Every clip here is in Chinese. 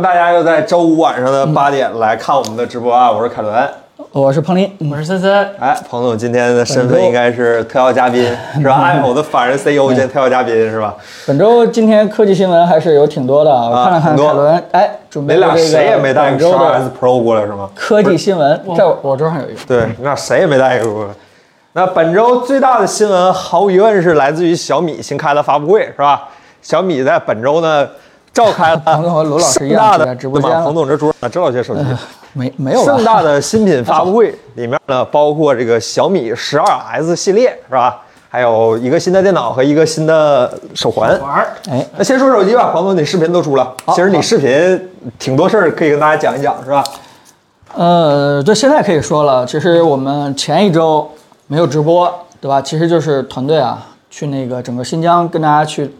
大家又在周五晚上嗯的八点来看我们的直播啊！我是凯伦，我是彭林，我是森森。哎，彭总今天的身份应该是特邀 嘉宾是吧？Apple 的法人 CEO 兼特邀嘉宾是吧？本周今天科技新闻还是有挺多的啊，我看了很看多凯伦，哎，准你备了俩这个谁也没啊带本个周十二的 S Pro 过来是吗？科技新闻，在我我桌上有一个。对，你俩谁也没带一个过来。那本周最大的新闻，毫无疑问是来自于小米新开的发布会，是吧？小米在本周呢召开了彭总和罗老师一样盛大在的直播间了对吗彭总这桌啊，周老师手机。 没没有吧盛大的新品发布 会里面呢，包括这个小米十二 S 系列是吧？还有一个新的电脑和一个新的手环。玩儿，哎，那先说手机吧，黄总，你视频都出了。其实你视频挺多事儿可以跟大家讲一讲，是吧？呃，对，现在可以说了，其实我们前一周没有直播，对吧？其实就是团队啊，去那个整个新疆跟大家去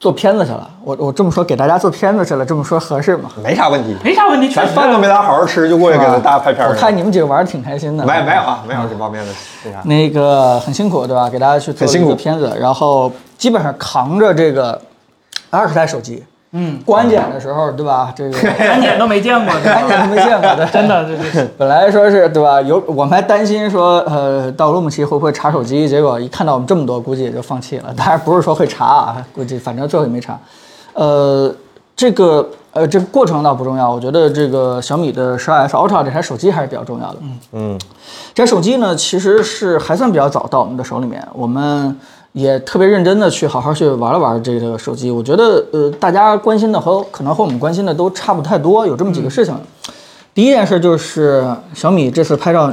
做片子去了。我我这么说给大家做片子去了，这么说合适吗？没啥问题，没啥问题，确咱实饭都没咋好好吃，就过去给是吧大家拍片儿我去了。看你们几个玩的挺开心的。没没有啊，没有这方面的啊那啥。那个很辛苦，对吧？给大家去很做了辛一苦个片子，然后基本上扛着这个二十台手机，嗯，过安检的时候，对 吧？这个安检都没见过，真安检都没见过，对， 真的这是本来说是对吧？有我们还担心说，呃，到乌鲁木齐会不会查手机？结果一看到我们这么多，估计也就放弃了。当然不是说会查啊，估计反正最后也没查。呃，这个呃，这个过程倒不重要，我觉得这个小米的十二 S Ultra 这台手机还是比较重要的。嗯嗯，这台手机呢，其实是还算比较早到我们的手里面，我们也特别认真的去好好去玩了玩这个手机。我觉得，呃，大家关心的和可能和我们关心的都差不太多，有这么几个事情。第一件事就是小米这次拍照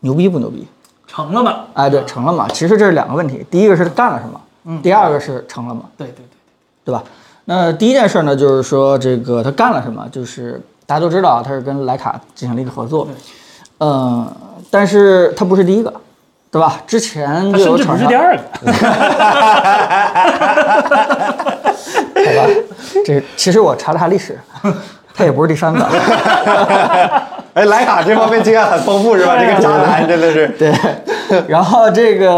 牛逼不牛逼？成了吗？哎，对，成了吗？其实这是两个问题，第一个是干了什么，第二个是成了吗？对对对，对吧？那第一件事呢，就是说这个他干了什么，就是大家都知道他是跟徕卡进行了一个合作，嗯，但是他不是第一个，对吧？之前他就甚有至不厂是商第，二个，好吧？ 这其实我查了下历史，他也不是第 三个，哎，徕卡这方面经验很丰富，是哎吧？这个渣男真的是。 对。然后这个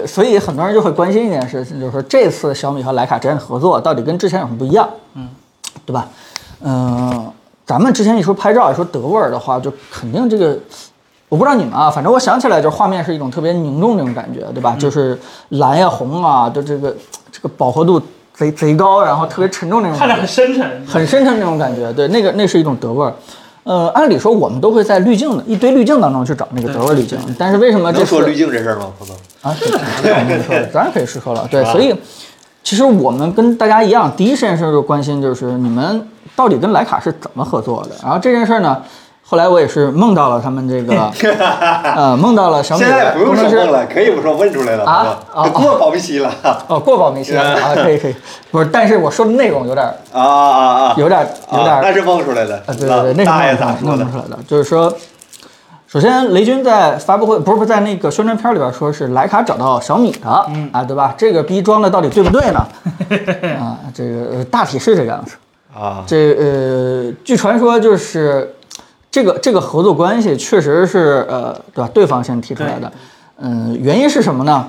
呃，所以很多人就会关心一件事情，就是说这次小米和徕卡之间的合作到底跟之前有什么不一样？嗯，对吧？嗯、咱们之前一说拍照，一说德味儿的话，就肯定这个，我不知道你们啊，反正我想起来就是画面是一种特别凝重那种感觉，对嗯吧？就是蓝呀、红啊，就这个这个饱和度贼贼高，然后特别沉重那种看感觉。着很深沉。很深沉那种感觉。对，那个那是一种德味儿。呃，按理说我们都会在滤镜的一堆滤镜当中去找那个德味儿滤镜，但是为什么这能说次滤镜这事儿吗，彭总？啊？对对对对当然可以实说了。对，所以其实我们跟大家一样，第一件事就关心就是你们到底跟徕卡是怎么合作的。然后这件事儿呢，后来我也是梦到了他们 这个，呃，梦到了小米现在的不用工程说师问了，可以不说问出来了，啊彭总，啊过保密期了。哦，过保密期了啊，可以可以，不是，但是我说的内容有点儿啊啊啊！有点儿有点啊儿那是蒙出来的。啊，对对对，那是大爷弄出来咋的说的弄？出来的，就是说，首先雷军在发布会不是不是在那个宣传片里边说是徕卡找到小米的，嗯啊，对吧？这个逼装的到底对不 对呢？啊，这个呃大体是这个样子。啊，这呃，据传说就是这个这个合作关系确实是呃，对吧？对方先提出来的，嗯，原因是什么呢？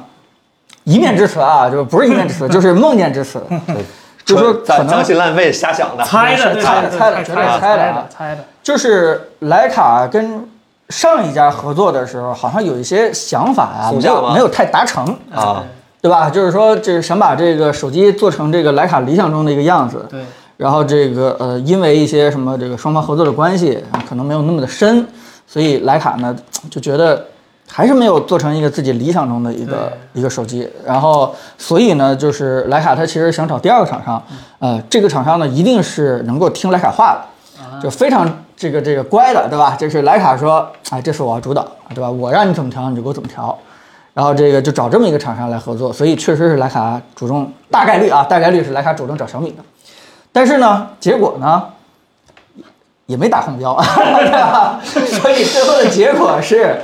一面之词啊，就不是一面 之词，就是梦见之词，就是说可咱能脏心烂肺瞎想的，猜的，对猜的对对猜的猜绝对的，猜的猜啊的，猜的。就是徕卡跟上一家合作的时候，好像有一些想法啊，松没下吗有没有太达成，啊。对吧？就是说，这想把这个手机做成这个徕卡理想中的一个样子，对，然后这个呃，因为一些什么这个双方合作的关系，啊可能没有那么的深，所以徕卡呢就觉得还是没有做成一个自己理想中的一个一个手机。然后所以呢，就是徕卡它其实想找第二个厂商，呃，这个厂商呢一定是能够听徕卡话的，就非常这个这个乖的，对吧？这是徕卡说，哎，这次我要主导，对吧？我让你怎么调你就给我怎么调。然后这个就找这么一个厂商来合作，所以确实是徕卡主动，大概率啊，大概率是徕卡主动找小米的。但是呢，结果呢，也没打红标， 对吧所以最后的结果是，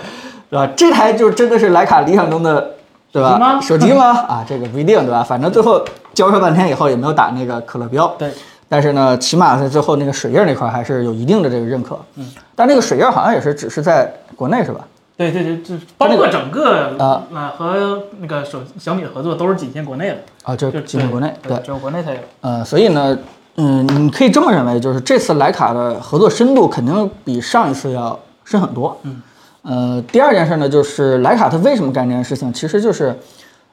对吧？这台就真的是徕卡理想中的，对手吧？机吗手机吗？啊，这个不一定，对吧？反正最后交涉半天以后也没有打那个可乐标，对。但是呢，起码在最后那个水印那块儿还是有一定的这个认可，嗯。但那个水印好像也是只是在国内是吧？对对对，这包括整个啊啊和那个手小米的合作都是仅限国内的，啊，就就进入国内，对，只有国内才有。呃，所以呢，嗯，你可以这么认为，就是这次徕卡的合作深度肯定比上一次要深很多。嗯，呃，第二件事呢，就是徕卡它为什么干这件事情，其实就是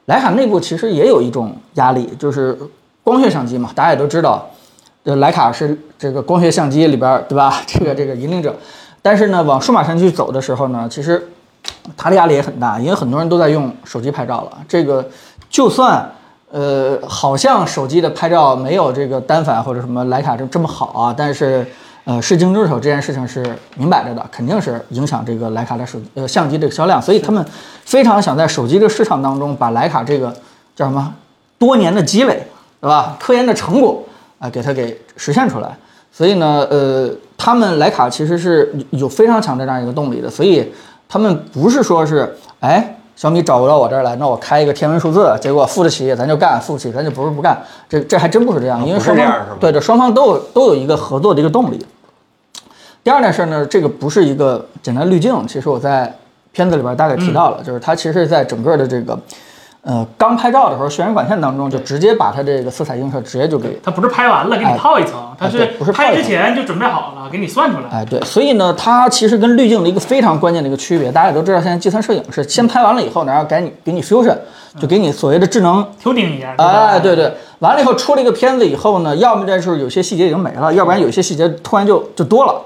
徕卡内部其实也有一种压力，就是光学相机嘛，大家也都知道，呃，徕卡是这个光学相机里边儿，对吧？ 这个这个引领者，但是呢，往数码山区走的时候呢，其实它的压力也很大，因为很多人都在用手机拍照了。这个就算呃，好像手机的拍照没有这个单反或者什么徕卡这这么好啊，但是呃，视精准手这件事情是明摆着的，肯定是影响这个徕卡的手呃相机这个销量，所以他们非常想在手机这个市场当中把徕卡这个叫什么多年的积累，对吧？科研的成果啊、给它给实现出来。所以呢，呃，他们徕卡其实是有有非常强的这样一个动力的，所以他们不是说是，哎，小米找到我这儿来，那我开一个天文数字，结果付得起咱就干，付不起咱就不是不干，这这还真不是这样，因为啊不是双这方、样是吧对这双方都有都有一个合作的一个动力。第二件事呢，这个不是一个简单滤镜，其实我在片子里边大概提到了，嗯就是它其实在整个的这个，呃，刚拍照的时候，渲染管线当中就直接把它这个色彩映射直接就给它不是拍完了给你哎套一层，它哎对不是套一拍层之前就准备好了，给你算出来。哎，对，所以呢，它其实跟滤镜的一个非常关键的一个区别，大家也都知道，现在计算摄影是先拍完了以后，然后给你给你 fusion，就给你所谓的智能，头顶一样。哎，对对吧，对，完了以后出了一个片子以后呢，要么这时候有些细节已经没了，要不然有些细节突然就就多了，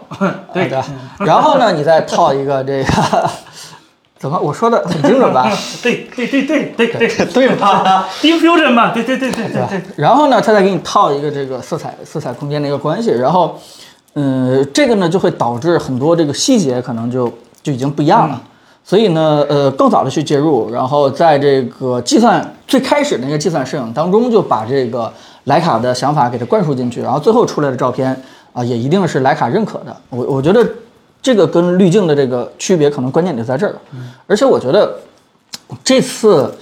对哎 对吧，然后呢，你再套一个这个， 怎么我说的很精准吧？对对对对对对对吧？ ，infusion 嘛，对对对对对对，然后呢，它再给你套一个这个色彩色彩空间的一个关系，然后，呃，这个呢就会导致很多这个细节可能就就已经不一样嗯了。所以呢，呃，更早的去介入，然后在这个计算最开始那个计算摄影当中，就把这个徕卡的想法给它灌输进去，然后最后出来的照片啊、也一定是徕卡认可的。我我觉得这个跟滤镜的这个区别，可能关键就在这儿。嗯而且我觉得这次，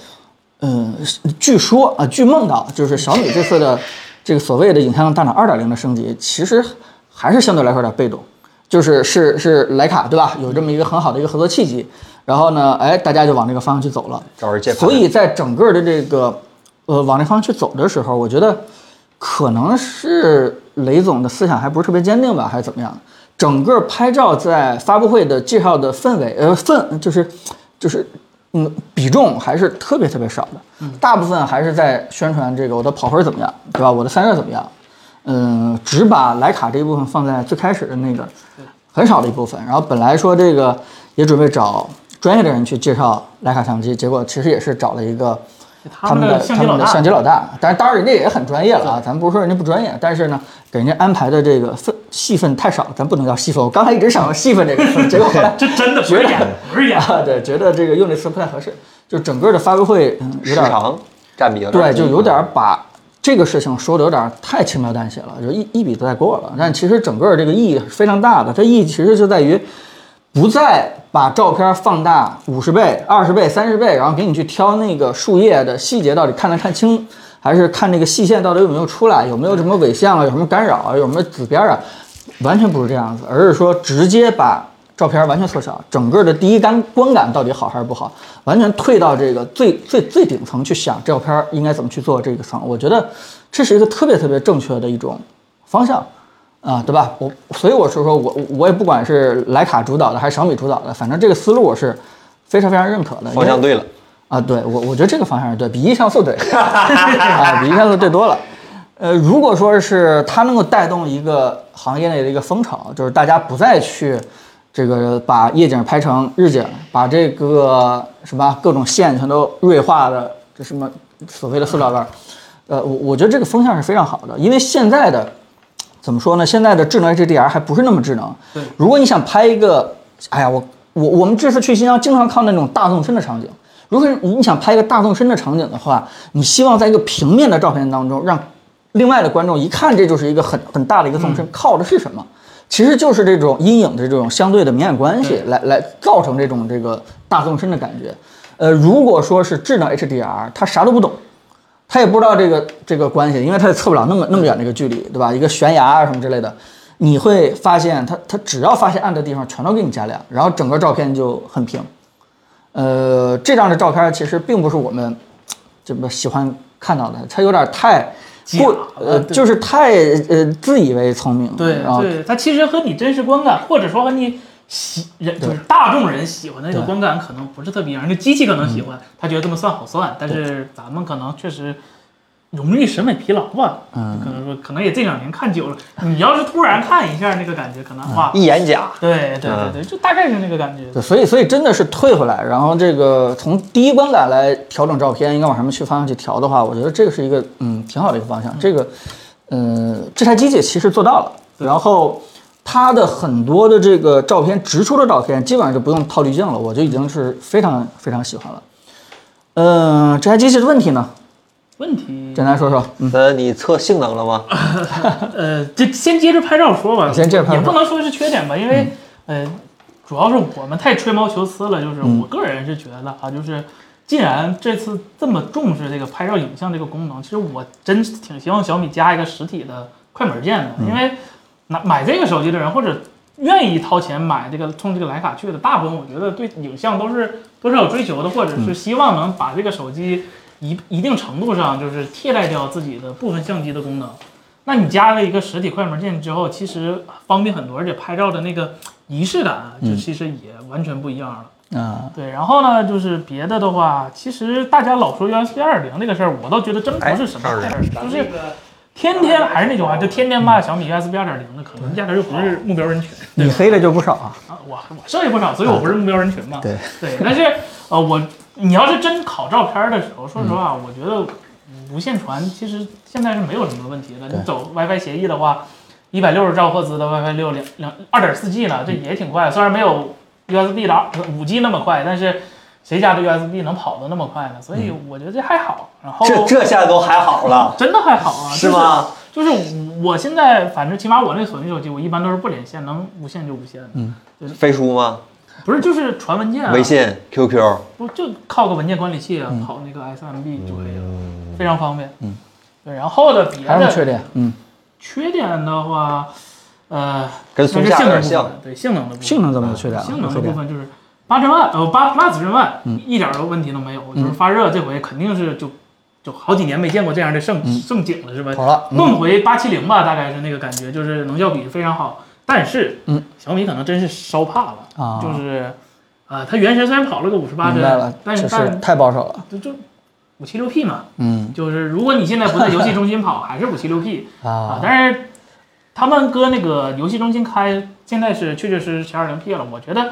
嗯，据说啊，据梦到就是小米这次的这个所谓的影像大厂二点零的升级，其实还是相对来说有点被动，就是是是徕卡对吧？有这么一个很好的一个合作契机，然后呢，哎，大家就往这个方向去走了。找人借盘所以在整个的这个呃往这方向去走的时候，我觉得可能是雷总的思想还不是特别坚定吧，还是怎么样？整个拍照在发布会的介绍的氛围，呃，氛就是就是嗯比重还是特别特别少的，大部分还是在宣传这个我的跑分怎么样，对吧？我的散热怎么样？嗯，只把徕卡这一部分放在最开始的那个很少的一部分。然后本来说这个也准备找专业的人去介绍徕卡相机，结果其实也是找了一个他们们的的相他机老们的大相机老大。但是当然人家也很专业了啊，咱不是说人家不专业，但是呢，给人家安排的这个分戏份太少，咱不能叫戏份。我刚才一直想要戏份这个词，结果后来 这真的不是觉得演，不是演。啊，对，觉得这个用这词不太合适，就整个的发布会嗯有时点长占比有点嗯对，就有点把这个事情说的有点太轻描淡写了，就一一笔带过了。但其实整个这个意义是非常大的，它意义其实就在于不再把照片放大五十倍、二十倍、三十倍，然后给你去挑那个树叶的细节到底看得看清，还是看这个细线到底有没有出来，有没有什么尾项啊，有什么干扰啊，有什么紫边啊，完全不是这样子，而是说直接把。照片完全缩小，整个的第一感观感到底好还是不好，完全退到这个最最最顶层去想照片应该怎么去做这个层，我觉得这是一个特别特别正确的一种方向，啊，对吧？我所以我是说我我也不管是徕卡主导的还是小米主导的，反正这个思路我是非常非常认可的。因为方向对了。啊，对我我觉得这个方向是对，比一像素对 啊，比一像素对多了。呃，如果说是它能够带动一个行业内的一个风潮，就是大家不再去这个把夜景拍成日景，把这个什么各种线全都锐化的这什么所谓的塑料袋儿，呃，我我觉得这个风向是非常好的，因为现在的怎么说呢？现在的智能 HDR 还不是那么智能。对如果你想拍一个，哎呀，我我我们这次去新疆经常看那种大纵深的场景。如果你想拍一个大纵深的场景的话，你希望在一个平面的照片当中，让另外的观众一看这就是一个很很大的一个纵深，靠的是什么？其实就是这种阴影的这种相对的明暗关系，来来造成这种这个大纵深的感觉。呃，如果说是智能 HDR，它啥都不懂，他也不知道这个这个关系，因为他也测不了那么那么远的一个距离，对吧？一个悬崖啊什么之类的，你会发现他他只要发现暗的地方，全都给你加亮，然后整个照片就很平。呃，这张的照片其实并不是我们这么喜欢看到的，它有点太假不了，呃，对就是太呃自以为聪明，对然后对，它其实和你真实观感，或者说和你喜人就是大众人喜欢的那个对嗯观感，可能不是特别一样。就机器可能喜欢，他觉得这么算好算，但是咱们可能确实。容易审美疲劳吧，嗯可能说，可能也这两年看久了，你要是突然看一下那个感觉，可能嗯哇，一眼假。对对对对，就大概是那个感觉。对，所以所以真的是退回来，然后这个从第一观感来调整照片，应该往什么去方向去调的话，我觉得这个是一个嗯挺好的一个方向。这个，嗯、这台机器其实做到了，然后它的很多的这个照片直出的照片，基本上就不用套滤镜了，我就已经是非常非常喜欢了。嗯、这台机器的问题呢，问题简单说说，嗯，那呃你测性能了吗？呃，这先接着拍照说吧，先接着拍照嗯也不能说是缺点吧，因为、呃，主要是我们太吹毛求疵了。就是我个人是觉得啊，就是既然这次这么重视这个拍照影像这个功能，其实我真挺希望小米加一个实体的快门键嗯的，因为拿买这个手机的人或者。愿意掏钱买这个冲这个徕卡去的，大部分我觉得对影像都是都是有追求的，或者嗯是希望能把这个手机一一定程度上就是替代掉自己的部分相机的功能。那你加了一个实体快门键之后，其实方便很多，而且拍照的那个仪式感啊，就其实也完全不一样了。啊、对，然后呢，就是别的的话，其实大家老说 USB 二点零这个事儿，我倒觉得真不是什么坏事儿，就是天天还是那句啊话，就天天骂小米 USB 二点零的，可能压根儿就不是目标人群，对你吧？黑的就不少啊，啊，我我设计不少，所以我不啊是目标人群嘛。对对，但是呃，我你要是真考照片的时候，说实话，嗯我觉得无线传其实现在是没有什么问题的。你走 WiFi 协议的话，一百六十兆赫兹的 WiFi 六两两二点四 G 了，这嗯也挺快。虽然没有 USB 的呃五 G 那么快，但是谁家的 USB 能跑得那么快呢？所以我觉得这还好。然后嗯这这下都还好了，真的还好哦啊，是吗？就是我现在反正起码我那索尼手机，我一般都是不连线，能无线就无线的。飞书吗？不是，就是传文件、啊，微信、QQ，嗯不就靠个文件管理器啊，跑那个 SMB 就可以了，非常方便。嗯，对，然后的别还有什么的缺点？嗯，缺点的话，呃，跟那松是下有性能点部像分，，对性能的部分，性能怎么有缺啊点了？嗯性能有的缺部点分就是八千万，呃，八八几十万，一点儿都问题都没有，嗯就是发热这回肯定是就就好几年没见过这样的盛盛景了，是吧？好嗯了，嗯梦回八七零吧，大概是那个感觉，就是能效比非常好。但是，嗯，小米可能真是烧怕了，啊就是，啊，它原神虽然跑了个五十八明帧白了，，但就是是但太保守了，就就五七六 P 嘛，嗯就是如果你现在不在游戏中心跑，还是五七六 P 啊啊。。但是他们搁那个游戏中心开，现在是确确实实七二零 P 了。我觉得，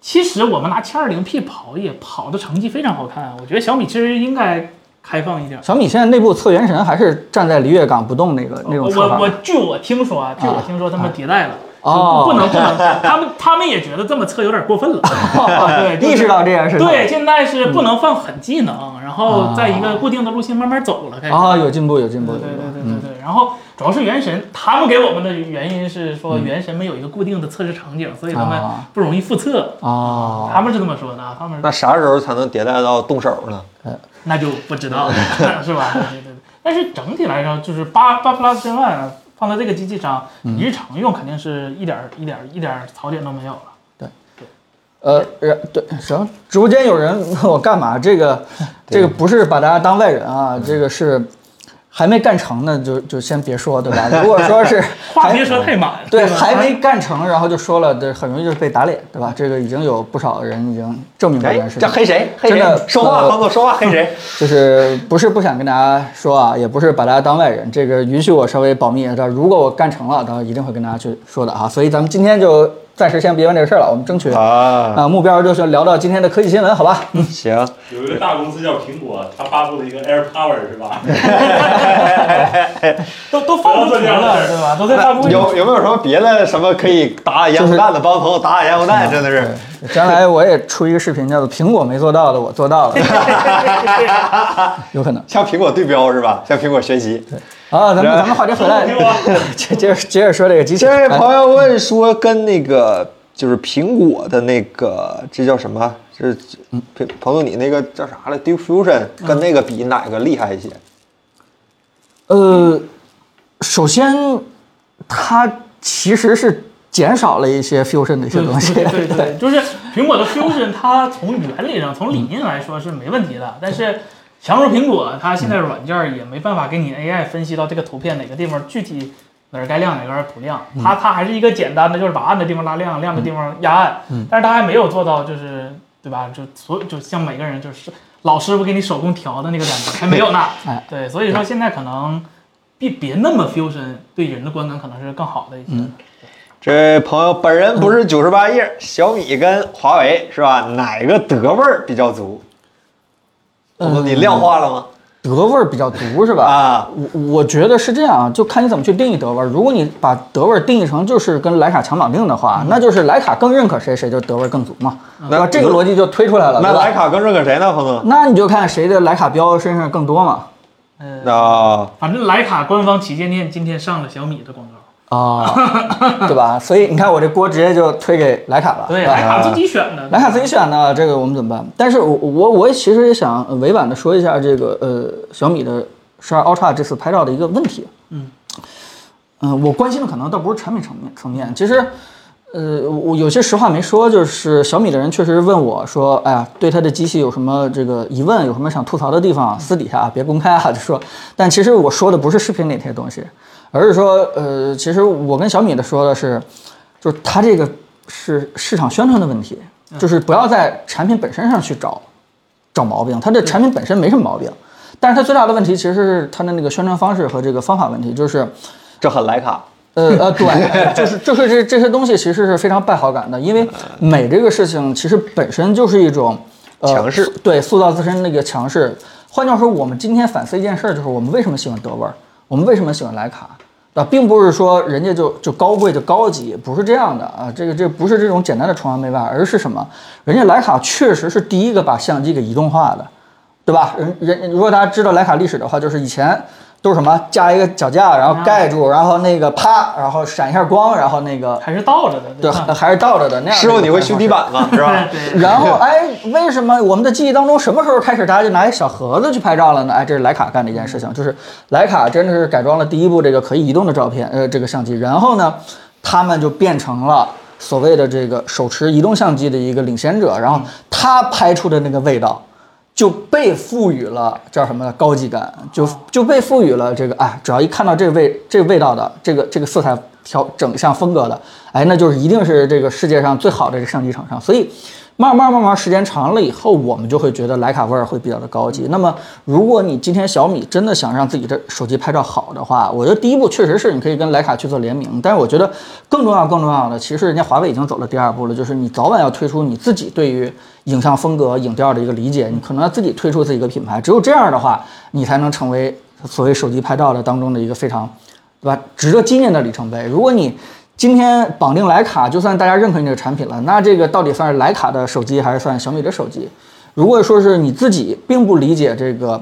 其实我们拿七二零 P 跑也跑的成绩非常好看，啊我觉得小米其实应该开放一点。小米现在内部测原神还是站在离月港不动那个那种我说我法我据我听说啊，据我听说他们迭代了，哦就 不不能不能，他们他们也觉得这么测有点过分 了，哦对，就哦 是意识到这件事情，嗯对，现在是不能放狠技能，然后在一个固定的路线慢慢走了，开始。啊，有进步有进对步，对有进步对对对对，然后主要是原神，他们给我们的原因是说原神没有一个固定的测试场景，所以他们嗯啊不容易复测，哦，他们是这么说的，啊，他们那啥时候才能迭代到动手呢？那就不 知道了，是吧？对对对。但是整体来说，就是八八 plus 真万放在这个机器上，嗯你日常用肯定是一点儿一点儿一点儿槽点都没有了。呃，然对，行，直播间有人问我干嘛？这 个这个不是把大家当外人啊，这个是还没干成呢，就就先别说，对吧？如果说是 话还别说太满，对吧还没干成，然后就说了，这很容易就被打脸，对吧？这个已经有不少人已经证明了哎这件，事这情。黑谁？黑真谁的？说话，呃黄总，说话黑谁？就是不是不想跟大家说啊，也不是把大家当外人，这个允许我稍微保密一下。如果我干成了，到时候一定会跟大家去说的啊。所以咱们今天就暂时先别问这个事儿了，我们争 取啊、啊，目标就是聊到今天的科技新闻，好吧？嗯，行，有一个大公司叫苹果，它发布了一个 Air Power 是吧？都都放出不要做图这样的了，事儿对吧？都在发布会上有有没有什么别的什么可以打掩护蛋的？帮朋友打打掩护蛋，真的是。将来我也出一个视频，叫做“苹果没做到的我做到了”，有可能。向苹果对标是吧？向苹果学习。啊，咱们咱们话题回来苹果， 接接着接着说这个机器。这位哎朋友问说，跟那个就是苹果的那个，这叫什么？这彭彭总，你那个叫啥来？Deep Fusion 跟那个比，哪个厉害一些？呃，首先它其实是减少了一些 fusion 的一些东西。嗯对对对对，就是苹果的 Fusion，它从原理上、从理念来说是没问题的，但是强如苹果，它现在软件儿也没办法给你 AI 分析到这个图片哪个地方具体哪儿该亮哪个儿不亮，它它还是一个简单的，就是把暗的地方拉亮，亮的地方压暗，嗯但是它还没有做到就是对吧？就所有就像每个人就是老师傅给你手工调的那个感觉还没有呢哎，对，所以说现在可能别别那么 fusion，对人的观感可能是更好的一些。这位朋友本人不是九十八页，小米跟华为是吧？哪个德味儿比较足？我嗯们你量化了吗？德味儿比较足是吧？啊我我觉得是这样啊，就看你怎么去定义德味儿。如果你把德味儿定义成就是跟徕卡强绑定的话，那就是徕卡更认可谁，谁就德味儿更足嘛，对吧？这个逻辑就推出来了，那对吧徕卡更认可谁呢，彭总？那你就看谁的徕卡标身上更多嘛。嗯，那反正徕卡官方旗舰店今天上了小米的广告。啊、对吧？所以你看我这锅直接就推给徕卡了，对，是徕吧卡自己选的，徕卡自己选的，啊这个我们怎么办？但是我我我也其实也想呃委婉的说一下这个呃小米的十二 Ultra 这次拍照的一个问题。嗯嗯、我关心的可能倒不是产品层面层面，其实。呃，我有些实话没说，就是小米的人确实问我说，哎呀，对他的机器有什么这个疑问，有什么想吐槽的地方，私底下啊别公开啊，就说。但其实我说的不是视频里那些东西，而是说，呃，其实我跟小米的说的是，就是它这个是市场宣传的问题，就是不要在产品本身上去找找毛病，它这产品本身没什么毛病，但是它最大的问题其实是它的那个宣传方式和这个方法问题，就是。这很徕卡，呃呃，对，就是就是这这些东西其实是非常败好感的，因为美这个事情其实本身就是一种、呃、强势塑，对，塑造自身那个强势。换句话说，我们今天反思一件事儿，就是我们为什么喜欢德味儿，我们为什么喜欢徕卡，对吧？并不是说人家就就高贵就高级，不是这样的啊，这个这不是这种简单的崇洋媚外，而是什么？人家徕卡确实是第一个把相机给移动化的。对吧？人人如果大家知道徕卡历史的话，就是以前都是什么架一个脚架，然后盖住，然后那个啪，然后闪一下光，然后那个还是倒着的，对，吧还还是倒着的那样。师傅你会修底。板吗？是吧？对对，然后哎，为什么我们的记忆当中什么时候开始大家就拿一小盒子去拍照了呢？哎，这是徕卡干的一件事情，就是徕卡真的是改装了第一部这个可以移动的照片，呃，这个相机。然后呢，他们就变成了所谓的这个手持移动相机的一个领先者，然后他拍出的那个味道。就被赋予了叫什么呢？高级感，就就被赋予了这个哎，只要一看到这味这味道的这个这个色彩调整项风格的，哎，那就是一定是这个世界上最好的这个相机厂商。所以，慢慢慢慢时间长了以后，我们就会觉得徕卡味儿会比较的高级。那么，如果你今天小米真的想让自己的手机拍照好的话，我觉得第一步确实是你可以跟徕卡去做联名，但是我觉得更重要更重要的，其实人家华为已经走了第二步了，就是你早晚要推出你自己对于影像风格、影调的一个理解，你可能要自己推出自己一个品牌，只有这样的话，你才能成为所谓手机拍照的当中的一个非常，对吧？值得纪念的里程碑。如果你今天绑定徕卡，就算大家认可你这个产品了，那这个到底算是徕卡的手机，还是算小米的手机？如果说是你自己并不理解这个，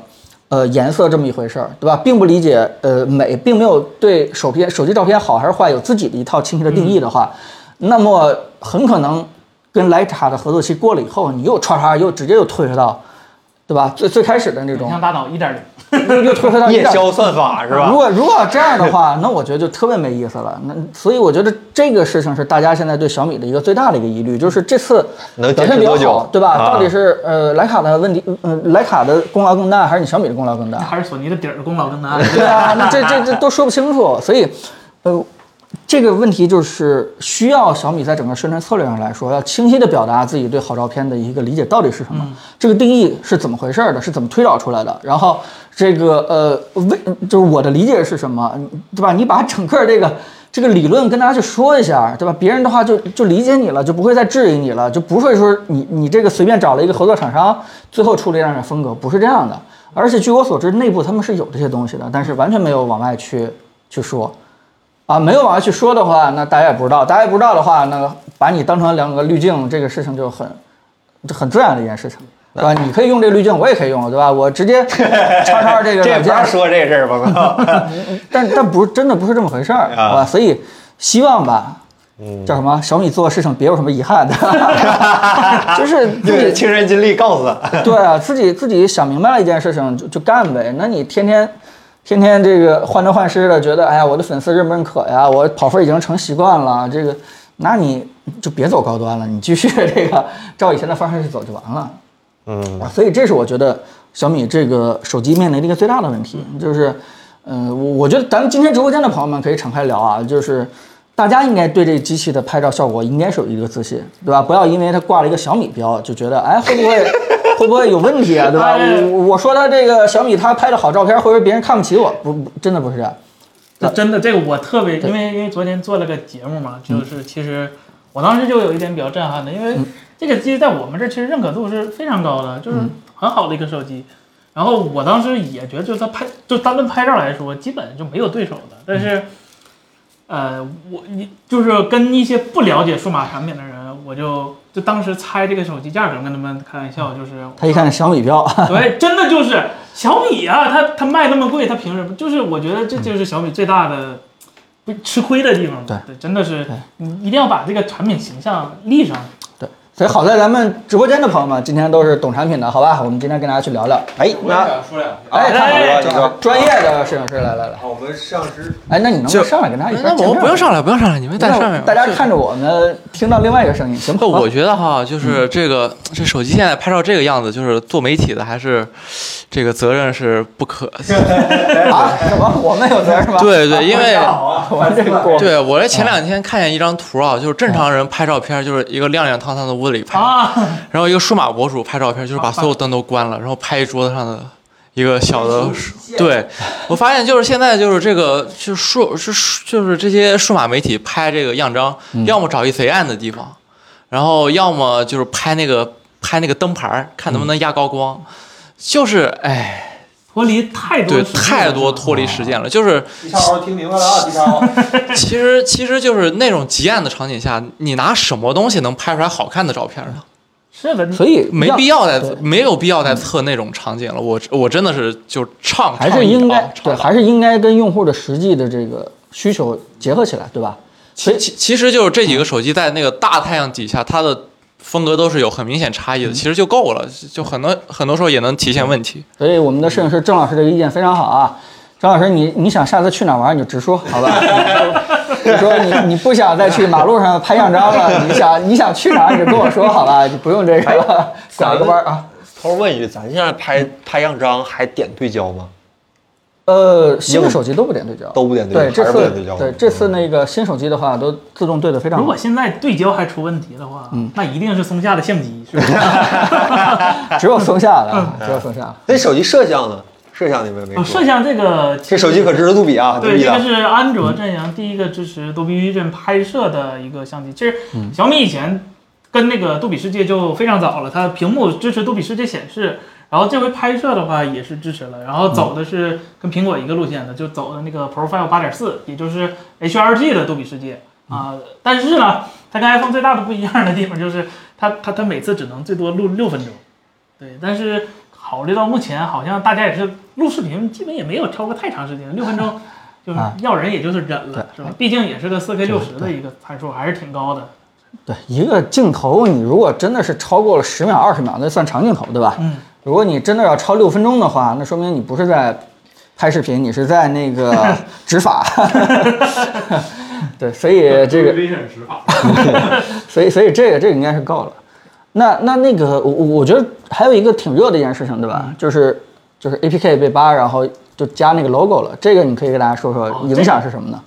呃，颜色这么一回事儿，对吧？并不理解呃美，并没有对手片手机照片好还是坏有自己的一套清晰的定义的话，那么很可能跟徕卡的合作期过了以后，你又唰唰又直接又退回到，对吧？最最开始的那影种，像大脑一点零，又又退回到夜1.0宵算法是如吧？果如果这样的话，那我觉得就特别没意思了。那所以我觉得这个事情是大家现在对小米的一个最大的一个疑虑，就是这次能表坚现持比较多久好，对吧？啊到底是呃徕卡的问题，嗯、徕卡的功劳更大，还是你小米的功劳更大？ 还是索尼的底儿功劳更大。对啊，那这这这都说不清楚，所以，呃，这个问题就是需要小米在整个宣传策略上来说，要清晰的表达自己对好照片的一个理解到底是什么，这个定义是怎么回事儿的，是怎么推导出来的，然后这个呃为就是我的理解是什么，对吧？你把整个这个。这个理论跟大家去说一下，对吧？别人的话就就理解你了，就不会再质疑你了，就不会说你你这个随便找了一个合作厂商，最后出了一样的风格，不是这样的。而且据我所知，内部他们是有这些东西的，但是完全没有往外去去说，啊，没有往外去说的话，那大家也不知道，大家也不知道的话，那把你当成两个滤镜，这个事情就很这很自然的一件事情，对吧？你可以用这个滤镜，我也可以用，对吧？我 直接叉叉这个这软不件要，说这事儿吧， 但但不是真的不是这么回事啊儿，嗯好吧？所以希望吧。叫什么？小米做的事情别有什么遗憾的， 就是就自己是亲身经历告诉他， 对啊，自己自己想明白了一件事情就就干呗。那你天天天天这个患得患失的，觉得哎呀，我的粉丝认不认可呀？我跑分已经成习惯了，这个，那你就别走高端了，你继续这个照以前的方式去走就完了。嗯，啊所以这是我觉得小米这个手机面临的一个最大的问题，就是，呃，我我觉得咱们今天直播间的朋友们可以敞开聊啊，就是大家应该对这机器的拍照效果应该是有一个自信，对吧？不要因为它挂了一个小米标就觉得，哎，会不会会不会有问题啊，对吧？哎我我说它这个小米它拍的好照片，会不会别人看不起我？不，不真的不是这样。这真的，这个我特别，因为因为昨天做了个节目嘛，就是其实我当时就有一点比较震撼的，因为这个机在我们这儿其实认可度是非常高的，就是很好的一个手机。然后我当时也觉得，就它拍，就单论拍照来说，基本就没有对手的。但是，呃，我你就是跟一些不了解数码产品的人，我就就当时猜这个手机价格，跟他们开玩笑，就是他一看小米标， 对，真的就是小米啊，它它卖那么贵，它凭什么？就是我觉得这就是小米最大的不吃亏的地方嗯吧。对真的是对你一定要把这个产品形象立上。对，所以好在咱们直播间的朋友们今天都是懂产品的，好吧？我们今天跟大家去聊聊，哎，我也那想说两句。哎，看好哎了，你说，啊专业的摄影师来来来，啊我们摄像师哎，那你能不能就上来跟大家一块那儿见我面？不用上来，不用上来，你们在那上面。大家看着我们，听到另外一个声音，行吧？不，我觉得哈，就是这个这手机现在拍照这个样子，就是做媒体的还是这个责任是 不可。啊，什么？我们有责任吗？对对，因为 我们这个锅。对我这前两天看见一张图啊，就是正常人拍照片就是一个亮亮堂堂的屋子里拍，啊，然后一个数码博主拍照片就是把所有灯都关了，然后拍一桌子上的一个小嗯的数。对，我发现就是现在就是这个就是数是数就是这些数码媒体拍这个样张，要么找一贼暗的地方，然后要么就是拍那个拍那个灯牌儿，看能不能压高光。就是哎，脱离太多对，实际了太多是吧脱离实践了。就是低超听明白了啊，低超。其实其实就是那种极暗的场景下，你拿什么东西能拍出来好看的照片呢？是的，所以没要必要再对没有必要再测那种场景了。我我真的是就唱，还倡是议应该啊对，倡导还是应该跟用户的实际的这个需求结合起来，对吧？所以其其实就是这几个手机在那个大太阳底下，它的风格都是有很明显差异嗯的，其实就够了，就很多很多时候也能体现问题。所以我们的摄影师郑老师这个意见非常好啊。郑老师，你你想下次去哪儿玩你就直说，好吧？ 就说你你不想再去马路上拍样张了，你想你想去哪儿你就跟我说，好吧？就不用这个哎 拐个弯儿啊。偷问一句，咱现在拍拍样张还点对焦吗？呃，新的手机都不点对焦，都不点对焦对，这还是不点对次焦嗯对这次那个新手机的话，都自动对的非常好如果，现在对焦还出问题的话，嗯那一定是松下的相机，是吧？ 只有松下的啊，只有松下的。那手机摄像呢？摄像你们没啊呃说摄。像这个这手机可支持杜比啊，对，注意这啊个是安卓阵营第一个支持多 B B 阵拍摄的一个相机。其实小米以前跟那个杜比世界就非常早了，它屏幕支持杜比世界显示，然后这回拍摄的话也是支持了，然后走的是跟苹果一个路线的，就走的那个 Profile 八点四，也就是 HRG 的杜比世界啊、但是呢，它跟 iPhone 最大的不一样的地方就是它它它每次只能最多录六分钟，对，但是。考虑到目前好像大家也是录视频，基本也没有超过太长时间，六分钟就是啊要人也就是忍了，对是吧？毕竟也是个四 K 六十的一个参数，还是挺高的。对，一个镜头你如果真的是超过了十秒、二十秒，那算长镜头，对吧？嗯，如果你真的要超六分钟的话，那说明你不是在拍视频，你是在那 个执法。 对，所以这个危险执法。所以所以这个这个应该是够了。那那那个我我我觉得还有一个挺热的一件事情，对吧？嗯就是就是 APK 被扒，然后就加那个 logo 了。这个你可以给大家说说哦影响是什么呢？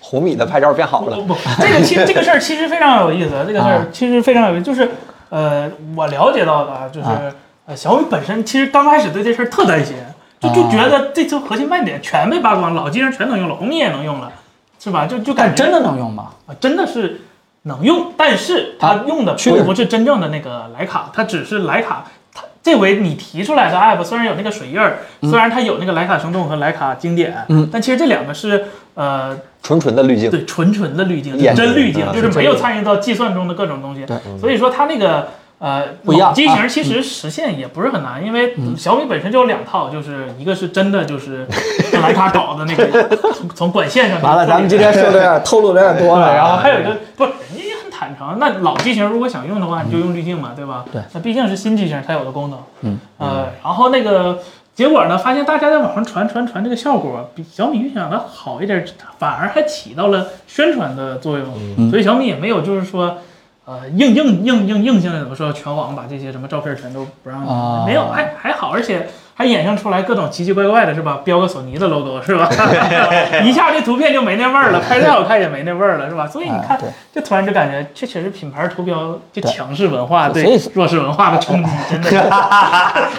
红米的拍照变好不了，不，这个其这个事儿其实非常有意思，这个事啊儿其实非常有意思，就是呃，我了解到的啊，就是啊呃，小米本身其实刚开始对这事儿特担心，就就啊觉得这次核心卖点全被扒光了，老机上全能用了，红米也能用了，是吧？就就但感觉真的能用吗？啊真的是能用，但是它啊用的区别不不是真正的那个徕卡，它只是徕卡。它这回你提出来的 app 虽然有那个水印儿，虽然它有那个徕卡生动和徕卡经典，嗯但其实这两个是呃纯纯的滤镜。对纯纯的滤镜，眼睛真滤镜，啊就是没有参与到计算中的各种东西对。所以说它那个呃不一样老机啊嗯型其实实现也不是很难，因为小米本身就有两套，就是一个是真的就是 徕卡搞的那个从从管线上完了，咱们今天说的有点透露的有点多了，啊对，然然后后还有一个不是，人家也很坦诚。那老机型如果想用的话，你就用滤镜嘛，对吧？对那毕竟是新机型才有的功能。嗯。呃，然后那个结果呢，发现大家在网上传传传这个效果比小米预想的嗯好一点，反而还起到了宣传的作用。所以小米也没有就是说。呃硬硬硬硬硬性的怎么说，全网把这些什么照片全都不让你啊没有，还还好，而且还衍生出来各种奇奇怪怪的，是吧？标个索尼的 logo 是吧？ 一下这图片就没那味儿了，拍再好看也没那味儿了，是吧？所以你哎看对，就突然就感觉这确实品牌图标对对强势文化所以对是弱势文化 的冲击，真的是，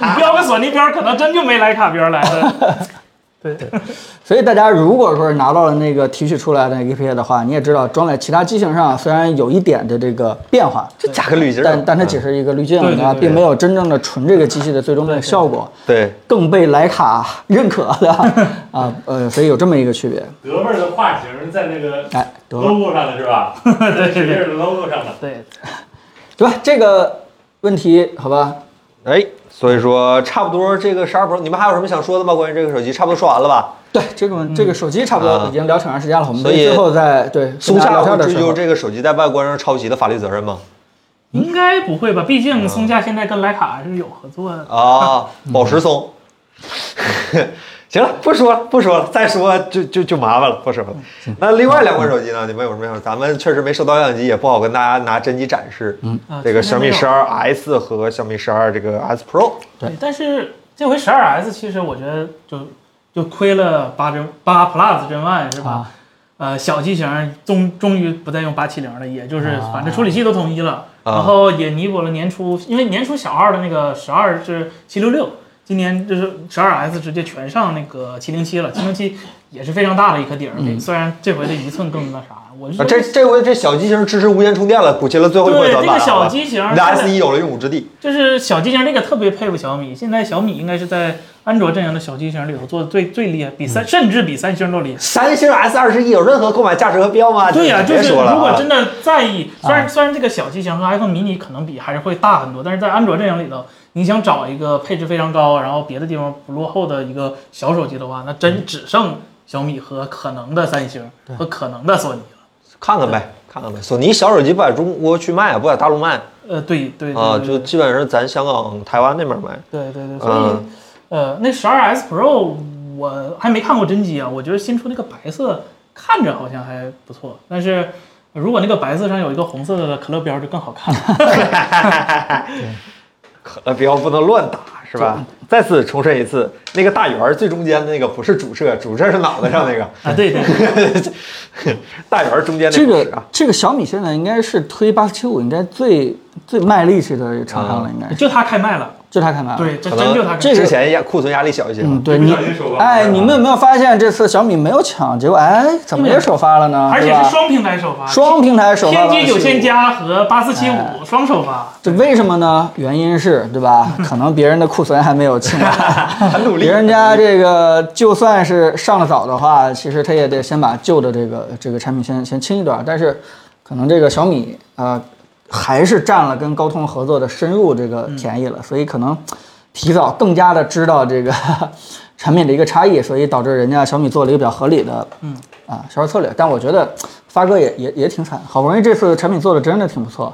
你标个索尼标，可能真就没徕卡标来的。对，所以大家如果说是拿到了那个提取出来的 EPA 的话，你也知道装在其他机型上啊虽然有一点的这个变化，这价格滤镜，但但它只是一个滤镜，对对吧？对对并没有真正的纯这个机器的最终的效果，嗯对更被徕卡认可的 啊呃，所以有这么一个区别。德味儿的发型在那个哎，得嗯了， logo 上的是吧？对对对是 logo 上的。 对，对吧？这个问题好吧？哎，所以说差不多这个十二 Pro，你们还有什么想说的吗？关于这个手机，差不多说完了吧？对，这个这个手机差不多啊已经聊挺长时间了，我们所以最后再对松跟大家下聊天会的追时究候，这个手机在外观上抄袭的法律责任吗？应该不会吧？毕嗯竟松下现在跟徕卡是有合作的。啊，宝石松。 行了，不说了，不说了，再说就就就麻烦了，不说了。嗯那另外两款手机呢？你们有什么想？咱们确实没收到样机，也不好跟大家拿真机展示。嗯啊这个小米今天没有十二 S 和小米十二这个 S Pro，对对，但是这回十二 S 其实我觉得就就亏了八帧八 Plus 帧万是吧？啊呃，小机型终终于不再用八七零了，也就是啊反正处理器都统一了，啊然后也弥补了年初，因为年初小号的那个十二是七六六，今年就是十二 S 直接全上那个七零七了，七零七也是非常大的一颗底儿，嗯虽然这回的一寸更那啥，我是啊觉得这这回这小机型支持无线充电了，补齐了最后一块对短这个板。啊好小吧机型你的 S 一有了用武之地。就是小机型这个特别佩服小米，现在小米应该是在安卓阵营的小机型里头做的最最厉害，比嗯三、甚至比三星都厉害。三星 S 二十一有任何购买价值和必要吗？对呀、你就别是如说了啊。啊果真的在意，虽然虽然这个小机型和 iPhone mini 可能比还是会大很多，但是在安卓阵营里头，你想找一个配置非常高，然后别的地方不落后的一个小手机的话，那真只剩小米和可能的三星和可能的索尼了。看看呗，看看呗。索尼小手机不在中国去卖，啊不在大陆卖呃，对对对啊，对就基本上咱香港、台湾那边卖。对对对，所以、嗯呃，那十二 S Pro 我还没看过真机啊，我觉得新出那个白色看着好像还不错，但是如果那个白色上有一个红色的可乐标就更好看了。可乐标呃不能乱 打，是嗯吧？再次重申一次，那个大圆儿最中间的那个不是主摄，主摄是脑袋上那个，啊，对对， 大圆儿中间那这不是啊个。这个小米现在应该是推八七五应该最最卖力气的厂啊商了，应该是就它开卖了，就它开卖了。对，这可真就它能开卖之前压库存压力小一些吧。啊嗯，对你你不小心手刮，了哎，你们有没有发现这次小米没有抢？结果哎，怎么也首发了呢？而对且吧是双平台首发，双平台首发了天玑九千15加和八四七五双首发。这为什么呢？原因是对吧？可能别人的库存还没有清完，很努力别。人家这个就算是上的早的话，其实他也得先把旧的这个这个产品先先清一段。但是，可能这个小米呃还是占了跟高通合作的深入这个便宜了，嗯所以可能提早更加的知道这个 产品的一个差异，所以导致人家小米做了一个比较合理的嗯啊销售策略。但我觉得发哥也也也挺惨，好不容易这次产品做的真的挺不错，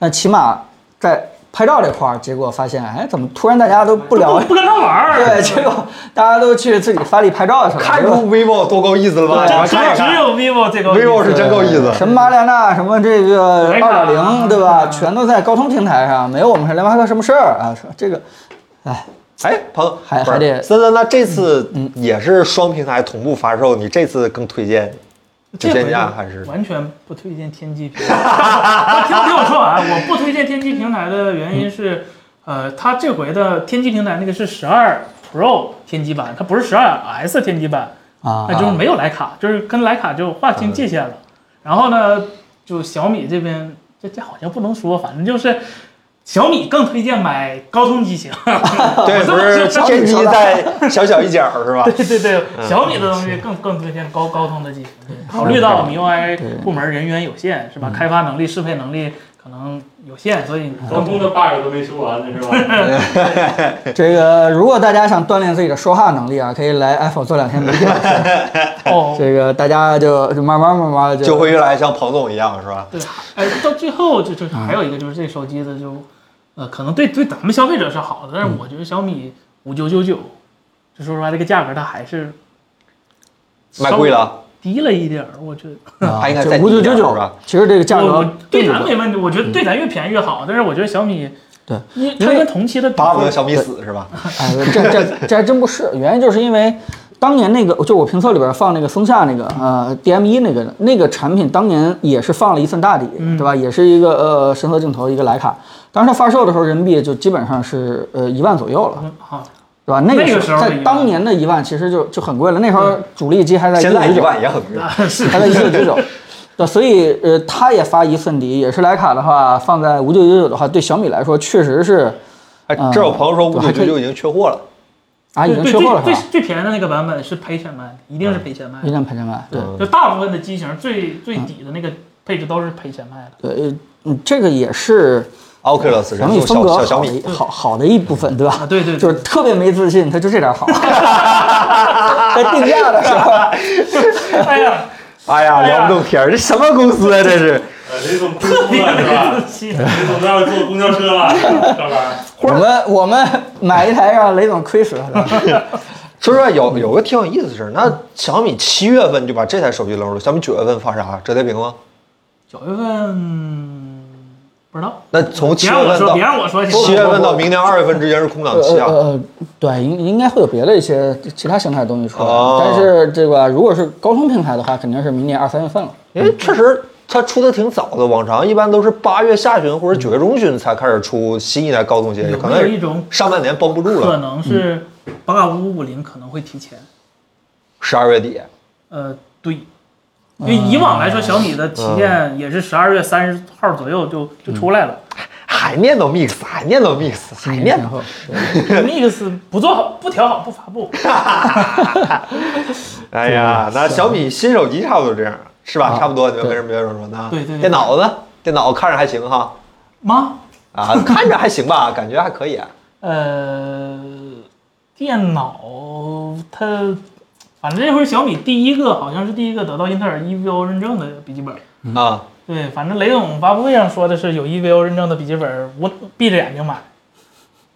但起码在拍照这块儿，结果发现哎怎么突然大家都不聊不不跟他玩儿，对，结果大家都去自己发力拍照去了。看是吧出 vivo 多够意思了吧？对你这们看一只只看有 vivo 这个，vivo 是真够意思。什么马里亚纳，什么这个徕二卡点零，对吧？嗯全都在高通平台上，没有我们是联发科什么事儿啊？说这个，哎，哎，朋友，还不是还得嗯森森，那这次也是双平台同步发售，你这次更推荐九这回千加还是？完全不推荐天玑平台。 听听我说完，啊我不推荐天玑平台的原因是，呃，它这回的天玑平台那个是十二 Pro 天玑版，它不是十二 S 天玑版，啊那就是没有徕卡，就是跟徕卡就划清界限了。然后呢，就小米这边，这这好像不能说，反正就是。小米更推荐买高通机型， 对，我这不么是说天玑在小小一角是吧？对对对，小米的东西更更推荐高高通的机型。对考虑到 MIUI 部门人员有限，是吧？开发能力、适配能力可能有限，所以高通的 bug 都没修完呢，是吧？这个，如果大家想锻炼自己的说话能力啊，可以来 Apple 做两天媒体老师。哦，这个大家就就慢慢慢慢就就会越来越像彭总一样是吧？对，哎，到最后就就是还有一个就是这手机的就，呃，可能对对咱们消费者是好的，但是我觉得小米五九九九，就说实话这个价格它还是卖贵了，低了一点儿，我觉得。啊它应该再低五九一九点九是吧，其实这个价我我格对并咱不没问题，我觉得对咱越便宜越好。但是我觉得小米，对，因为因它为跟同期的比，巴不得小米死是吧？哎，这这这还真不是，原因就是因为当年那个，就我评测里边放那个松下那个呃 DM 一那个那个产品，当年也是放了一寸大底，嗯对吧？也是一个呃深色镜头，一个徕卡。当时它发售的时候，人民币就基本上是呃一万左右了，啊，对吧？那那个个时候在的一万嗯当年的一万其实就就很贵了，那时候主力机还在现在199一万也很啊贵，是还在一九九九。对，所以呃，它也发一寸底，也是徕卡的话，放在五九九九的话，对小米来说确实是哎嗯这有朋友说五对九还可九以九已经缺货了，啊已经对对缺货了，最是吧？嗯最最便宜的那个版本是赔钱卖的，一定是赔钱卖一的。定赔钱卖，对。嗯就大部分的机型最嗯最底的那个配置都是赔钱卖的。对，嗯，这个也是 Oculus 小人米送风格小小小好的米，一好好的一部分，对吧啊？对对对就是特别没自信，他就这 点好。在定价的时候，哎 呀，哎呀，聊不动天儿，这什么公司啊？这是，呃，雷总工作了是吧？雷总要坐公交车了，上班。 我们我们买一台让雷总亏死 了。说实话，有有个挺有意思的事儿，那小米七月份就把这台手机扔了，小米九月份发啥折叠屏吗？九月份不知道，那从七别月让我份说，到别让我说，七月份到明年二月份之间是空档期啊。呃，呃对，应应该会有别的一些其他形态的东西出来，哦但是这个如果是高通平台的话，肯定是明年二三月份了。因为确实它出的挺早的，往常一般都是八月下旬或者九月中旬才开始出新一代高通协议，有可没有能一种上半年绷不住可了，能是嗯八嘎五五零可能会提前。十二月底。呃，对，因嗯为以往来说，小米的旗舰也是十二月三十号左右就就出来了。还念叨 Mix，还念叨 Mix，还明念年叨。后，嗯 Mix 不做好、不调好、不发 布，哎呀，那小米新手机差不多这样，是吧？啊差不多，你们对没什么别的说呢？对对对电脑呢？电脑看着还行哈，妈，啊，看着还行吧，感觉还可以啊。呃，电脑它，反正这回小米第一个好像是第一个得到英特尔 EVO 认证的笔记本。嗯啊对，反正雷总发布会上说的是有 EVO 认证的笔记本，我闭着眼睛买。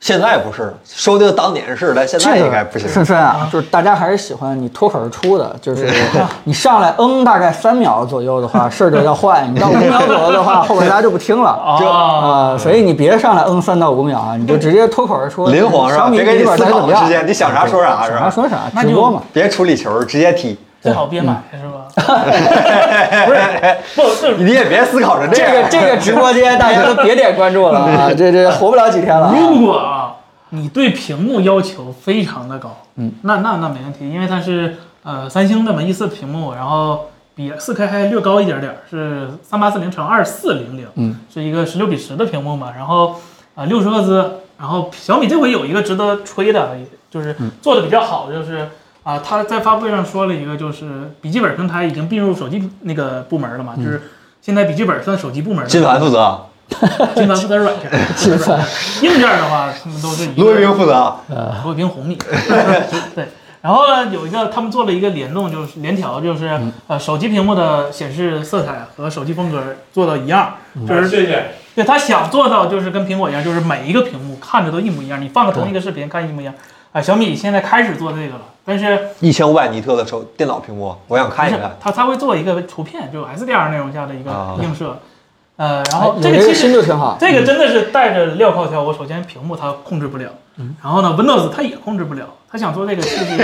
现在不是了，说不定当年是，但现在应该不行。深深啊，就是大家还是喜欢你脱口而出的，就是 你上来嗯大概三秒左右的话，事儿就要坏；你到五秒左右的话，后边大家就不听 了。啊，啊、所以你别上来嗯三到五秒啊，你就直接脱口而出，林皇是吧？小米别给你笔记本思到底怎考么样啊之间，你想啥说啥是想啥吧？说啥，那直就播嘛。别处理球，直接踢。最好别买是吧？不是，不是， 你也别思考成这个这个直播间大家都别点关注 了啊，这这活不了几天了啊。如果啊，你对屏幕要求非常的高，嗯，那那那没问题，因为它是呃三星的文艺四屏幕，然后比四 K 还略高一点点儿，是三八四零乘二四零零，嗯，是一个十六比十的屏幕嘛，然后啊六十赫兹，然后小米这回有一个值得吹的，就是做的比较好，就是。啊，他在发布会上说了一个，就是笔记本平台已经并入手机那个部门了嘛，就是现在笔记本算手机部门了。金凡负责啊，金凡负责软件，金凡硬件的话，他们都是一个骆一冰负责啊。呃罗一冰红米，对。然后呢，有一个他们做了一个联动，就是联调，就是呃手机屏幕的显示色彩和手机风格做到一样，就是啊谢谢。对他想做到就是跟苹果一样，就是每一个屏幕看着都一模一样，你放个同一个视频看一模一样。啊、小米现在开始做这个了，但是一千五百尼特的手电脑屏幕，我想不看一是看。它它会做一个图片，就 SDR 内容下的一啊个映射，呃，然哎后有这这个其个实心就挺好。这个真的是带着镣铐跳。我首先屏幕它控制不了，嗯然后呢，Windows 它也控制不了。他想做这 个，其实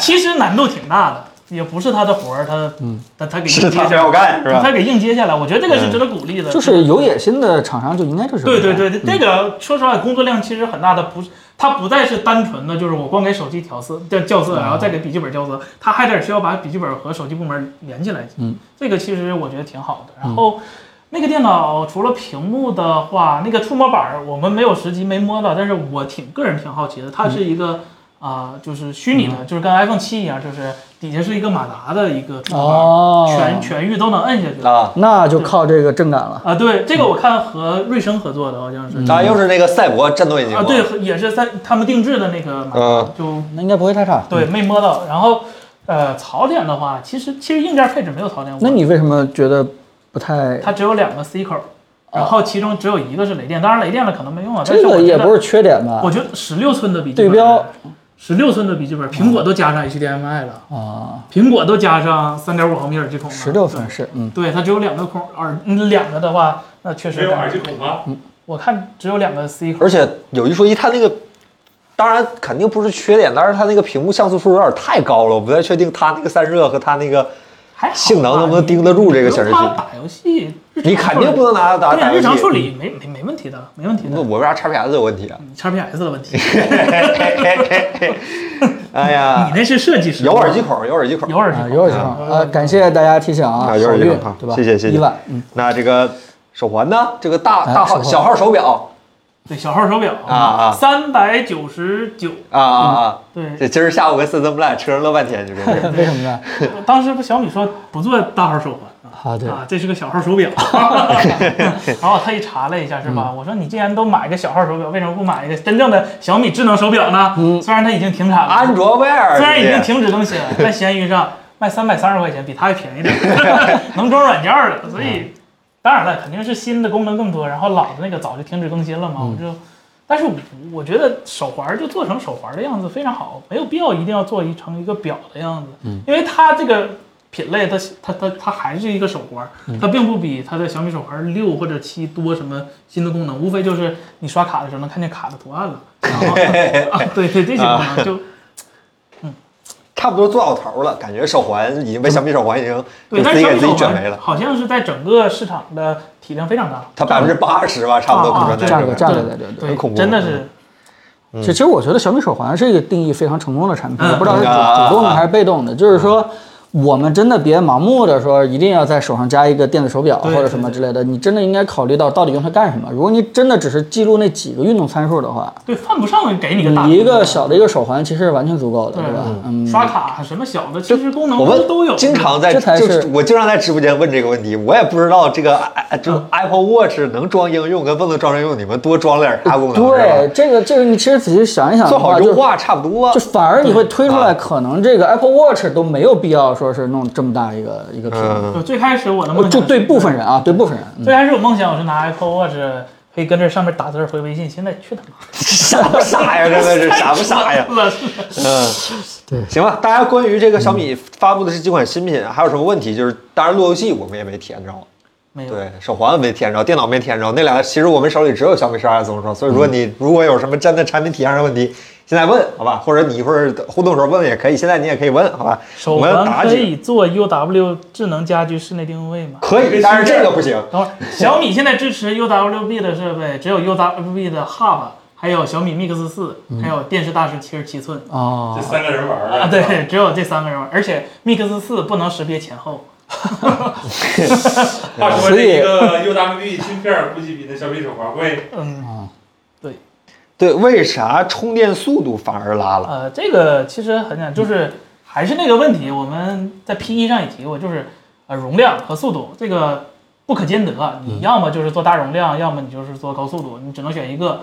其实难度挺大的，也不是他的活儿，他他他给嗯是他硬接非下要来，干是吧嗯他？给硬接下来。我觉得这个是值得鼓励的，就是有野心的厂商就应该就是嗯对对对，这个说实话，工作量其实很大的，不是它不再是单纯的，就是我光给手机调色叫校嗯色，然后再给笔记本校色，它还得需要把笔记本和手机部门连起来。嗯，这个其实我觉得挺好的。然后。那个电脑除了屏幕的话，那个触摸板儿我们没有实际没摸到，但是我挺个人挺好奇的，它嗯是一个啊、就是虚拟的，就是跟 iPhone 七一样，就是底下是一个马达的一个触摸板儿，哦，全全域都能摁下去啊，那就靠这个震感了。啊。对，这个我看和瑞声合作的好像是，啊，又是那个赛博战斗引擎啊，对，也是在他们定制的那个马达，嗯就那应该不会太差。对没摸到。然后，呃，槽点的话，其实其实硬件配置没有槽点。那你为什么觉得不太？它只有两个 C 口，然后其中只有一个是雷电，当然雷电了可能没用啊。但这是我个觉也得不是缺点吧我？觉得十六寸的笔记对标十六寸的笔记本，苹果都加上 HDMI 了，啊，苹果都加上三点五毫米耳机孔了。十六分是，嗯，对，它只有两个孔耳，嗯两个的话，那确没实有耳机孔吗？我看只有两个 C 孔。而且有一说一，它那个当然肯定不是缺点，但是它那个屏幕像素数有点太高了，我不太确定它那个散热和它那个还好吧性能能不能盯得住这个显示器你不用怕打游戏，日常你肯定不能拿它打对啊，打游日常戏。处嗯理没没没问题的，没问题那的。我为啥 XPS 有问题啊？ 你 XPS 的问题，哎你呀，那是设计师有耳机，孔，有耳机孔有。耳机啊，孔，有耳机孔，呃，感谢大家提醒啊，啊有好耳机运孔好对吧？谢谢谢谢伊万， 嗯，那这个手环呢？这个大哎大手号环小号手表对小号手表啊啊三百九十九，啊啊啊！对，这今儿下午跟森森 black 车上乐半天，就这 个。为什么呢？当时不小米说不做大号手环啊。啊，对，啊，这是个小 号手表，然后我特意查了一下，是吧？嗯我说你既然都买个小号手表，为什么不买一个真正的小米智能手表呢？嗯虽然它已经停产了，安卓 Wear 虽然已直接经停止更新了，在闲鱼上卖三百三十块钱，比它还便宜点儿，能装软件儿了。所以，当然了，肯定是新的功能更多，然后老的那个早就停止更新了嘛。我就，但是我我觉得手环儿就做成手环儿的样子非常好，没有必要一定要做一成一个表的样子，因为它这个。品类它它它它还是一个手环儿，它并不比它的小米手环儿六或者七多什么新的功能，无非就是你刷卡的时候能看见卡的图案了，然后啊对对这些功能就差不多做到头了，感觉手环已经被小米手环已经对，就但自是己给小米自己手卷没环了，好像是在整个市场的体量非常大，它百分之八十吧，差不多啊库啊存在这价格边价格对在这里。很恐怖嗯真的是其实，其实我觉得小米手环是一个定义非常成功的产品，嗯我不知道是主啊主动的还是被动的。就是说，我们真的别盲目的说一定要在手上加一个电子手表对或者什么之类的，你真的应该考虑到到底用它干什么。如果你真的只是记录那几个运动参数的话，对，犯不上给你个大你一个小的一个手环其实是完全足够的，对对吧？嗯，刷卡啊什么小的，其实功能我们都有，经常在这才就是我经常在直播间问这个问题，我也不知道这个哎哎就 Apple Watch 能装应用跟不能装应用，你们多装了点啥功能？对是，吧，这个这个你其实仔细想一想的做话，好就优化差不多就。反而你会推出来，啊可能这个 Apple Watch 都没有必要说是弄这么大一个一个屏幕，嗯，就最开始我的梦想就是对部分人啊，对部分人，嗯最开始我梦想我是拿 Apple Watch 可以跟这上面打字儿回微信，现在去他妈 傻不傻呀？真的 是傻不傻哎呀？了， 嗯，对，行吧。大家关于这个小米发布的是几款新品，还有什么问题？就是当然路由器我们也没体验着，没有。对，手环没体验着，电脑没体验着，那俩其实我们手里只有小米十二 S 总说，所以说你如果有什么真的产品体验上的问题，现在问好吧，或者你一会儿互动时候问问也可以，现在你也可以问好吧。手我们要环打可几以做 UW 智能家居室内定位吗？可以，但是这个不行。等会儿，小米现在支持 UWB 的设备，只有 UWB 的 Hub，还有小米 Mix 四，还有电视大师七十七寸。哦这，三个人玩儿嗯啊，对，只有这三个人玩，而且 Mix 四不能识别前后。话说所以这个 UWB 芯片儿估计比那小米手环贵，嗯，对，为啥充电速度反而拉了？呃，这个其实很简单，就是还是那个问题，我们在 P 一上也提过，就是呃容量和速度这个不可兼得，啊你要么就是做大容量，要么你就是做高速度，你只能选一个。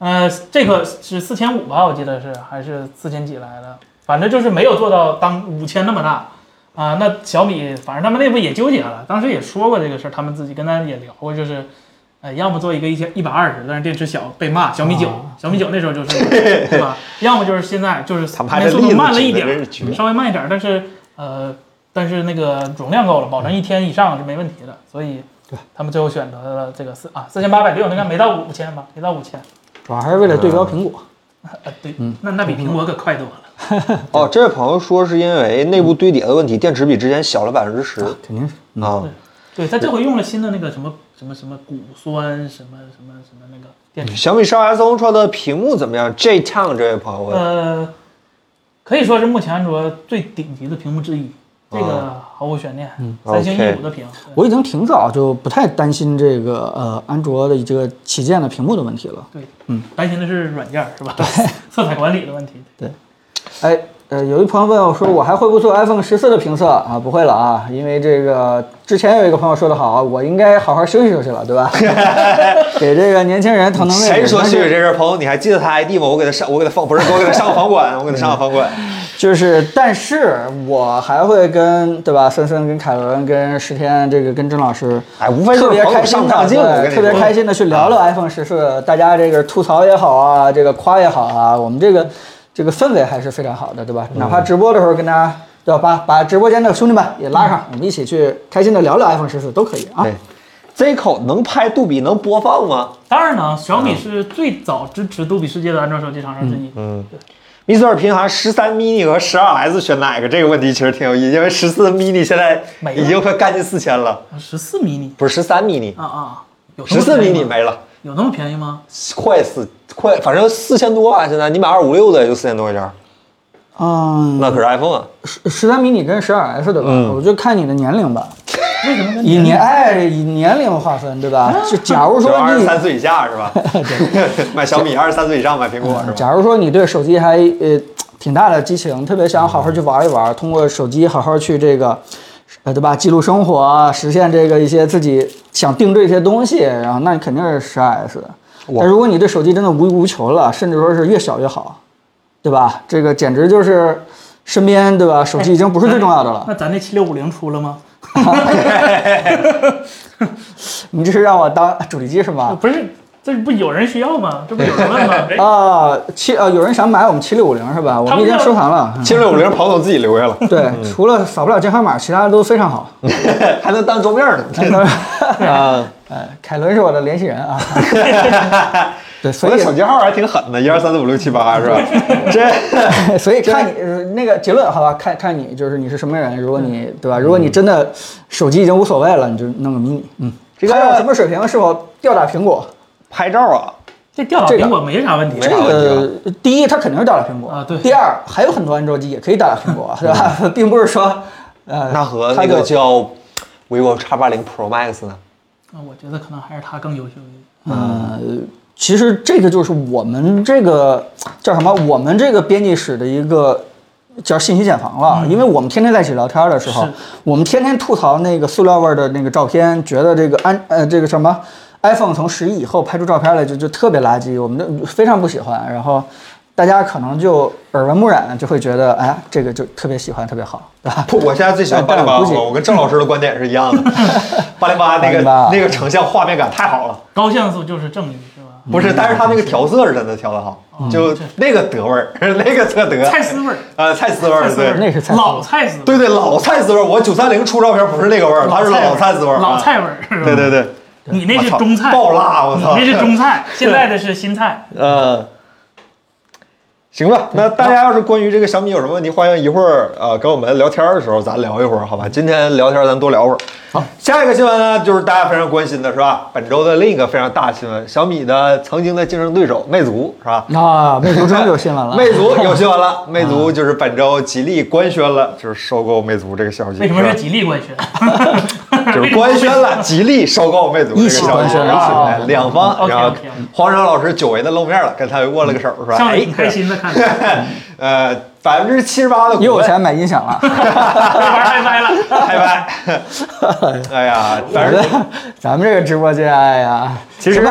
呃，这个是四千五吧，我记得是还是四千几来的，反正就是没有做到当五千那么大。啊、那小米反正他们内部也纠结了，当时也说过这个事儿，他们自己跟咱也聊过，就是，呃，要么做一个一千一百二十，但是电池小被骂，小米九、啊小米九那时 候就是，对吧？要么就是现在就是他们还那这速例度子慢了举一得点真儿是绝，稍微慢一点儿，但是呃，但是那个容量够了，保证一天以上是没问题的，所以他们最后选择了这个四啊四千八百六，那个没到五千吧，没到五千，主要还是为了对标苹嗯果。啊对，那那比苹果可快多了。哦，这位朋友说是因为内部堆叠的问题，电池比之前小了百分之十肯定是，啊。对，他这回用了新的那个什么什么什么谷酸什么什么什么那个电池，小米十二 S Ultra 的屏幕怎么样？J Town 这位朋友问，呃，可以说是目前安卓最顶级的屏幕之一，这个毫无悬念，三星啊 OK 一五的屏。对嗯我已经挺早就不太担心这个呃安卓的这个旗舰的屏幕的问题了。对，嗯，担心的是软件儿是吧？ 色彩管理的问题。哎，呃，有一朋友问我说，我还会不会做 iPhone 十四的评测啊？不会了啊，因为这个之前有一个朋友说的好，我应该好好休息休息了，对吧？ 给这个年轻人腾腾位置。谁说但旭是旭这事儿？朋友，你还记得他 ID 吗？我给他上，我给他放，不是，我给他上个房 管，我给他上个房管。就是，但是我还会跟对吧，森森、跟凯伦、跟石天，这个跟郑老师，哎无非就是特别朋友开心上的，不上镜我跟对你特别说嗯开心的去聊聊 iPhone 十四，大家这个吐槽也好啊，这个夸也好啊，我们这个。这个氛围还是非常好的，对吧？嗯哪怕直播的时候跟大家，对吧？把把直播间的兄弟们也拉上，我们一起去开心的聊聊 iPhone 十四都可以嗯啊嗯对。，Zico 能拍杜比能播放吗当然呢，小啊米是最早支持杜比世界的安装手机厂商之一。嗯， ？Mr. 平衡十三 mini 和十二 S 选哪个？这个问题其实挺有意思，因为十四 mini 现在没了已经快干近四千了，啊十四迷你不是十三 mini，啊啊，有十四 mini 没没了，有那么便宜吗？快四快，反正四千多吧。现在你买二五六的也就四千多块钱，嗯，那可是 iPhone 啊。十十三迷你跟十二 S 对吧？嗯我就看你的年龄吧，为什么跟以年哎以年龄划分对吧？就假如啊就说二十你三岁以下是 吧？买小米，二十三岁以上买苹果是吧？嗯假如说你对手机还呃挺大的激情，特别想好好去玩一嗯玩，通过手机好好去这个，呃，对吧？记录生活啊，实现这个一些自己想定制一些东西，然后那你肯定是十 S。但如果你对手机真的无欲无求了，甚至说是越小越好，对吧？这个简直就是身边对吧？手机已经不是最重要的了。嗯那咱那七六五零出了吗？你这是让我当主力机是吗？嗯不是，这不有人需要吗？这不有人问吗？哎 啊，七呃，有人想买我们七六五零是吧？我他们已们经要收藏了。嗯七六五零彭总自己留下了，对，除了扫不了健康码，其他的都非常好。还能 当桌面呢。 啊，呃，凯伦是我的联系人啊。对，我所的手以机号还挺狠的，一二三四五六七 八是吧？这 所以看你呃那个结论，好吧，看看你就是你是什么人。如果你对吧？如果你真的手机已经无所谓了，你就弄个迷你。嗯，这个拍照什么水平是否吊打苹果？拍照啊，这吊打这个苹果没啥问题，没这啥问题个啊第一，它肯定是吊打苹果啊对第二，还有很多安卓机也可以吊打苹果，对吧？ 并不是说，呃，那和它那个就叫 vivo X 八零 Pro Max 呢？啊我觉得可能还是他更优秀一点。呃，其实这个就是我们这个叫什么？我们这个编辑室的一个叫信息茧房了，因为我们天天在一起聊天的时候是，我们天天吐槽那个塑料味儿的那个照片，觉得这个安呃这个什么 iPhone 从十一以后拍出照片来就就特别垃圾，我们就非常不喜欢。然后大家可能就耳闻目染，就会觉得哎呀这个就特别喜欢，特别好，对吧？不，我现在最喜欢八零八，但我估计哎我跟郑老师的观点是一样 的。八零八那个808那个成像画面感太好了，高像素就是正义，是吧？不是，但是它那个调色是真的调得好，就那个德味儿， 那个特 德，蔡司 味儿，呃，嗯蔡司味儿，蔡司味对儿，那是蔡司老蔡司味儿，对对，老蔡司味儿。我九三零出照片不是那个味儿，它是老蔡蔡司味儿。老啊。蔡味儿，是吧对对，对，你那是我操中菜，爆辣！我你操，那是 中菜，现在的是新菜。呃，行吧，那大家要是关于这个小米有什么问题，欢迎一会儿呃跟我们聊天的时候咱聊一会儿，好吧？今天聊天咱多聊会儿。好，下一个新闻呢，就是大家非常关心的是吧？本周的另一个非常大新闻，小米的曾经的竞争对手魅族是吧？啊， 魅族终于有新闻嗯了。魅族有新闻了，魅族就是本周吉利官宣了，就是收购魅族这个消息。 为什么是吧是吉利官 宣？哎就是官宣了吉利收购魅族这个消息一起官宣是吧一起官哎宣嗯两方， OK，OK，然后 OK 黄章老师久违的露面了，跟他握了个手是吧？笑得哎挺开心的，看着 呃，百分之七十八的股份又有钱买音响了，玩嗨翻了。拜拜。 哎呀，反正咱们这个直播间，哎呀，其实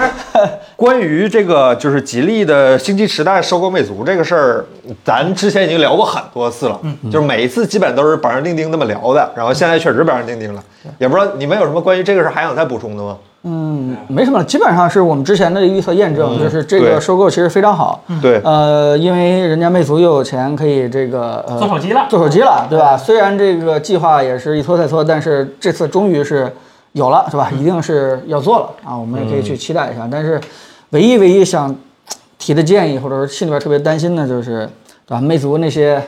关于这个就是吉利的星际时代收购魅族这个事儿，咱之前已经聊过很多次嗯了，就是每一次基本都是板上钉钉那么聊的，然后现在确实板上钉钉了，也不知道你们有什么关于这个事儿还想再补充的吗？嗯，没什么了，基本上是我们之前的预测验证，就是这嗯对个收购其实非常好。嗯对呃，因为人家魅族又有钱，可以这个呃做手机了做手机了，对吧？虽然这个计划也是一拖再拖，但是这次终于是有了，是吧？嗯一定是要做了啊，我们也可以去期待一下。但是，唯一唯一想提的建议，或者说心里边特别担心的，就是对吧？魅族那些。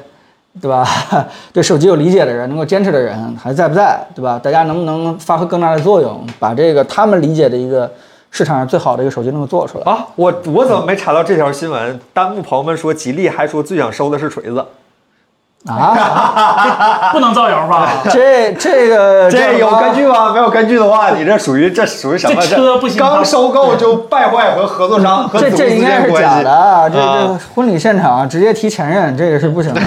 对吧？ 对手机有理解的人，能够坚持的人还在不在？对吧？大家能不能发挥更大的作用，把这个他们理解的一个市场上最好的一个手机能够做出来？啊，我我怎么没查到这条新闻？弹幕朋友们说，吉利还说最想收的是锤子，啊，不能造谣 吧？这这个这有根根据吗？没有根据的话，你这属于这属于什么？这车不行刚它收购就败坏和合作商和这组这织之应该间是关假系的啊！这这啊婚礼现场直接提前任，这个是不行 的。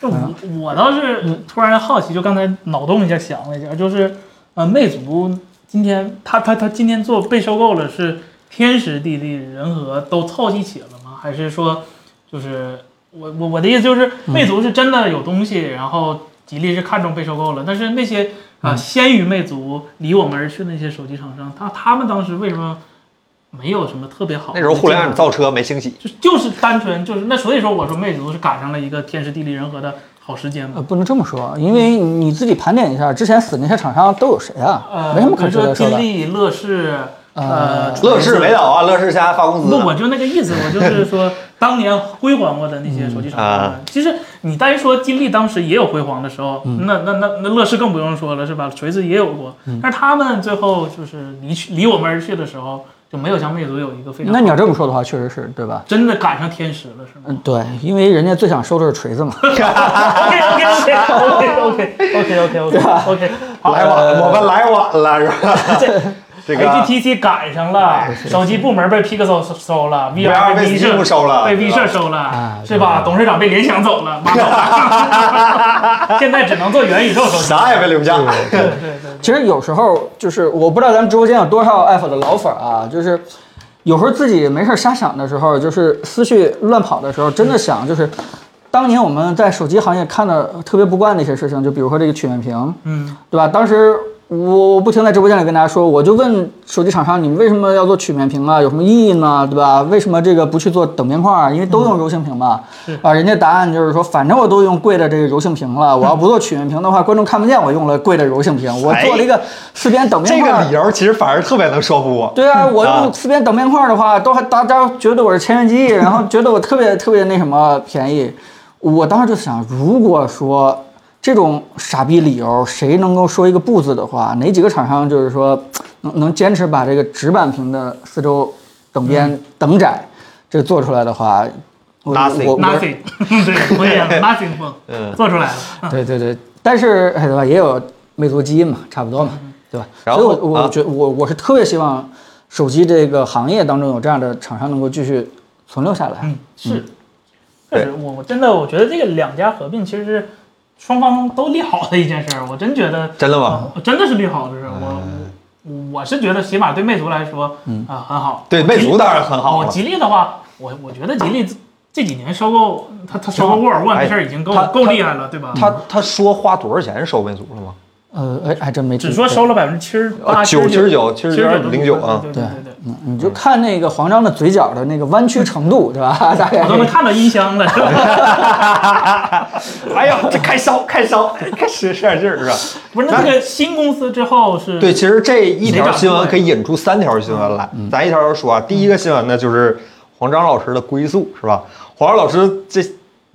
这我我倒是突然好奇，就刚才脑洞一下想了一下，就是呃，魅族今天他他他今天做被收购了，是天时地利人和都凑一起了吗？还是说就是我我我的意思就是，魅族是真的有东西，然后吉利是看中被收购了，但是那些呃啊、先于魅族离我们而去的那些手机厂商，他他们当时为什么？没有什么特别好那的竞时争。候互联网造车没兴起，就就是单纯就是那，所以说我说魅族是赶上了一个天时地利人和的好时间呃，嘛。不能这么说，因为你自己盘点一下，之前死那些厂商都有谁啊？呃，没什么可值比得如说说的金。立、乐视，呃，乐视没倒啊，乐视现在发工资不，我呢。就那个意思，我就是说，当年辉煌过的那些手机厂商啊们，其实你单说金立当时也有辉煌的时候，那那那那乐视更不用说了，是吧？锤子也有过，但是他们最后就是离去离我们而去的时候，就没有像魅族有一个非常那你要这么说的话，确实是对吧？真的赶上天时了，是吗嗯，对，因为人家最想收的是 锤子嘛。 ？OK OK OK OK OK OK OK OK，好，来晚，哎呃我们来晚了是吧？这个哎 HTC 赶上了，手机部门被 Pixel 收了 VR ，VR 被 V 技术社收了被 V 社对吧收了啊，是吧？董事长被联想走了，妈 走现在只能做元宇宙手机。啥也没留下。对对对，其实有时候就是我不知道咱们直播间有多少爱否的老粉儿啊，就是有时候自己没事儿瞎想的时候，就是思绪乱跑的时候，真的想就是当年我们在手机行业看的特别不惯的一些事情，就比如说这个曲面屏，嗯，对吧？当时我我不停在直播间里跟大家说，我就问手机厂商，你们为什么要做曲面屏啊？有什么意义呢？对吧？为什么这个不去做等边框啊？因为都用柔性屏嘛。嗯啊，人家答案就是说，反正我都用贵的这个柔性屏了，我要不做曲面屏的话，观众看不见我用了贵的柔性屏，我做了一个四边等边这框。个理由其实反而特别能说服我。对啊，我啊用四边等边框的话，都还大家觉得我是千元机，然后觉得我特别特别那什么便宜。我当时就想，如果说这种傻逼理由，谁能够说一个不字的话，哪几个厂商就是说能能坚持把这个直板屏的四周等嗯边等窄这做出来的话，我 Nothing 我我 nothing，对，我也 nothing 风嗯做出来了。对对对，但是哎对吧，也有魅族基因嘛，差不多嘛，嗯对吧？然后所以我啊我觉得我我是特别希望手机这个行业当中有这样的厂商能够继续存留下来。嗯，是，确实，我我真的我觉得这个两家合并其实是双方都利好的一件事儿，我真觉得。真的吗？啊真的是利好的事儿，我哎我我是觉得起码对魅族来说，嗯啊很好。对魅族当然很好我了。嗯哦吉利的话，我我觉得吉利这这几年收购他他收购沃尔沃哎这事儿已经够他够厉害了，对吧？他他说花多少钱收魅族了吗？呃，哎，还真没只说收了百分之七十八、啊九十十九，七十十点零九啊。对对对对对，嗯，你就看那个黄章的嘴角的那个 弯曲程度，对吧？ 大概我都能看到音箱了，是吧？哎呀，这开烧开烧， 哎开使使点劲儿是吧？不是，那这个新公司之后是对，其实这一条新谁闻掌可以引出三条新闻来，咱一条条说啊。第一个新闻呢，就是黄章老师的归宿是吧？黄章老师这。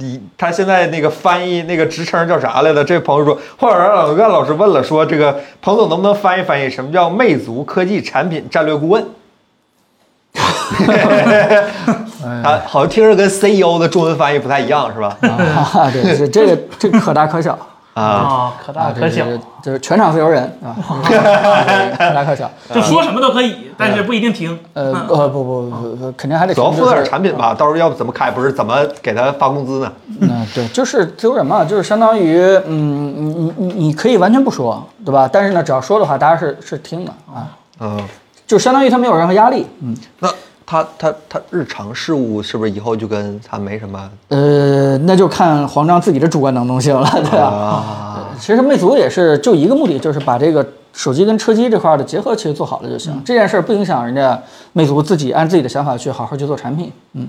你他现在那个翻译那个职称叫啥来着？这朋友说，或者老苑老师问了说，这个彭总能不能翻译翻译什么叫魅族科技产品战略顾问？ 啊，好像听着跟 CEO 的中文翻译不太一样是吧？嗯啊，对，这这个 这个可大可小啊，啊，可大啊，可小这，是就是全场自由人 啊，对可大可小。就说什么都可啊以，但是不一定听。呃嗯呃不不不不，肯定还得主要负就责是点产品吧，到时候要不怎么开，不是怎么给他发工资呢？嗯，对，就是自由人嘛，就是相当于，嗯，你你你你可以完全不说，对吧？但是呢，只要说的话，大家是是听的啊，嗯。就相当于他没有任何压力。嗯，那他他他日常事务是不是以后就跟他没什么呃，那就看黄章自己的主观能动性了，对吧？啊？ 其实魅族也是就一个目的，就是把这个手机跟车机这块的结合其实做好了就行。嗯这件事儿不影响人家魅族自己按自己的想法去好好去做产品。嗯，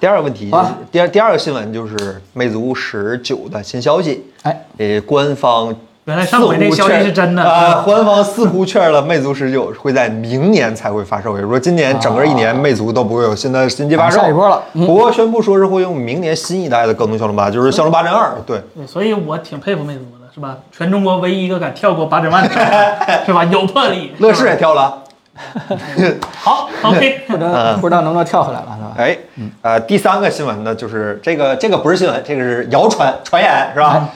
第二个问题就是啊第二第二个新闻就是魅族十九的新消息，哎，呃，官方原来上回那似乎消息确是真的啊，官方似乎确认了魅族十九会在明年才会发售，也就是说今年整个一年魅族都不会有新的新机发售。啊下一波了嗯不过宣布说是会用明年新一代的高通骁龙八，就是骁龙八 Gen 二，对。对，所以我挺佩服魅族的，是吧？全中国唯一一个敢跳过八点万的厂 商，是吧？有魄力。乐视是也吧跳了，好，OK，不知道、不知道能不能跳回来了，是吧？ 嗯哎，呃，第三个新闻呢，就是这个这个不是新闻，这个是谣传传言是吧？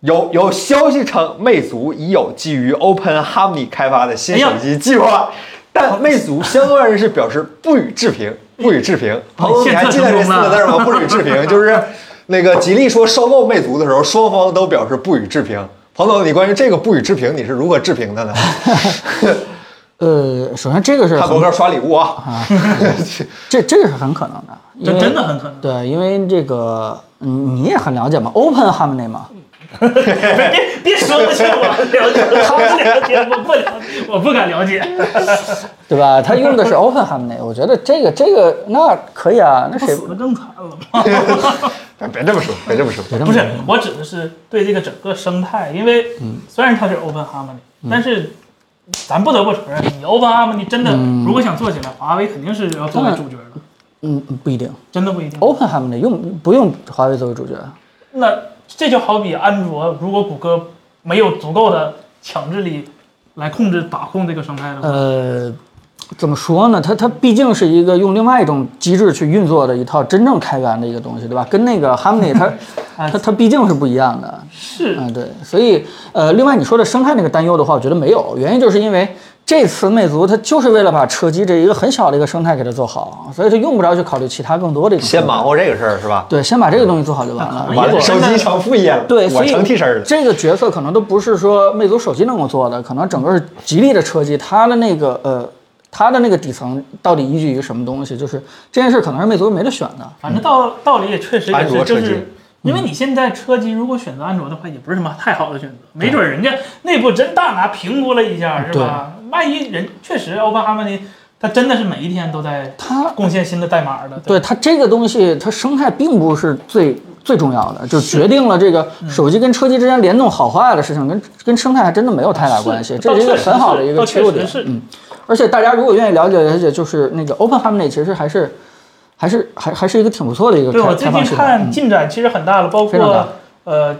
有有消息称，魅族已有基于 Open Harmony 开发的新手机计划，但魅族相关人士表示不予置 评，不予置评。朋友，你还记得这四个字 吗？不予置评，就是那个吉利说收购魅族的时候，双方都表示不予置评。彭总，你关于这个不予置评，你是如何置评的呢？ 呃，首先这个是看博很客刷礼物啊！ 这这个是很可能的，因这为真的很可能对，因为这个嗯，你也很了解嘛，Open Harmony 嘛，别 别说的是我了解，我不了解，我不了解，我不敢了解。对吧？他用的是 Openham 那，我觉得这个这个那可以啊，那不谁死的更惨了吗？哎别别这么说，别这么说，不是，我指的是对这个整个生态，因为虽然它是 Open Harmony，、但是咱不得不承认，你 Open Harmony 真的、如果想做起来，华为肯定是要作为主角的，嗯不一定真的不一定。 ，Openham 那用不用华为作为主角？那这就好比安卓，如果谷歌没有足够的强制力来控制把控这个生态的话，呃，怎么说呢？它它毕竟是一个用另外一种机制去运作的一套真正开源的一个东西，对吧？跟那个 Harmony 它啊它它毕竟是不一样的。是嗯，对，所以呃，另外你说的生态那个担忧的话，我觉得没有，原因就是因为这次魅族它就是为了把车机这一个很小的一个生态给它做好，所以它用不着去考虑其他更多的一个。先忙。活这个事儿是吧？对，先把这个东西做好就完了。完哎了，我手机成副业了，对，所我以成替身 儿了。这个角色可能都不是说魅族手机能够做的，可能整个吉利的车机，它的那个呃，它的那个底层到底依据于什么东西？就是这件事可能是魅族没得选的。反正道道理也确实也安是，卓就车机是因为你现在车机如果选择安卓的话，也不是什么太好的选择，没准人家内部真大拿评估了一下，是吧？万一人确实 Open Harmony 它真的是每一天都在它贡献新的代码的，对吧，它这个东西，它生态并不是最最重要的，就决定了这个嗯手机跟车机之间联动好坏的事情，跟跟生态还真的没有太大关系。是这是一个倒确实很好的是一个倒切确入实点。是嗯，而且大家如果愿意了解了解，就是那个 Open Harmony 其实还是还是还还是一个挺不错的一个对开我最开放近系统。嗯看进展其实很大了，包非常大括呃，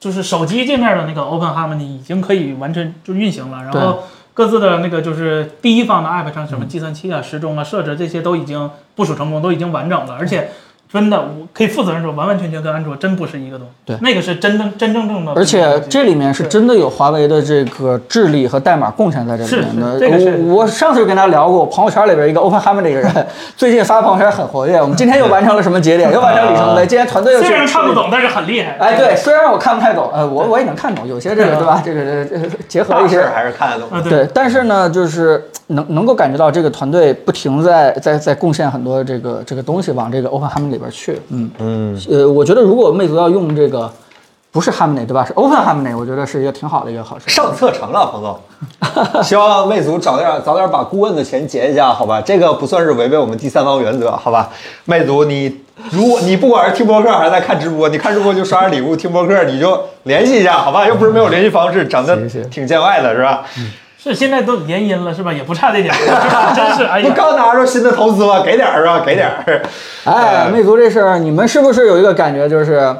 就是手机界面的那个 Open Harmony 已经可以完全就运行了，然对嗯后各自的那个就是第一方的 App 上什么计算器啊、时钟啊、设置这些都已经部署成功，都已经完整了，而且。真的，我可以负责任说，完完全全跟安卓真不是一个东西。对那个是真正真正正的。而且这里面是真的有华为的这个智力和代码贡献在这里面的。是是这个是我我上次就跟大家聊过，我朋友圈里边一个 Open Harmony 的一个人，最近发朋友圈很活跃。我们今天又完成了什么节点，又完成里程碑，今天团队又去啊虽然看不懂，但是很厉害。哎，对，虽然我看不太懂，呃，我我也能看懂，有些这个对吧？这个这个结合大一事些儿还是看得啊，懂。对，对，但是呢，就是能能够感觉到这个团队不停在在在贡献很多这个这个东西往这个 Open Harmony 里边去。嗯嗯，呃，我觉得如果魅族要用这个。不是 Harmony 对吧？是 Open Harmony，我觉得是一个挺好的一个好事。上策成了，彭总，希望魅族早点早点把顾问的钱结一下，好吧？这个不算是违背我们第三方原则，好吧？魅族，你如果你不管是听播客还是在看直播，你看直播就刷点礼物，听播客你就联系一下，好吧？又不是没有联系方式，长得行挺见外的是吧？是现在都联姻了是吧？也不差这点， 真是哎不呀，刚拿着新的投资吗？给点儿是吧？给点儿。哎，魅族这事儿，你们是不是有一个感觉就是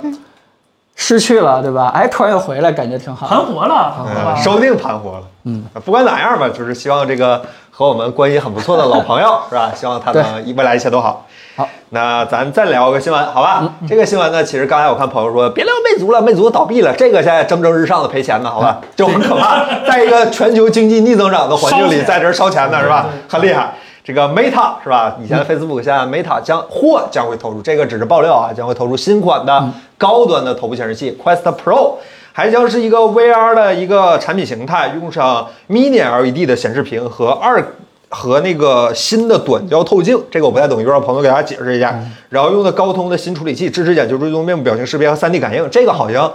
失去了，对吧？哎，突然又回来，感觉挺好。盘活了，好吧嗯，？说不定盘活了。嗯，不管咋样吧，就是希望这个和我们关系很不错的老朋 友是吧？希望他能未来一切都好。好，那咱再聊个新闻，好嗯吧？这个新闻呢，其实刚才我看朋友说，别聊魅族了，魅族倒闭了，这个现在蒸蒸日上的赔钱呢，好吧，就很可怕。在一个全球经济逆增长的环境烧里，钱在这儿烧钱呢，是吧？很厉害。这个 Meta 是吧？以前的 Facebook 现在 Meta 将或将会投入，这个只是爆料啊，将会投入新款的高端的头部显示器 Quest Pro，还将是一个 VR 的一个产品形态，用上 Mini LED 的显示屏和二和那个新的短焦透镜，这个我不太懂，有让朋友给大家解释一下。然后用的高通的新处理器，支持眼球追踪、面部表情识别和 3D 感应，这个好像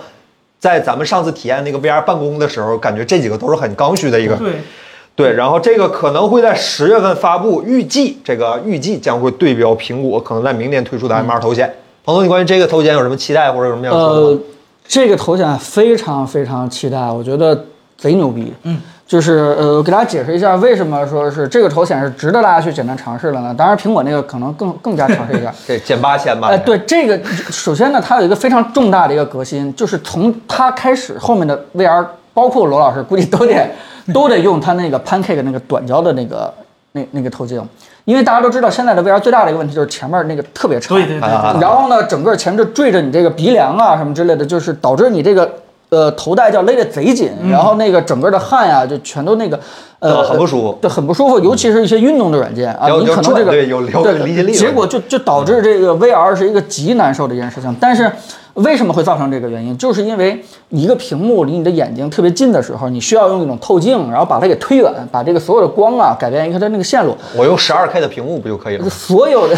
在咱们上次体验那个 VR 办公的时候，感觉这几个都是很刚需的一个。对，嗯对，然后这个可能会在十月份发布，预计这个预计将会对标苹果可能在明年推出的 MR 头显。彭总，你关于这个头显有什么期待或者有什么要说的嗯呃吗？，这个头显非常非常期待，我觉得贼牛逼。嗯，就是呃，我给大家解释一下为什么说是这个头显是值得大家去简单尝试的呢？当然，苹果那个可能更更加尝试一下。这减八千吧？哎，对这个，首先呢，它有一个非常重大的一个革新，就是从它开始，后面的 VR，包括罗老师，估计都得都得用它那个 Pancake 那个短焦的那个那那个透镜，因为大家都知道，现在的 VR 最大的一个问题就是前面那个特别长，对对对对，然后呢，整个前置坠着你这个鼻梁啊什么之类的，就是导致你这个呃头戴叫勒得贼紧，嗯然后那个整个的汗呀、就全都那个呃呃很不舒服对，很不舒服，尤其是一些运动的软件啊，有你有可能这转个对有有对离心力结果就就导致这个 VR 是一个极难受的一件事情。但是为什么会造成这个原因？就是因为一个屏幕离你的眼睛特别近的时候，你需要用一种透镜，然后把它给推远，把这个所有的光啊改变一个它那个线路，我用 十二 K 的屏幕不就可以了吗？所有的，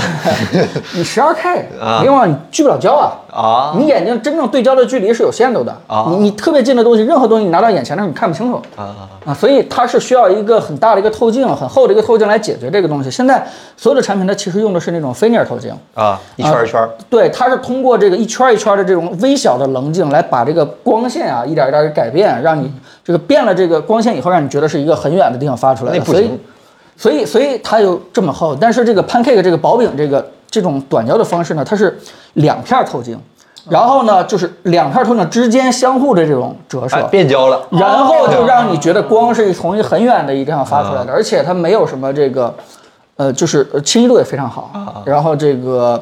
你十二 K，啊另外你聚不了焦啊，啊你眼睛真正对焦的距离是有限度的啊你你特别近的东西，任何东西你拿到眼前的时候你看不清楚啊啊，所以它是需要一个很大的一个透镜，很厚的一个透镜来解决这个东西。现在所有的产品它其实用的是那种菲涅尔透镜，啊，一圈儿一圈儿对，它是通过这个一圈儿一圈儿的这种微小的棱镜来把这个光线啊一点儿一点儿地改变，让你这个变了这个光线以后，让你觉得是一个很远的地方发出来的。那不所以行所以所以它有这么厚，但是这个 pancake 这个薄饼这个这种短焦的方式呢，它是两片儿透镜，然后呢就是两片儿透镜之间相互的这种折射。哎，变焦了。然后就让你觉得光是从一很远的一个地方发出嗯来的，而且它没有什么这个，呃，就是呃清晰度也非常啊好。然后这个，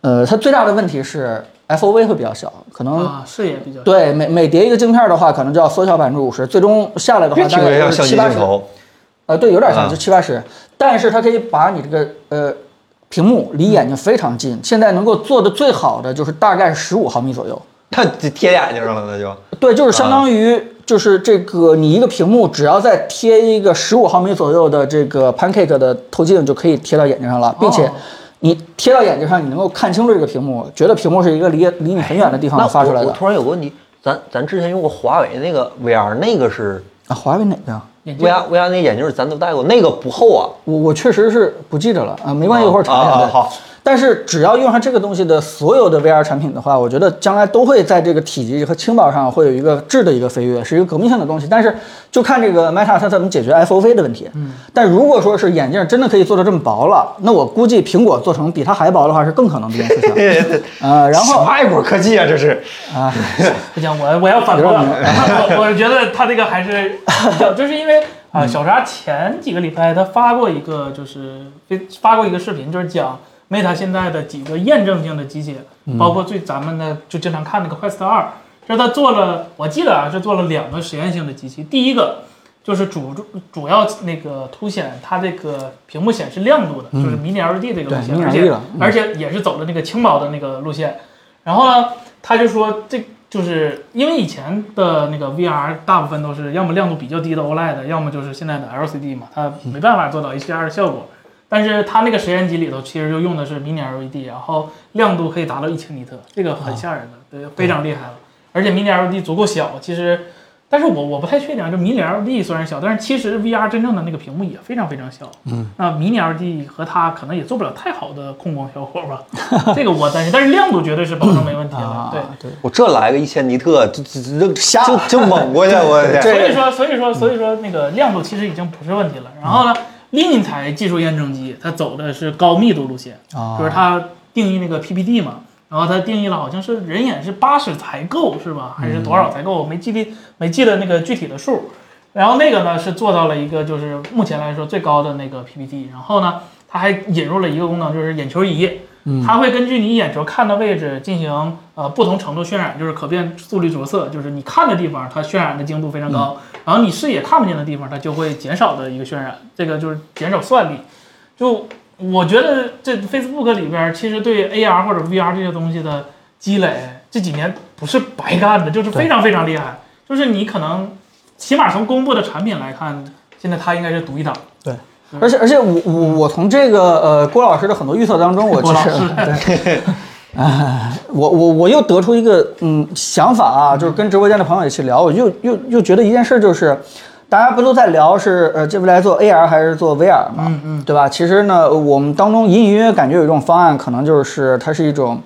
呃，它最大的问题是 FOV 会比较小，可能啊，视野比较对每每叠一个镜片的话，可能就要缩小百分之五十，最终下来的话越大听越概像是相七机八镜十。头，呃，对，有点像，啊就七八十，但是它可以把你这个呃屏幕离眼睛非常嗯近。现在能够做的最好的就是大概十五毫米左右。那就 贴眼睛上了，那就对，就是啊相当于就是这个，你一个屏幕只要再贴一个十五毫米左右的这个 pancake 的透镜，就可以贴到眼睛上了，并且哦你贴到眼睛上，你能够看清楚这个屏幕，觉得屏幕是一个离离你很远的地那方发出来我的我。突然有个问题，咱咱之前用过华为那个 VR，那个是啊，华为哪个呀？眼睛 VR VR 那眼镜，咱都戴过，那个不厚 啊。我我确实是不记着了啊，没关哦系，一会儿查一啊下。啊对好。但是只要用上这个东西的所有的 VR 产品的话，我觉得将来都会在这个体积和轻薄上会有一个质的一个飞跃，是一个革命性的东西。但是就看这个 Meta 它怎么解决 FOV 的问题。嗯。但如果说是眼镜真的可以做到这么薄了，那我估计苹果做成比它还薄的话是更可能这件事 情。啊，然什后么爱国科技啊，这是啊，不行，我我要反驳，有点 我我觉得他这个还是比较，就是因为啊、小沙前几个礼拜他发过一个，就是发过一个视频，就是讲 Meta 现在的几个验证性的机器，包括最咱们的就经常看那个 Quest 二，这是他做了，我记得啊是做了两个实验性的机器，第一个。就是主主要那个凸显它这个屏幕显示亮度的，就是嗯迷你 E LED 这个路线，对而 mini 且 LED 了嗯而且也是走的那个轻薄的那个路线。然后呢，他就说这就是因为以前的那个 VR 大部分都是要么亮度比较低的 OLED，要么就是现在的 LCD 嘛，它没办法做到 HDR 的效果。但是它那个实验机里头其实就用的是迷你 LED，然后亮度可以达到一千尼特，这个很吓人的，对，非常厉害了。而且迷你 LED 足够小，其实，但是我我不太确定啊，就迷你 LED 虽然小，但是其实 VR 真正的那个屏幕也非常非常小。嗯，那迷你 LED 和它可能也做不了太好的控光效果吧，这个我担心。但是亮度绝对是保证没问题的，啊对。对，我这来个一千尼特，就就就就就猛过去，我的天！这所以说，所以说，所以说，那个亮度其实已经不是问题了。然后呢，另一台技术验证机，它走的是高密度路线，啊就是它定义那个 PPD 嘛，然后它定义了好像是人眼是八十才够是吧？还是多少才够？我没记得没记得那个具体的数。然后那个呢是做到了一个就是目前来说最高的那个 PPT，然后呢它还引入了一个功能，就是眼球仪，它会根据你眼球看的位置进行呃不同程度渲染，就是可变速率着色，就是你看的地方它渲染的精度非常高，然后你视野看不见的地方它就会减少的一个渲染，这个就是减少算力。就我觉得这 Facebook 里边儿其实对 AR 或者 VR 这些东西的积累，这几年不是白干的，就是非常非常厉害。就是你可能起码从公布的产品来看，现在它应该是独一档。而且而且我我我从这个呃郭老师的很多预测当中，我其郭老实师对， 哎，我我我又得出一个嗯想法啊，就是跟直播间的朋友也去聊，我又又又觉得一件事就是。大家不都在聊是呃，这未来做 AR 还是做 VR 嘛？嗯嗯，对吧？其实呢，我们当中隐隐约约感觉有一种方案，可能就是它是一种，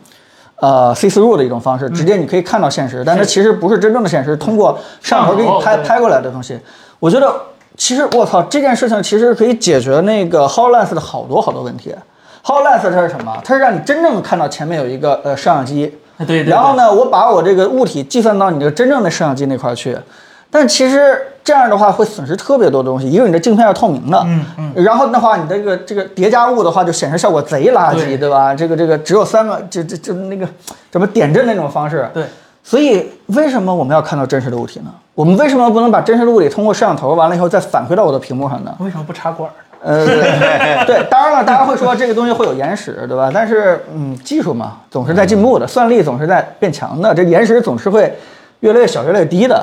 呃，see through 的一种方式，直接你可以看到现实，但它其实不是真正的现实，通过摄像头给你上头拍对拍过来的东西。我觉得其实我操，这件事情其实可以解决那个 HoloLens 的好多好多问题。HoloLens 它是什么？它是让你真正看到前面有一个呃摄像机，对对对然后呢，我把我这个物体计算到你这个真正的摄像机那块儿去。但其实这样的话会损失特别多东西，一个你的镜片是透明的，嗯嗯，然后的话你的这个这个叠加物的话就显示效果贼垃圾，对对吧？这个这个只有三个，就就就那个怎么点阵那种方式，对，所以，为什么我们要看到真实的物体呢？我们为什么不能把真实的物体通过摄像头完了以后再反馈到我的屏幕上呢？为什么不插管儿呢？呃，对，当然了，大家会说这个东西会有延时，对吧？但是，嗯，技术嘛，总是在进步的，算力总是在变强的，这延时总是会越来越小、越来越低的。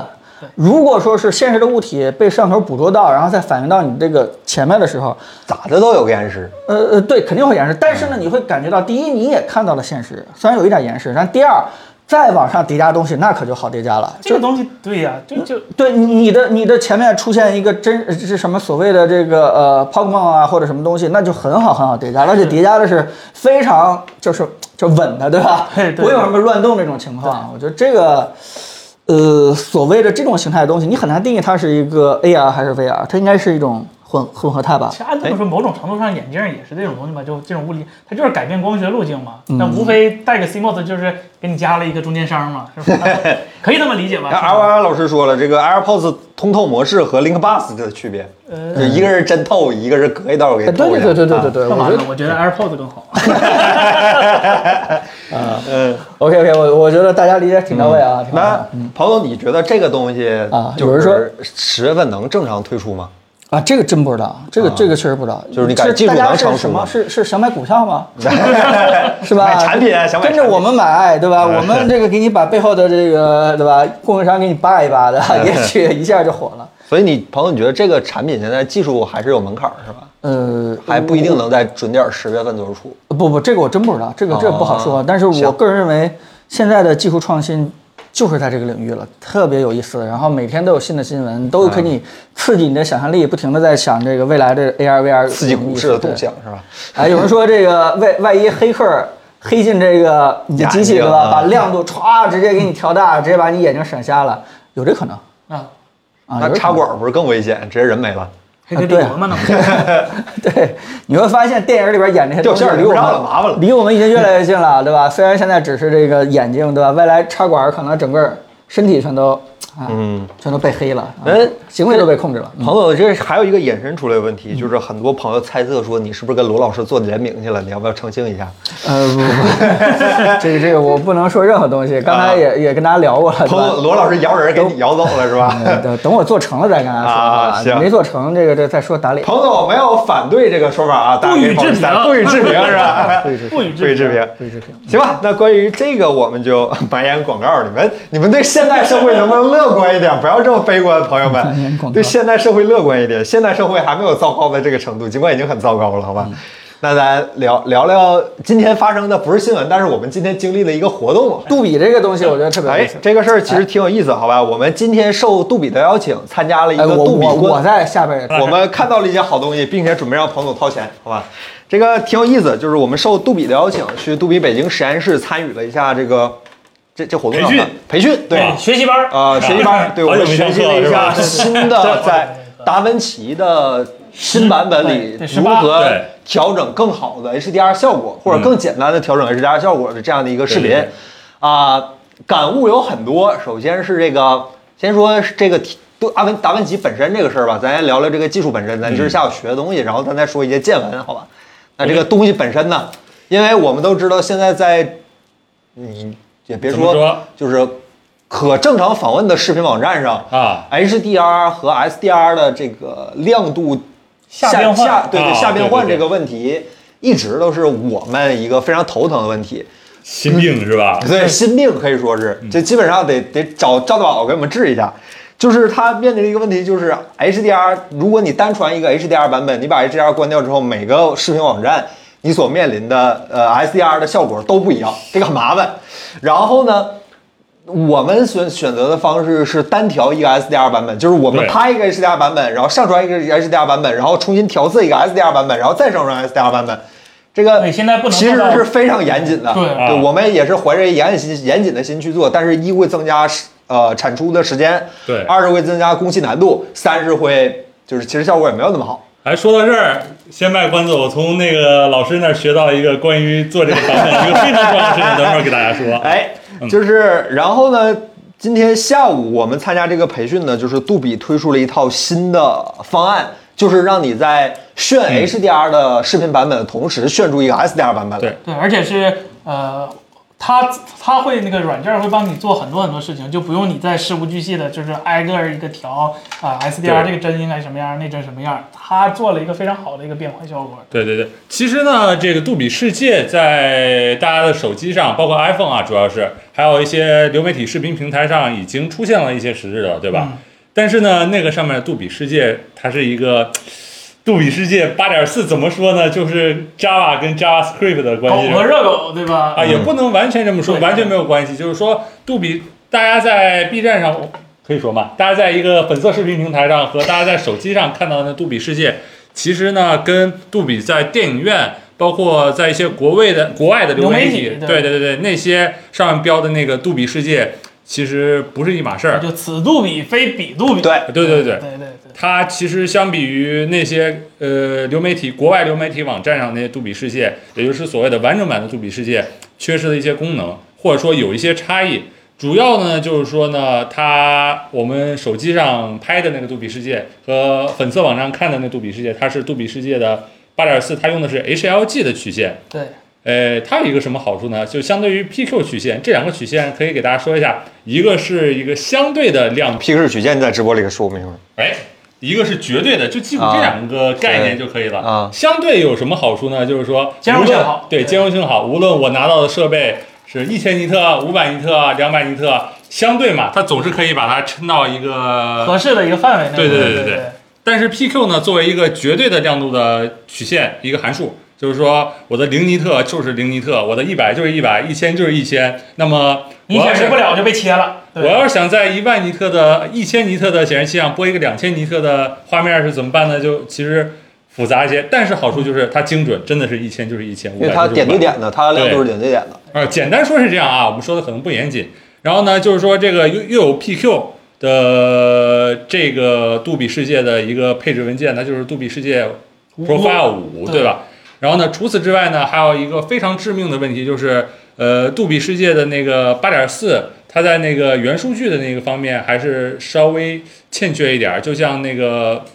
如果说是现实的物体被摄像头捕捉到，然后再反映到你这个前面的时候，咋的都有个延时，呃呃，对，肯定会延时，但是呢，你会感觉到，第一，你也看到了现实，虽然有一点延时，但第二，再往上叠加东西，那可就好叠加了。这就个东西，对呀、这就对你你的你的前面出现一个真呃这是什么所谓的这个呃 Pokemon 啊或者什么东西，那就很好很好叠加，而且叠加的是非常就是就稳的，对吧？对对不会有什么乱动这种情况。我觉得这个呃所谓的这种形态的东西，你很难定义它是一个 AR 还是 VR，它应该是一种混混合态吧其？实按这么说，某种程度上眼镜也是这种东西嘛，就这种物理，它就是改变光学路径嘛。那无非戴个 CMOS 就是给你加了一个中间商嘛，是 吧？可以这么理解 吧？然是后 L 吧 R 老师说了，这个 AirPods 通透模式和 Link Bus 的区别，呃就一个是真透，一个是隔一道给哎你对透对一下。对对对对啊对，干嘛我觉呢得？我觉得 AirPods 更好。 OK OK，我我觉得大家理解挺到位嗯啊。挺到位那彭总，你觉得这个东西啊就有人说是十月份能正常推出吗？啊，这个真不知道，这个、这个确实不知道。啊就是你感觉技术大家能成熟是什么？吗是是想买股 票吗？ 是吧？买产品啊想买跟着产品我们买，对吧？我们这个给你把背后的这个，对吧？供应商给你扒 一扒的，也许一下就火了。所以你彭总，你觉得这个产品现在技术还是有门槛儿是吧？呃，还不一定能在准点十月份做出。不不，这个我真不知道，这个这个不好说。哦但是我行个人认为，现在的技术创新就是在这个领域了，特别有意思。然后每天都有新的新闻，都可嗯以刺激你的想象力，不停的在想这个未来的 AR VR 刺激股市的动对向是吧？哎，有人说这个万万一黑客黑进这个你的机器眼睛对吧啊，把亮度歘直接给你调大，直接把你眼睛闪瞎了，有这可能啊，啊？那有这可插能管儿不是更危险？直接人没了，黑客帝国嘛，那不是对，你会发现电影里边演那些掉东西线儿离我不们让了麻烦了离我们已经越来越近了，对吧？虽然现在只是这个眼睛，对吧？未来插管可能整个身体全都啊，嗯，全都被黑了，啊哎行为都被控制了。嗯彭总，这还有一个衍生出来的问题，就是很多朋友猜测说你是不是跟罗老师做联名去了？你要不要澄清一下？呃，不不， 这个这个我不能说任何东西，刚啊才也也跟大家聊过了，对彭吧？总，罗老师摇人给你摇走了是 呃 吧？等等我做成了再跟大家说啊行没做成这个这再说打脸。彭总没有反对这个说法啊，大家可以不予置评放心 不予置评是吧？不予置不予 不予置置评。评。对对对行吧，那关于这个我们就 白眼广告，你们你们对现代社会能不能乐观一点？不要这么悲观，朋友白眼广们，告对现代社会乐观一点。现代社会还没有糟糕到这个程度，尽管已经很糟糕了，好吧？嗯那咱聊聊聊今天发生的不是新闻，但是我们今天经历了一个活动，杜比这个东西我觉得特别有意哎思，。这个事儿其实挺有意思，好吧？我们今天受杜比的邀请，参加了一哎，个我杜比我观我在下边也我们看到了一些好东西，并且准备让彭总掏钱，好吧？这个挺有意思，就是我们受杜比的邀请，去杜比北京实验室参与了一下这个这这活动叫啥培训培训对哎学习班儿啊、学习班儿，对我好久们没学上习课了一是下吧？新 的在达芬奇的新版本里对对如18何对调整更好的 HDR 效果，或者更简单的调整 HDR 效果的这样的一个视嗯对频对对，啊，感悟有很多。首先是这个，先说是这个题都阿文达芬奇本身这个事儿吧，咱先聊聊这个技术本身，咱今儿下午学的东西，然后咱再说一些见闻，好吧？那这个东西本身呢，因为我们都知道现在在你也别怎么说就是可正常访问的视频网站上啊，HDR 和 SDR 的这个亮度下变换下对对啊下变换对对这对个问题，一直都是我们一个非常头疼的问题。心病是吧？对，心病可以说是，嗯这基本上得得找赵大宝给我们治一下。就是他面临的一个问题就是 HDR，如果你单传一个 HDR 版本，你把 HDR 关掉之后，每个视频网站你所面临的呃 SDR 的效果都不一样，这个很麻烦。然后呢，我们选选择的方式是单调一个 SDR 版本，就是我们对拍一个 HDR 版本，然后上传一个 HDR 版本，然后重新调色一个 SDR 版本，然后再上传 SDR 版本。这个对现在不能其做实到是非常严谨的，对啊我们也是怀着严谨严谨的心去做，但是一会增加时呃产出的时间，对二是会增加工期难度，三是会就是其实效果也没有那么好。哎，说到这儿，先卖关子，我从那个老师那儿学到一个关于做这个版本一个非常重要的事情，等会儿给大家说。哎，嗯就是然后呢，今天下午我们参加这个培训呢，就是杜比推出了一套新的方案，就是让你在炫嗯 HDR 的视频版本的同时炫出一个 SDR 版本来。对对，而且是呃，它它会那个软件会帮你做很多很多事情，就不用你再事无巨细的，就是挨个儿一个调啊、SDR 对这个针应该什么样，那针什么样，它做了一个非常好的一个变换效果。对对对，其实呢，这个杜比世界在大家的手机上，包括 iPhone 啊，主要是还有一些流媒体视频平台上已经出现了一些实质的，对吧？但是呢，那个上面杜比世界它是一个。杜比世界八点四怎么说呢？就是 Java 跟 JavaScript 的关系狗和热狗对吧？啊，也不能完全这么说，对完全没有关系。就是说，杜比，大家在 B 站上可以说嘛，大家在一个粉色视频平台上和大家在手机上看到的杜比世界，其实呢，跟杜比在电影院，包括在一些国外的国外的流媒流媒体对对对对对，那些上面标的那个杜比世界，其实不是一码事儿。就此度比非彼度比。对对对，对对对对，它其实相比于那些呃流媒体国外流媒体网站上那些杜比世界，也就是所谓的完整版的杜比世界，缺失了一些功能，或者说有一些差异。主要呢就是说呢，它我们手机上拍的那个杜比世界和粉色网站看的那杜比世界，它是杜比世界的八点四，它用的是 HLG 的曲线。对，呃，它有一个什么好处呢？就相对于 PQ 曲线，这两个曲线可以给大家说一下，一个是一个相对的量 P 式曲线你在直播里给说明了，哎，一个是绝对的，就记住这两个概念就可以了。啊相对有什么好处呢？就是说兼容性无论好对对兼容性好。无论我拿到的设备是一千尼特、五百尼特、两百尼特，相对嘛，它总是可以把它撑到一个。合适的一个范围内。对对对对对对对，但是 PQ 呢，作为一个绝对的亮度的曲线，一个函数。就是说，我的零尼特就是零尼特，我的一百就是一百，一千就是一千。那么你我要显是示不了就被切了。我对要是想在一万尼特的、一千尼特的显示器上播一个两千尼特的画面是怎么办呢？就其实复杂一些，但是好处就是它精准，真的是一千就是一千，因为它点对点的，它亮度对是点对点的。啊，简单说是这样啊，我们说的可能不严谨。然后呢，就是说这个又又有 PQ 的这个杜比世界的一个配置文件，它就是杜比世界 Profile 五，对吧？然后呢，除此之外呢，还有一个非常致命的问题就是，呃，杜比世界的那个八点四，它在那个元数据的那个方面还是稍微欠缺一点儿，就像那个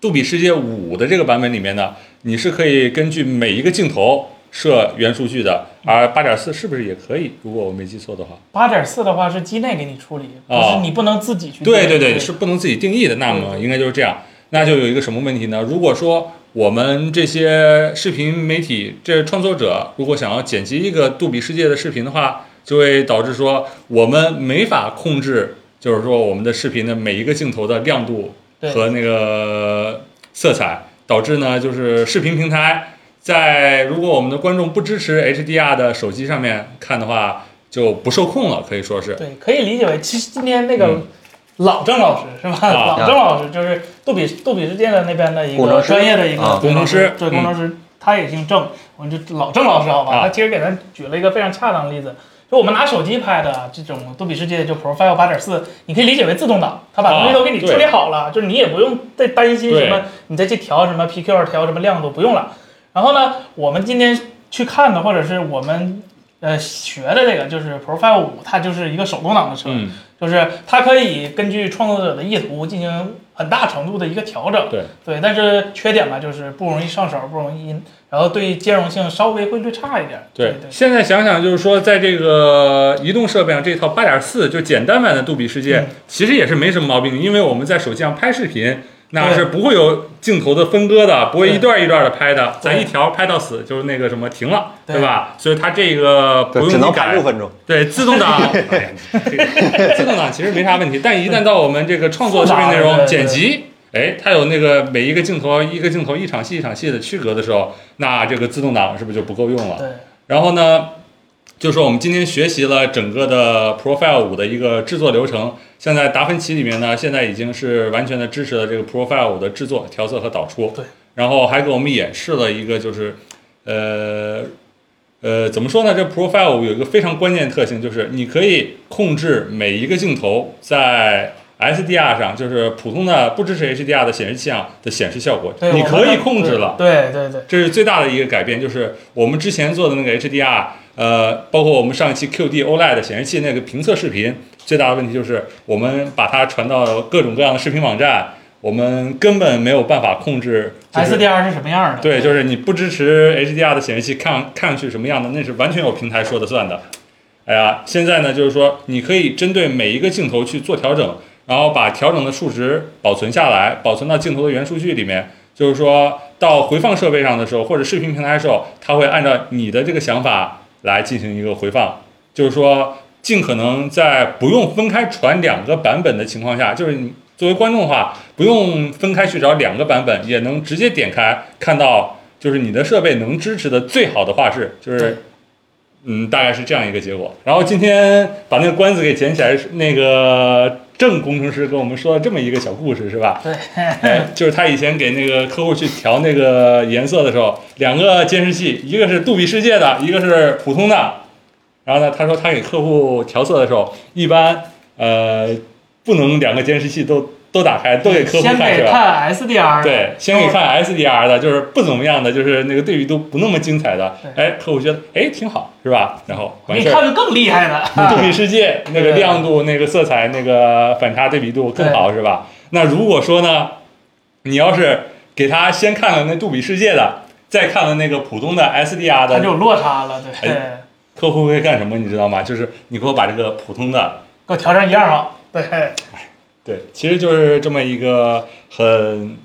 杜比世界五的这个版本里面呢，你是可以根据每一个镜头设元数据的，而八点四是不是也可以？如果我没记错的话，八点四的话是机内给你处理，不哦是你不能自己去。对对对，是不能自己定义的。那么应该就是这样。那就有一个什么问题呢？如果说我们这些视频媒体这创作者，如果想要剪辑一个杜比世界的视频的话，就会导致说我们没法控制，就是说我们的视频的每一个镜头的亮度对和那个色彩，导致呢就是视频平台在如果我们的观众不支持 HDR 的手机上面看的话，就不受控了，可以说是。对，可以理解为，其实今天那个嗯老郑老师是吧？啊老郑老师就是杜比杜比世界的那边的一工程个师专业的一个啊对工程师对嗯工程师，他也姓郑，我们就老郑老师好吧？啊他其实给咱举了一个非常恰当的例子。就我们拿手机拍的这种杜比世界，就 Profile 八点四，你可以理解为自动挡，它把东西都给你啊对处理好了，就是你也不用再担心什对么，你再去调什么 PQ 调什么亮度不用了。然后呢，我们今天去看的，或者是我们呃学的这个，就是 Profile 五，它就是一个手动挡的车，嗯，就是它可以根据创作者的意图进行很大程度的一个调整。对对，但是缺点吧，就是不容易上手，不容易，然后对兼容性稍微会略差一点。对对，现在想想就是说，在这个移动设备上，这套八点四就简单版的杜比世界，嗯其实也是没什么毛病，因为我们在手机上拍视频，那对是不会有镜头的分割的，不会对一段一段的拍的，对咱一条拍到死就是那个什么停了，对对吧？所以它这个不对，用只你能改拍六分钟。对，自动 挡，哎呀这个自动挡其实没啥问题，但一旦到我们这个创作视频内复杂容的剪辑，哎，它有那个每一个镜头一个镜头一场戏一场戏的区隔的时候，那这个自动挡是不是就不够用了？对然后呢，就说我们今天学习了整个的 Profile 五的一个制作流程。像在达芬奇里面呢，现在已经是完全的支持了这个 Profile 五的制作、调色和导出。对。然后还给我们演示了一个就是，呃。呃，怎么说呢？这 Profile 五有一个非常关键的特性，就是你可以控制每一个镜头在 SDR 上，就是普通的不支持 HDR 的显示器上的显示效果，对，你我可们以的控制了。对对对这是最大的一个改变，就是我们之前做的那个 HDR，呃，包括我们上一期 QD OLED E 显示器那个评测视频，最大的问题就是我们把它传到各种各样的视频网站，我们根本没有办法控制、就是、 ，SDR 是什么样的？对，就是你不支持 HDR 的显示器看看上去什么样的，那是完全有平台说的算的。哎呀，现在呢，就是说你可以针对每一个镜头去做调整，然后把调整的数值保存下来，保存到镜头的原数据里面。就是说到回放设备上的时候，或者视频平台的时候，它会按照你的这个想法来进行一个回放。就是说，尽可能在不用分开传两个版本的情况下，就是你作为观众的话，不用分开去找两个版本，也能直接点开看到，就是你的设备能支持的最好的画质，就是。嗯，大概是这样一个结果。然后今天把那个关子给捡起来，是那个郑工程师跟我们说了这么一个小故事，是吧？ 对，哎，就是他以前给那个客户去调那个颜色的时候，两个监视器，一个是杜比世界的，一个是普通的。然后呢，他说他给客户调色的时候，一般呃不能两个监视器都都打开，都给客户先看是给吧？看 SDR，对，先给看 SDR 的，就是不怎么样的，就是那个对比度不那么精彩的，对哎，客户觉得哎挺好，是吧？然后我完给你事儿。看个更厉害的，杜比世界那个亮度、那个色彩、那个反差对比度更好，是吧？那如果说呢，你要是给他先看了那杜比世界的，再看了那个普通的 SDR 它就有的，落差了，对哎，客户会干什么？你知道吗？就是你给我把这个普通的，给我调成一样好，对。对，其实就是这么一个很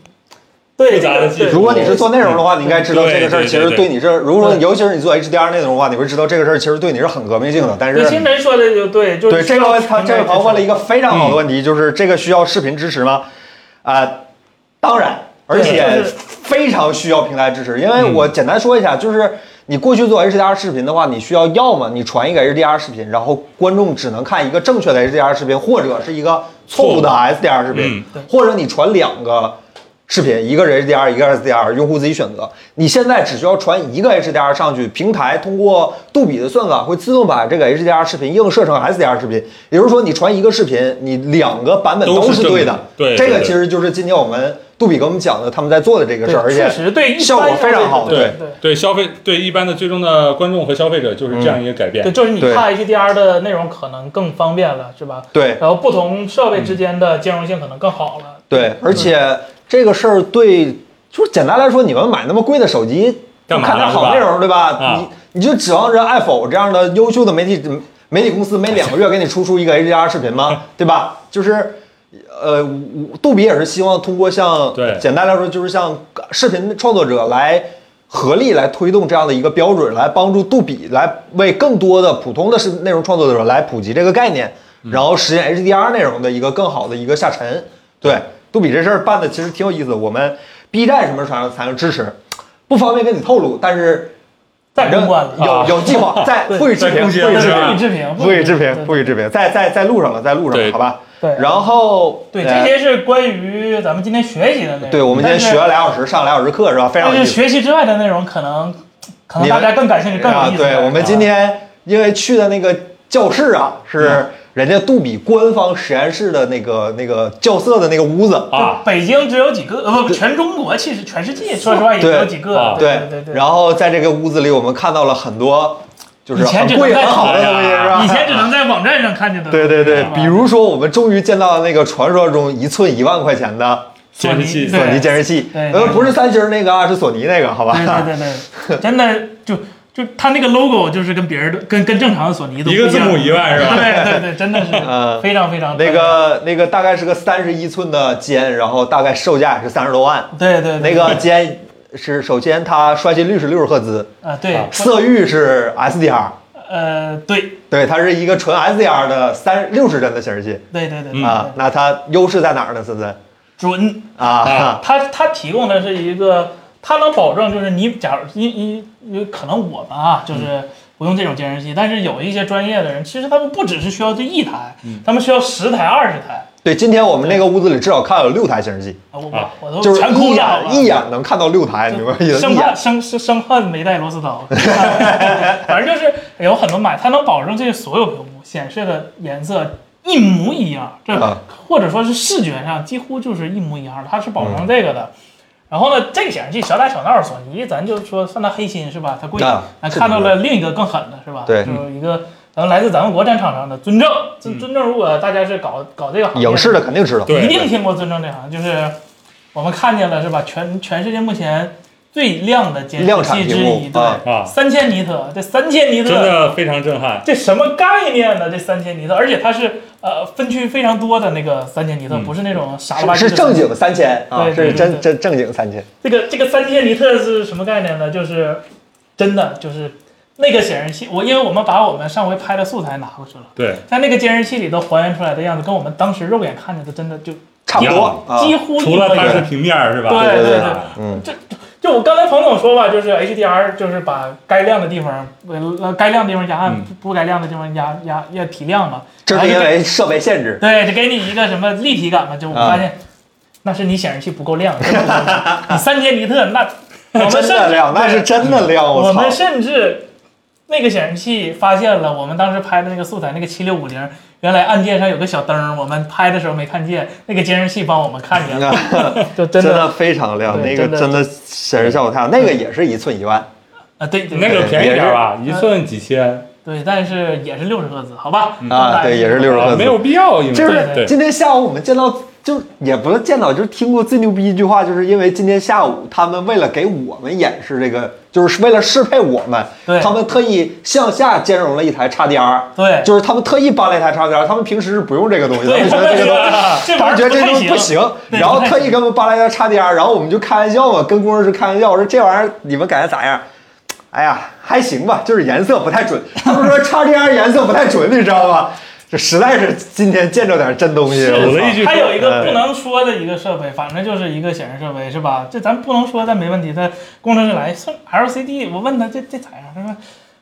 对复杂的 技术如果你是做内容的话，你应该知道这个事儿，对对对其实对你这，如果尤其是你做 HDR 内容的话，你会知道这个事儿其实对你是很革命性的。但对，是，新人说的就对，就对是这需要个他传这位媒朋友问了一支个非常好的问嗯题，就是这个需要视频支持吗？啊、当然，而且就是非常需要平台支持，因嗯为我简单说一下，就是你过去做 HDR 视频的话，你需要要么你传一个 HDR 视频，然后观众只能看一个正确的 HDR 视频，或者是一个错误的错 SDR 视频嗯，或者你传两个。视频一个是 HDR，一个是 SDR，用户自己选择。你现在只需要传一个 HDR 上去，平台通过杜比的算法会自动把这个 HDR 视频映射成 SDR 视频。也就是说，你传一个视频，你两个版本都是是对的正的。对这个对对其实就是今天我们杜比给我们讲的他们在做的这个事儿，而持，且确实对一般效果用户非常好。对对，对对消费对一般的最终的观众和消费者就是这样一个改变。嗯对，就是你对看 HDR 的内容可能更方便了，是吧？对然后不同设备之间的兼容性可能更好了。嗯对，而且这个事儿对，就是简单来说，你们买那么贵的手机，干嘛看点呢好内是吧容，对吧？啊你你就指望着爱否这样的优秀的媒体媒体公司每两个月给你输出一个 HDR 视频 吗？对吧？就是。呃，我杜比也是希望通过像，对简单来说就是像视频创作者来合力来推动这样的一个标准，来帮助杜比来为更多的普通的是内容创作者来普及这个概念，嗯然后实现 HDR 内容的一个更好的一个下沉。对，杜比这事儿办的其实挺有意思的。我们 B 站什么时候才能支持？不方便跟你透露，但是再反正公关了，有啊有计 划，在对不予置在评，贡不予献置对是评吧。不予置不予置评，对评，不予置评，在在在路上了，在路上了，对好吧。对然后对，呃这些是关于咱们今天学习的内容。对，我们今天但是学了俩小时，上了俩小时课是吧？非常但有是意思。学习之外的内容，可能可能你大们家更感兴趣，更有啊意思。对，我们今天因为去的那个教室啊，是人家杜比官方实验室的那个那个校色的那个屋子。啊就北京只有几个，呃，不，全中国其实全世界，说实话也只对有几个啊。对对对。然后在这个屋子里，我们看到了很多就是以前很只能贵在很好的网东西，上是吧？以前只能在网站上看见的。对对对是吧，比如说我们终于见到了那个传说中一寸一万块钱的索尼监视器对索尼监视器，对呃，对不是三星儿那个啊，是索尼那个，好吧？对对对对，真的就就它那个 logo 就是跟别人的跟跟正常的索尼都不一个样字母一万是吧？对对对，真的是 嗯非常非常那个那个大概是个三十一寸的尖，然后大概售价也是三十多万。对对那对个尖是首先它刷新率是六十赫兹，啊对色域是 SDR，呃对对，它是一个纯 SDR 的三六十帧的显示器对对对对啊。那它优势在哪儿呢？森森准，啊，它它提供的是一个，它能保证就是你假如因因因可能我们啊就是。嗯不用这种监视器，但是有一些专业的人，其实他们不只是需要这一台，嗯他们需要十台、二十台。对，今天我们那个屋子里至少看了有六台显示器，啊我啊我我都就是全一空了好眼吧，一眼能看到六台，你明白意思？生一怕眼生生生怕没带螺丝刀， 反正就是有很多买，它能保证这所有屏幕显示的颜色一模一样，这啊或者说是视觉上几乎就是一模一样的，它是保嗯证这个的。然后呢，这个显示器小打小闹，索尼咱就说算它黑心是吧？它贵啊，咱是看到的了另一个更狠的是吧？对嗯就是一个咱们来自咱们国产厂商的尊正，尊尊正，如果大家是搞搞这个行业影视的肯定知道。对一定听过尊正这行，就是我们看见了是吧？全全世界目前最亮的监量视产器屏之幕一，对，啊啊三千尼特，这三千尼 真特，的非常震撼。这什么概念呢？这三千尼特，而且它是呃分区非常多的那个三千尼特，嗯不是那种傻了吧唧是的是正经三千啊，对是对真对真正经三千。这个这个三千尼特是什么概念呢？就是真的就是那个显示器，我因为我们把我们上回拍的素材拿过去了，对， 在那个监视器里头还原出来的样子，跟我们当时肉眼看见的真的就差不多啊，几乎一除模了一它样。是平面儿是吧？对对对，嗯，就我刚才彭总说吧，就是 HDR 就是把该亮的地方呃该亮的地方压暗，嗯不该亮的地方压压压提亮嘛。这是因啊为设备限制。对，就给你一个什么立体感嘛，就我啊发现、那是你显示器不够 亮，真不够亮你三千尼特那我们真甚的至亮，那是真的亮！我我操们，甚至那个显示器发现了我们当时拍的那个素材，那个七六五零，原来按键上有个小灯儿，我们拍的时候没看见，那个监视器帮我们看嗯啊见了，就 真真的啊、的非常亮，对那个真真的显示效果太好，那个也是一寸一万，啊对对那个便宜点儿吧，是一寸几千，对，但是也是六十赫兹，好吧？啊对也是60赫啊兹没有必要，因为就对是对今天下午我们见到，就也不是见到，就是听过最牛逼一句话，就是因为今天下午他们为了给我们演示这个，就是为了适配我们对，他们特意向下兼容了一台 XDR，对就是他们特意搬了一台 XDR，他们平时是不用这个东西的，他对，们觉得这个东西。这他玩们意觉儿得这东西不不太行，行，对然后不太特意给我们搬来一台 XDR，然后我们就开玩笑嘛，跟工程师开玩笑，我说这玩意儿你们感觉咋样？哎呀，还行吧，就是颜色不太准。他们说 XDR 颜色不太准，你知道吗？这实在是今天见着点真东西。是我操有了一句它有一个嗯不能说的一个设备，反正就是一个显示设备是吧？这咱不能说，但没问题。他工程师来算 LCD，我问他这这咋样？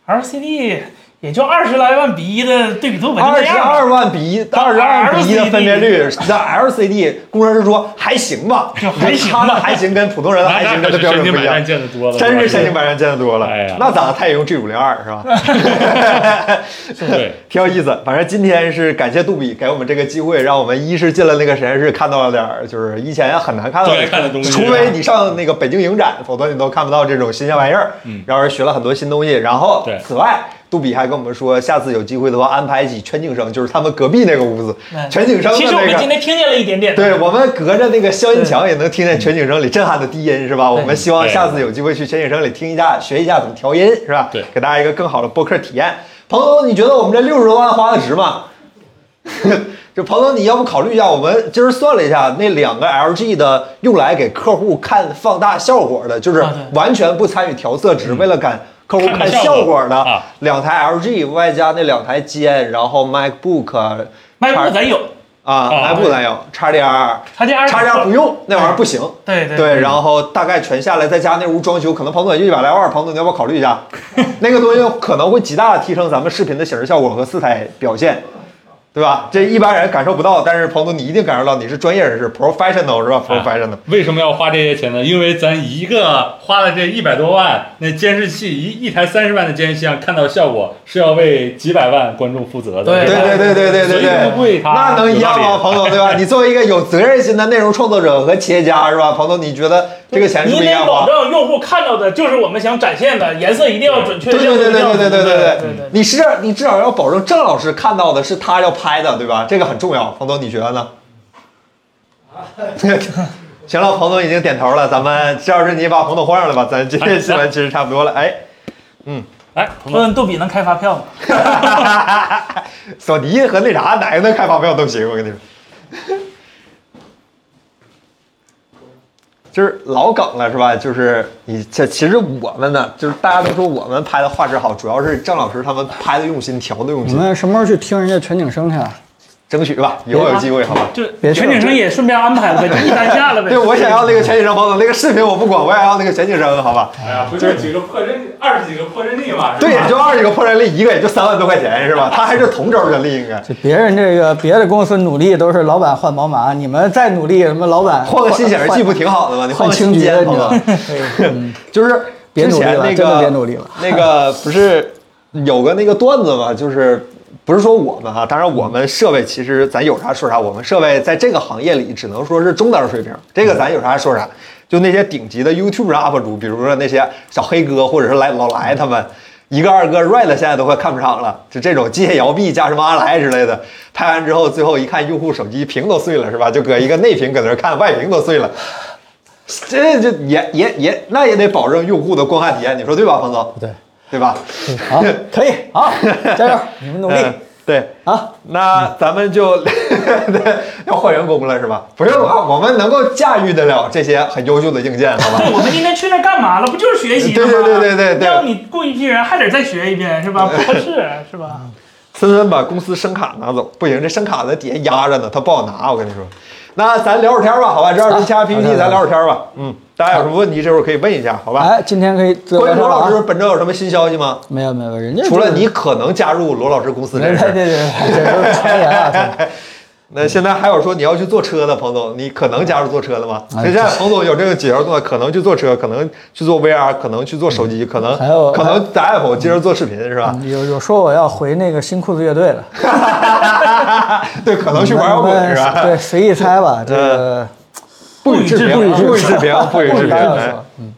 他说 LCD 也就二十来万比一的对比度吧，就二那十样吧，二万比一，二十二比一的分辨率， 那 LCD 工程师说还行吧，就还行吧他的还行跟普通人的还 行跟那可这标准是身经不一百样战。见的多了，真是吧身经百战见得多了。哎呀那咋的？他也用 G 五零二是吧？ 对， 挺有意思。反正今天是感谢杜比给我们这个机会，让我们一是进了那个实验室，看到了点儿就是以前很难看到对看的东西除非你上那个北京影展，否则你都看不到这种新鲜玩意儿。嗯然后是学了很多新东西。然后对此外。杜比还跟我们说，下次有机会的话，安排一起全景声，就是他们隔壁那个屋子，嗯全景声的其实我那们个今。天听见了一点 点，对，我们隔着那个消音墙也能听见全景声里震撼的低音，是吧？我们希望下次有机会去全景声里听一下，学一下怎么调音，是吧？对给大家一个更好的播客体验。彭总，你觉得我们这六十多万花的值吗？ 就彭总，你要不考虑一下？我们今儿算了一下，那两个 LG 的用来给客户看放大效果的，就是啊对完全不参与调色，只是为了给客户看看效效果果的啊两台 LG，外加那两台尖，然后 MacBook 麦克咱有，啊啊，MacBook 咱有，XDR。他这二叉家不 用，那玩意儿不行。对对对，然后大概全下来，再加那屋装修，可能彭总也就一百来万。彭总，你要不要考虑一下？ 那个东西可能会极大的提升咱们视频的显示效果和色彩表现，对吧？这一般人感受不到，但是彭总你一定感受到，你是专业人士，professional 是吧？professional。为什么要花这些钱呢？因为咱一个花了这一百多万，那监视器一一台三十万的监视器上看到效果，是要为几百万观众负责的。对对对对对对对谁不对会，他那能一样吗，有道理彭总？对吧？你作为一个有责任心的内容创作者和企业家，是吧？彭总，你觉得这个钱是你不一得样吗保？证用户看到的就是我们想展现的颜色，一定要准确，对对对对亮度对对一定要准确对对你是你至少要保证郑老师看到的是他要拍的，对吧？这个很重要。彭总，你觉得 呢？行了，彭总已经点头了，咱们这要是你把彭总换上来吧，咱今哎天新闻其实差不多了。哎，哎，对，问杜比能开发票吗？ 索尼和那啥哪个能开发票都行，我跟你说。就是老梗了是吧？就是你这其实我们呢，就是大家都说我们拍的画质好，主要是郑老师他们拍的用心，调的用你心。们什么时候去听人家全景声去啊？争取吧，以后有机会，好吧？就别去全了景声也顺便安排了呗，就一单下了呗。对，我想要那个全景声，彭总，那个视频我不管，我也要那个全景声，好吧？哎呀，不就几个破阵，二十几个破阵力嘛？对，也就二十个破人力，一个也就三万多块钱，是吧？他还是同轴人力，应该这别人这个别的公司努力都是老板换宝马，你们再努力什么老板换个新显示器不挺好的吗？你换换个清新洁监，你彭知道总 吗，？嗯就是之别努力前了那真的个别努力了 那个不是有个那个段子嘛，就是不是说我们啊，当然我们设备其实咱有啥说啥，我们设备在这个行业里只能说是中档水平，这个咱有啥说啥。就那些顶级的 YouTube 上 UP 主，比如说那些小黑哥或者是来老来他们。一个二个 Red 现在都快看不上了，就这种机械摇臂加什么阿莱之类的，拍完之后最后一看用户手机屏都碎了是吧？就搁一个内屏搁那儿看，外屏都碎了，这这也也也，那也得保证用户的观看体验，你说对吧，彭总？嗯对， 对吧？好，可以，好，加油，你们努力嗯。对，啊，那咱们就 要换员工了是吧？不用啊，我们能够驾驭得了这些很优秀的硬件，好吧？对，我们今天去那儿干嘛了？不就是学习的吗？对对对对对对要你雇一批人，还得再学一遍，是吧？不合适，是吧？纷纷把公司声卡拿走，不行，这声卡在底下压着呢，它不好拿，我跟你说。那咱聊会儿天儿吧，好吧？这二十七 PPT 咱聊会儿天儿吧。嗯，大家有什么问题，这会儿可以问一下，好吧？哎，今天可以自由关于聊罗聊老师啊。本周有什么新消息吗？没有没有，人家除了你可能加入罗老师公司没这没事没儿，没， 这都是传言啊。这那现在还有说你要去坐车的，彭总，你可能加入坐车了吗？哎现在彭总有这个几条动作，可能去坐车，可能去做 VR，可能去做手机，可能还有可能在 Apple 接着做视频是吧？ 有有说我要回那个新裤子乐队了，对，可能去玩摇我们滚是吧？嗯对，随意猜吧，这个不予置评，不予置评不予置评，不予置不评。搭要哎说，嗯，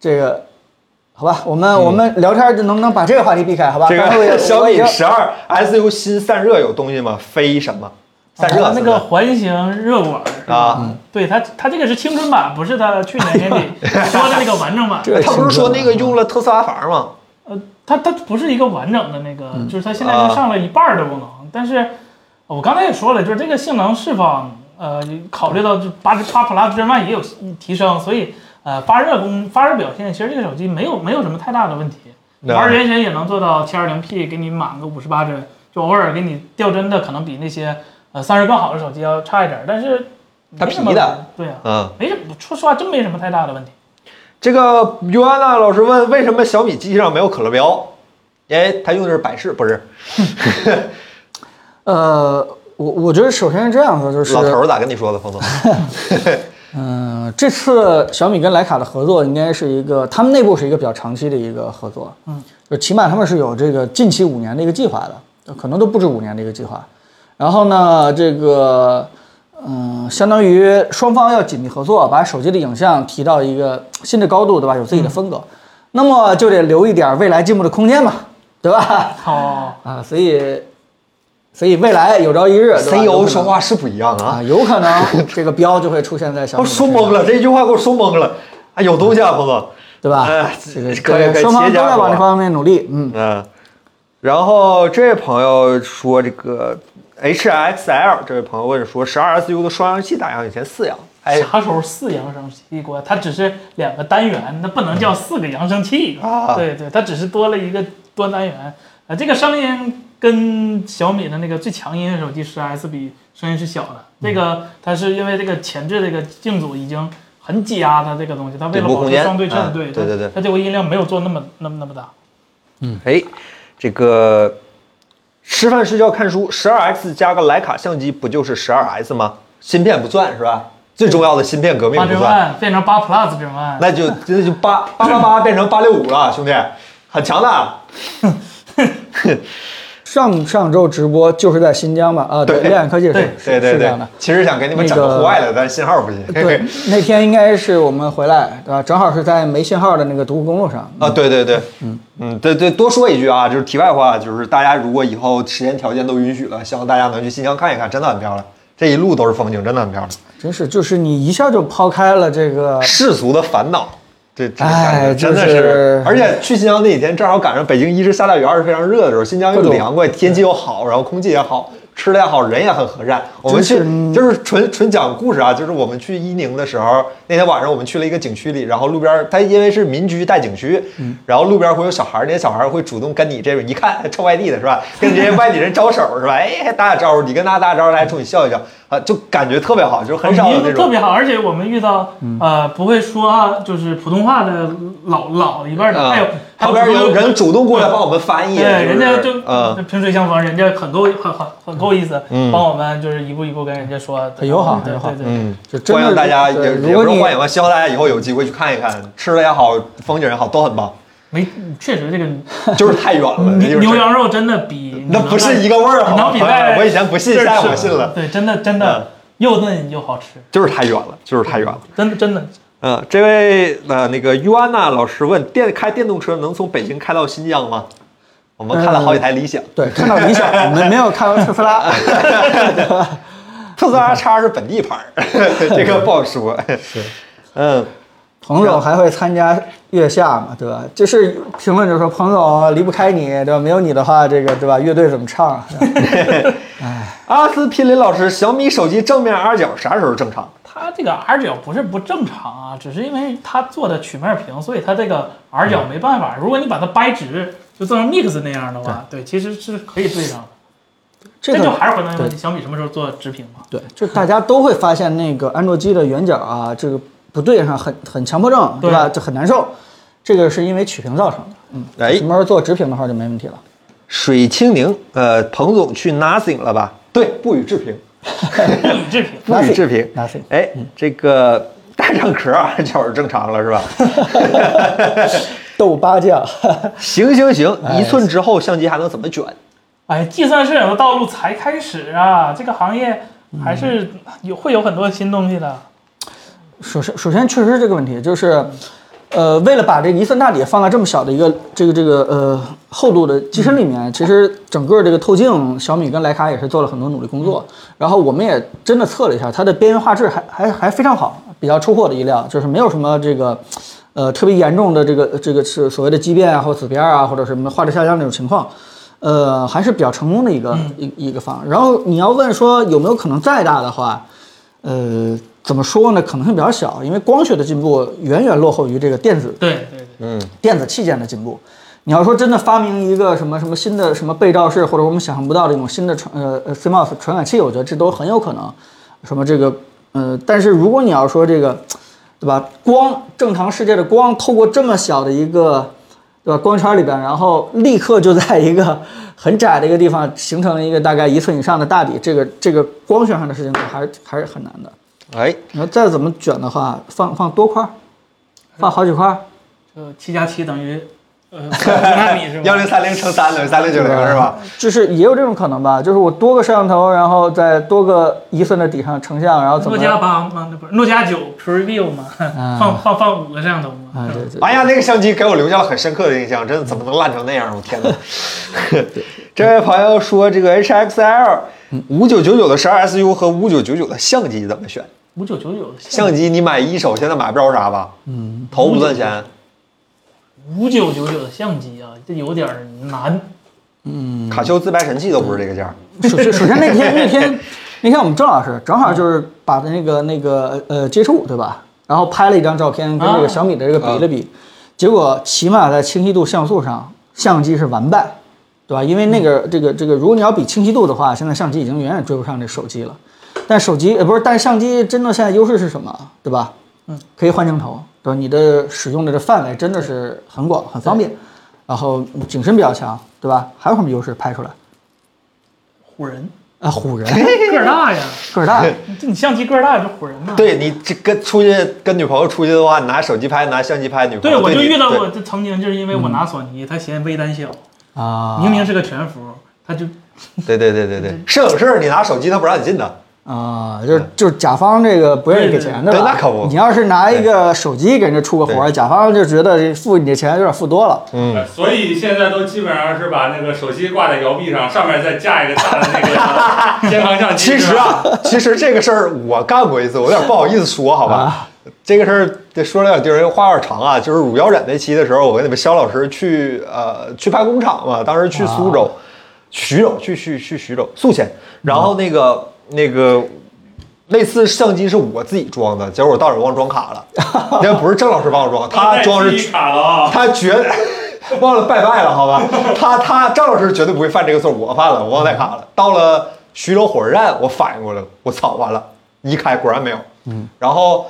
这个好吧，我们我们聊天就能不能把这个话题避开？好吧，嗯这刚才我也个 小我已米经十二 SU 新散热有东西吗？非什么散热啊是不那是个环形热管是吧啊嗯对它它这个是青春版，不是它去年年底说的那个完 整版。这哎他不是说那个啊用了特斯拉阀吗？呃，它它不是一个完整的那个，就是它现在啊就上了一半儿的功能，但是我刚才也说了，就是这个性能释放，呃，考虑到就八八 Plus 之外也有提升，所以呃发热功发热表现，其实这个手机没有没有什么太大的问题，对啊玩原神也能做到 720P，给你满个五十八帧，就偶尔给你掉帧的可能比那些呃散热更好的手机要差一点儿，但是它没什么皮的，对啊，嗯，没什么，说实话真没什么太大的问题。这个尤安娜老师问为什么小米机上没有可乐标？哎，他用的是百事，不是呃，我我觉得首先是这样的，就是老头儿咋跟你说的，彭总？嗯、这次小米跟徕卡的合作应该是一个，他们内部是一个比较长期的一个合作，嗯，就起码他们是有这个近期五年的一个计划的，可能都不止五年的一个计划。然后呢，这个嗯、相当于双方要紧密合作，把手机的影像提到一个新的高度，对吧？有自嗯己的风格，那么就得留一点未来进步的空间嘛，对吧？哦， 啊，所以所以未来有朝一日对吧 CEO 有可能 E 说话是不一样啊啊，，有可能这个标就会出现在小我米哦的说身懵上，了，这一句话给我说懵了。啊，有东西啊，彭总。对吧哎？这个可以这可个以双方企业都家在说往话这方面努力，嗯，嗯，然后这位朋友说这个 HXL，这位朋友问说十二 SU 的双扬器咋样？以前四扬。哎啥时候四扬声器过？它只是两个单元，它不能叫四个扬声器。啊对对，它只是多了一个多单元。呃，这个声音跟小米的那个最强音手机十 S 比，声音是小的。这嗯个它是因为这个前置这个镜组已经很挤压它这个东西，它为了顶部保空持间双对称，嗯对对对对它这个音量没有做那么那么那么大。哎，这个吃饭睡觉看书，十二 X 加个徕卡相机，不就是十二 S 吗？芯片不算是吧？最重要的芯片革命八不千算，万变成八 Plus 千万，那就那就八八八八变成八六五了，兄弟，很强的。 上上周直播就是在新疆吧？啊，对，对亮眼科技是对对对是是这对样的，，其实想给你们整那个个户外的，但是信号不行。 对，那天应该是我们回来，对吧？正好是在没信号的那个独库公路上，啊，对对对，嗯嗯，对对，多说一句啊，就是题外话，就是大家如果以后时间条件都允许了，希望大家能去新疆看一看，真的很漂亮，这一路都是风景，真的很漂亮。真是就是你一下就抛开了这个，世俗的烦恼，这这个哎感觉真的就是是，而且去新疆那几天正好赶上北京一是下大雨，二是非常热的时候，新疆又各种凉快，天气又好，然后空气也好。吃的也好，人也很和善。我们去真是嗯就是纯纯讲故事啊，就是我们去伊宁的时候，那天晚上我们去了一个景区里，然后路边它因为是民居带景区，嗯然后路边会有小孩儿，那些小孩儿会主动跟你这种一看臭外地的是吧，跟这些外地人招手是吧？哎，还打打招呼，你跟他打打招呼，他还冲你笑一笑啊，就感觉特别好，就是很少有名哦那字种嗯特别好，而且我们遇到呃不会说就是普通话的老老一辈儿的，还有嗯啊，旁边有人主动过来帮我们翻译，对，人家是就嗯，萍水相逢，人家很够很很很够意思，帮我们就是一步一步跟人家说，很友好很对友好对对对，嗯，就真的欢迎大家对也如也果不是你欢迎吧，希望大家以后有机会去看一看，吃的也好，风景也好，都很 棒，没确 实这个就是太远了，牛嗯就是牛羊肉真的比那不是一个味儿，好吧能比朋友们在我以前不信，这现儿在吃我信了，对，真的真嗯的又嫩又好吃，就是太远了，就是太远了。真的真的嗯，这位呃那个 u a n a 老师问，电开电动车能从北京开到新疆吗？我们看了好几台理想，对看到 理想，我们没有看到特斯拉， 特斯拉叉是本地牌儿，这个不好说。是，嗯，彭总还会参加月下嘛，对吧？就是评论就说彭总离不开你，对吧？没有你的话，这个对吧？乐队怎么唱 啊？对吧阿司匹林老师，小米手机正面 R 角啥时候正常？它这个 R 角不是不正常啊，只是因为它做的曲面屏，所以它这个 R 角没办法。如果你把它掰直，就做成 Mix 那样的话，对，其实是可以对上的。这就个还是回到那个问题，对小米什么时候做直屏嘛？对， 就大家都会发现那个安卓机的圆角啊，这个不对上很很强迫症，对吧？对就很难受。这个是因为曲屏造成的，嗯，哎什，么时候做直屏的话就没问题 了。水清宁，呃，彭总去 Nothing 了吧？对，不予置评，不予置评。不予置评。 Nothing，Nothing 哎，这个大张壳啊 R 角是正常了是吧？豆八酱， 行行行，一寸之后相机还能怎么卷？哎，计算摄影的道路才开始啊，这个行业还是有会有很多新东西的。首先首先确实是这个问题，就是，呃，为了把这个一寸大底放在这么小的一个这个这个呃厚度的机身里面，其实整个这个透镜，小米跟徕卡也是做了很多努力工作。然后我们也真的测了一下，它的边缘画质还还还非常好，比较出乎我的意料，就是没有什么这个。呃，特别严重的这个这个是所谓的畸变啊，或紫边啊，或者什么画质下降这种情况，呃，还是比较成功的一个、一一个方案。然后你要问说有没有可能再大的话，呃，怎么说呢？可能性比较小，因为光学的进步远远落后于这个电子对对对，电子器件的进步。你要说真的发明一个什么什么新的什么被照式，或者我们想象不到的一种新的传呃呃 CMOS 传感器，我觉得这都很有可能。什么这个呃，但是如果你要说这个，对吧？光正常世界的光透过这么小的一个对吧光圈里边，然后立刻就在一个很窄的一个地方形成了一个大概一寸以上的大底，这个这个光学上的事情还是还是很难的。哎，你要再怎么卷的话，放放多块儿，放好几块儿，呃，七加七等于呃五纳米是吧？幺零三零乘三等于三零九零是吧？就是也有这种可能吧，就是我多个摄像头，然后在多个一寸的底上成像，然后怎么诺基亚八吗？那不是诺基亚九 Preview 吗？放放放五个摄像头吗？啊啊？对对，哎呀，那个相机给我留下了很深刻的印象，真的怎么能烂成那样？我天 哪！这位朋友说，这个 HXL 五九九九的十二 SU 和五九九九的相机怎么选？五九九九相机你买一手现在买不着啥吧？嗯，头不算钱。五九九九的相机啊，这有点儿难。卡修自拍神器都不是这个价儿。首先首先那天那天那天我们郑老师正好就是把那个那个呃 G 十五对吧，然后拍了一张照片跟这个小米的这个比了比，结果起码在清晰度像素上，相机是完败，对吧？因为那个这个这个，如果你要比清晰度的话，现在相机已经远远追不上这手机了。但手机呃不是，但相机真的现在优势是什么，对吧？嗯，可以换镜头，对吧？你的使用的这范围真的是很广，很方便，然后景深比较强，对吧？还有什么优势拍出来？唬人，啊，唬人。个儿大呀！个儿大，这你相机个儿大就唬人嘛。对你这跟出去跟女朋友出去的话，你拿手机拍，拿相机拍，女朋对，友我就你遇到哦对嗯过，这曾经就是因为我拿索尼，他嫌微单小，啊，明明是个全幅，他就对对对对对，摄影室你拿手机他不让你进的。啊，就是就是甲方这个不愿意给钱的对吧？对那可不你要是拿一个手机给人家出个活儿，对嗯甲方就觉得这付你这钱有点付多了。呃所以现在都基本上是把那个手机挂在摇臂上，上面再架一个大的 那个健康相机。其实是吧，啊，其实这个事儿我干过一次，我有点不好意思说，好吧？这个事儿得说来有点丢人，话有点长啊。就是乳胶枕那期的时候，我跟你们肖老师去呃去拍工厂嘛，当时去苏州、徐州，去去去徐州宿迁，然后那个、那个。那次相机是我自己装的，结果我到手忘装卡了，那不是郑老师帮我装，他装是卡了啊。他绝 忘了拜拜了，好吧？他他张老师绝对不会犯这个错，我犯了，我忘带卡了。到了徐州火车站，我反应过来了，我操，完了，一开果然没有。嗯，然后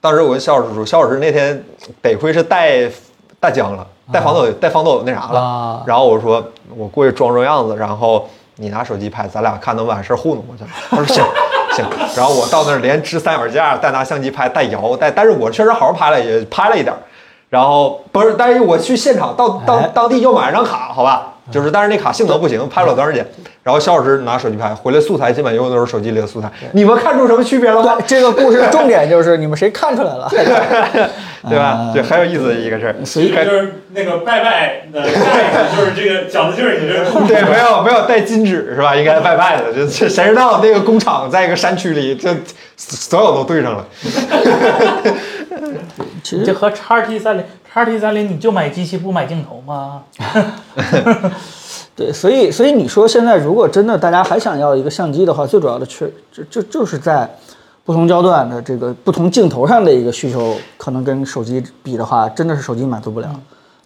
当时我跟肖老师说，肖老师那天得亏是带大疆了，带防抖、带防抖那啥了。啊然后我说我过去装装样子，然后你拿手机拍，咱俩看能不能把事儿糊弄过去。他说行。 行，然后我到那儿连支三脚架，带拿相机拍，带摇，带，但是我确实好好拍了，也拍了一点儿，然后不是，但是我去现场到当当地又买了张卡，好吧，就是但是那卡性能不行，拍不了多长时间。然后肖老师拿手机拍，回来素材基本用的都是手机里的素材。你们看出什么区别了吗对，？这个故事重点就是你们谁看出来了？对吧？对，很有意思的一个事儿。所以还就是那个拜拜的下一个，就是这个讲的就是你这个故事。 对，没有没有带金纸是吧？应该拜拜的，这这谁知道那个工厂在一个山区里，这所有都对上了。其你就实和 x T 三零 x T 三零，你就买机器不买镜头吗？ 对，所以所以你说现在如果真的大家还想要一个相机的话，最主要的缺就就就是在不同焦段的这个不同镜头上的一个需求，可能跟手机比的话，真的是手机满足不了。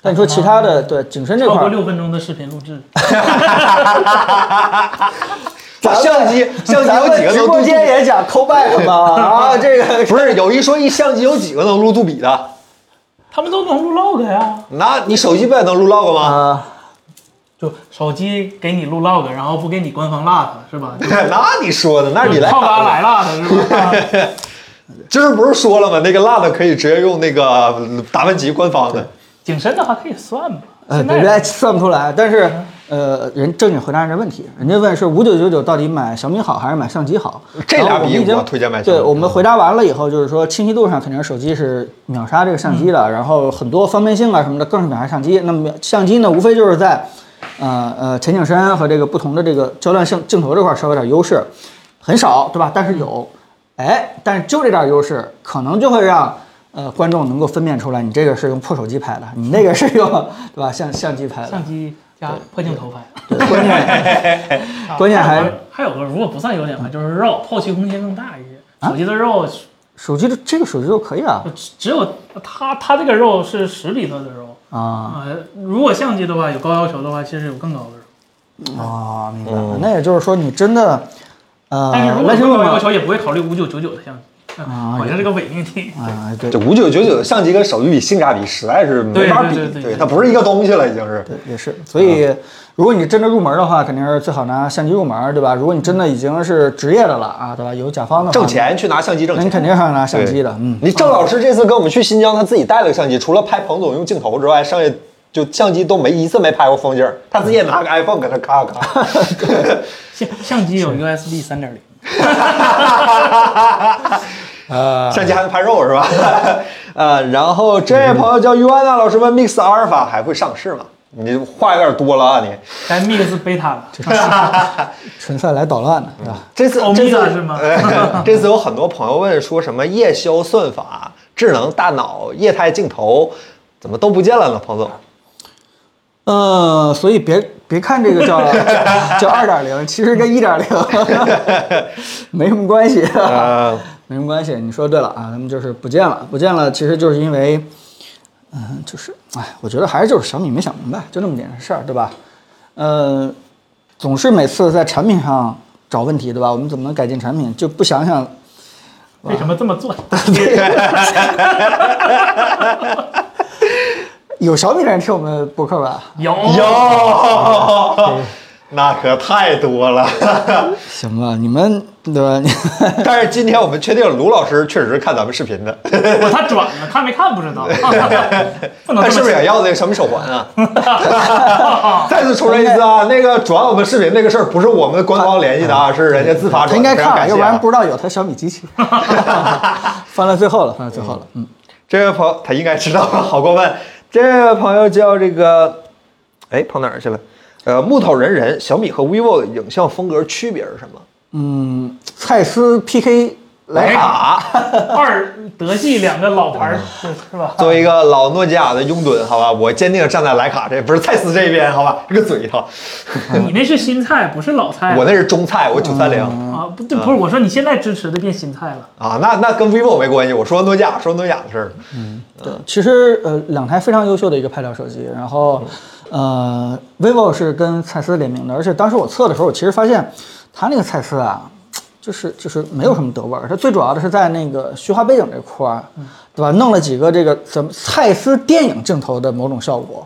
但你说其他的，对景深这嗯超块过儿，六分钟的视频录制，咱们相机相机有几个咱们直能播录间杜也讲 co back 嘛啊，这个比？不是有一说一，相机有几个能录杜比的？他们都能录 log 呀，那你手机不也能录 log 吗？啊，就手机给你录 log，然后不给你官方 log 是吧？ 那你说的，那就你来靠打拉的嗯来 log 是吧？ 今儿不是说了吗？那个辣的可以直接用那个达芬奇官方的。景深的话可以算吧，嗯呃，现别别在嗯算不出来，但是呃，人正经回答人家问题，人家问是五九九九到底买小米好还是买相机好？这俩然后我们比已经我推荐买相机对我们回答完了以后，就是说清晰度上肯定是手机是秒杀这个相机嗯的，然后很多方便性啊什么的更是秒杀相机。那么相机呢，无非就是在呃呃前景深和这个不同的这个焦段性镜头这块儿稍微有点优势，很少对吧？但是有，嗯哎，但是就这点优势，可能就会让。呃，观众能够分辨出来，你这个是用破手机拍的，你那个是用对吧相相机拍的。相机加破镜头拍，对，关键啊关键还有个还有个，如果不算优点的话，就是肉抛弃空间更大一些。手机的肉手机的这个手机就可以啊只只有它它这个肉是十厘特的肉啊啊、如果相机的话有高要求的话，其实有更高的肉。啊，明白了。那也就是说，你真的呃，但是如果来更听高众要们求，也不会考虑五九九九的相机，啊好像是个伪命题。啊，对这，五九九九相机跟手机比性价比实在是没法比对对，对对它不是一个东西了，已经是。对，也是。所以，啊如果你真的入门的话，肯定是最好拿相机入门，对吧？如果你真的已经是职业的了啊，对吧？有甲方的话挣，钱去拿相机挣那钱，你肯定是要拿相机的对。嗯，你郑老师这次跟我们去新疆，他自己带了个相机，除了拍彭总用镜头之外，剩下就相机都没一次没拍过风景儿，他自己也 拿个 iPhone 搁那咔咔。相相机有 USB 三点零，呃，相机还能拍肉是吧？ 呃，然后这位朋友叫 u a n a 老师问 Mix 阿尔法还会上市吗？你话有点多了啊你。但 Mix Beta 了，纯粹来捣乱的，对吧？这次欧米这伽次是吗哎 这次有很多朋友问说什么夜宵算法、智能大脑、液态镜头，怎么都不见了呢？ 彭总，嗯呃，所以别别看这 个叫叫二点零，其实跟一点零 没什么关系。呃，没什么关系，你说对了啊，咱们就是不见了，不见了，其实就是因为，嗯、就是，哎，我觉得还是就是小米没想明白，就那么点事儿，对吧？呃，总是每次在产品上找问题，对吧？我们怎么能改进产品，就不想想 为什么这么做？有小米的人听我们播客吧？有哟，哦那可太多了。行吧，你们对吧？ 你 但是今天我们确定卢老师确实是看咱们视频的，我他转了，看没看不知道。不能他哎是这不么是也想。要那个什么手环啊？ 再次重申一次啊，那个转我们视频那个事儿不是我们官方联系的啊， 是人家自发转他的。应非该看常了，感谢要不啊然不知道有台小米机器。 翻到最后了，翻到最后了，嗯，这位朋友他应该知道，好过问。这位朋友叫这个，哎，跑哪儿去了？呃，木头人人，小米和 vivo 的影像风格区别是什么？嗯，蔡司 PK 莱莱卡。卡， 二德系两个老牌儿是吧？作为一个老诺基亚的拥趸，好吧，我坚定地站在莱卡这，不是蔡司这边，好吧，这个嘴哈，你那是新菜，不是老菜。我那是中菜，我九三零啊，不对，不是我说你现在支持的变新菜了，啊，那那跟 vivo 没关系，我说诺基亚，说诺基亚的事儿。嗯对，其实呃，两台非常优秀的一个拍照手机，然后嗯呃，vivo 是跟蔡司联名的，而且当时我测的时候，我其实发现它那个蔡司啊，就是就是没有什么德味儿，它最主要的是在那个虚化背景这块儿，嗯对吧？弄了几个这个怎么蔡司电影镜头的某种效果，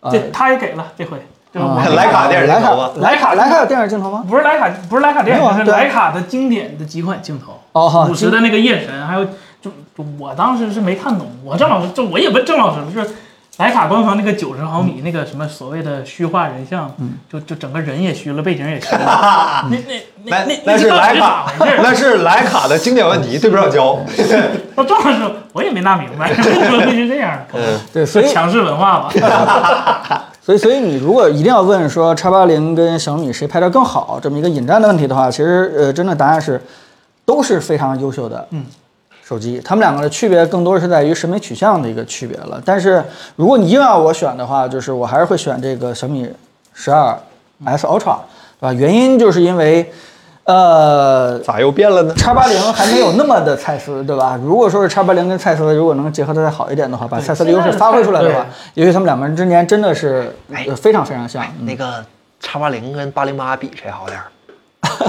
呃，这他也给了这回，对吧？我啊莱卡电影镜莱头吗卡莱卡莱卡有电影镜头吗？不是徕卡，不是徕卡电没有啊影，是对啊徕卡的经典的几款镜头。哦好五十的那个夜神，还有就就我当时是没看懂，我郑老师就我也问郑老师，就是徕卡官方那个九十毫米那个什么所谓的虚化人像，就就整个人也虚了，背景也虚了。那那那那那是到底莱是嗯咋卡回事，儿？那是莱卡的经典问题，对不上焦。那郑老师我也没纳明白，为什么会是这样？嗯，对，所以强势文化吧。所以，所以你如果一定要问说叉八零跟小米谁拍照更好这么一个引战的问题的话，其实呃，真的答案是都是非常优秀的，嗯，手机，它们两个的区别更多是在于审美取向的一个区别了。但是如果你硬要我选的话，就是我还是会选这个小米十二 S Ultra，对吧？原因就是因为，呃，咋又变了呢？ x 八零还没有那么的蔡司，对吧？如果说是 x 八零跟蔡司如果能结合的再好一点的话，把对蔡司的优势发挥出来的话，也许他们两个人之间真的是哎呃非常非常像。嗯那个叉八零跟八零八比谁好点儿？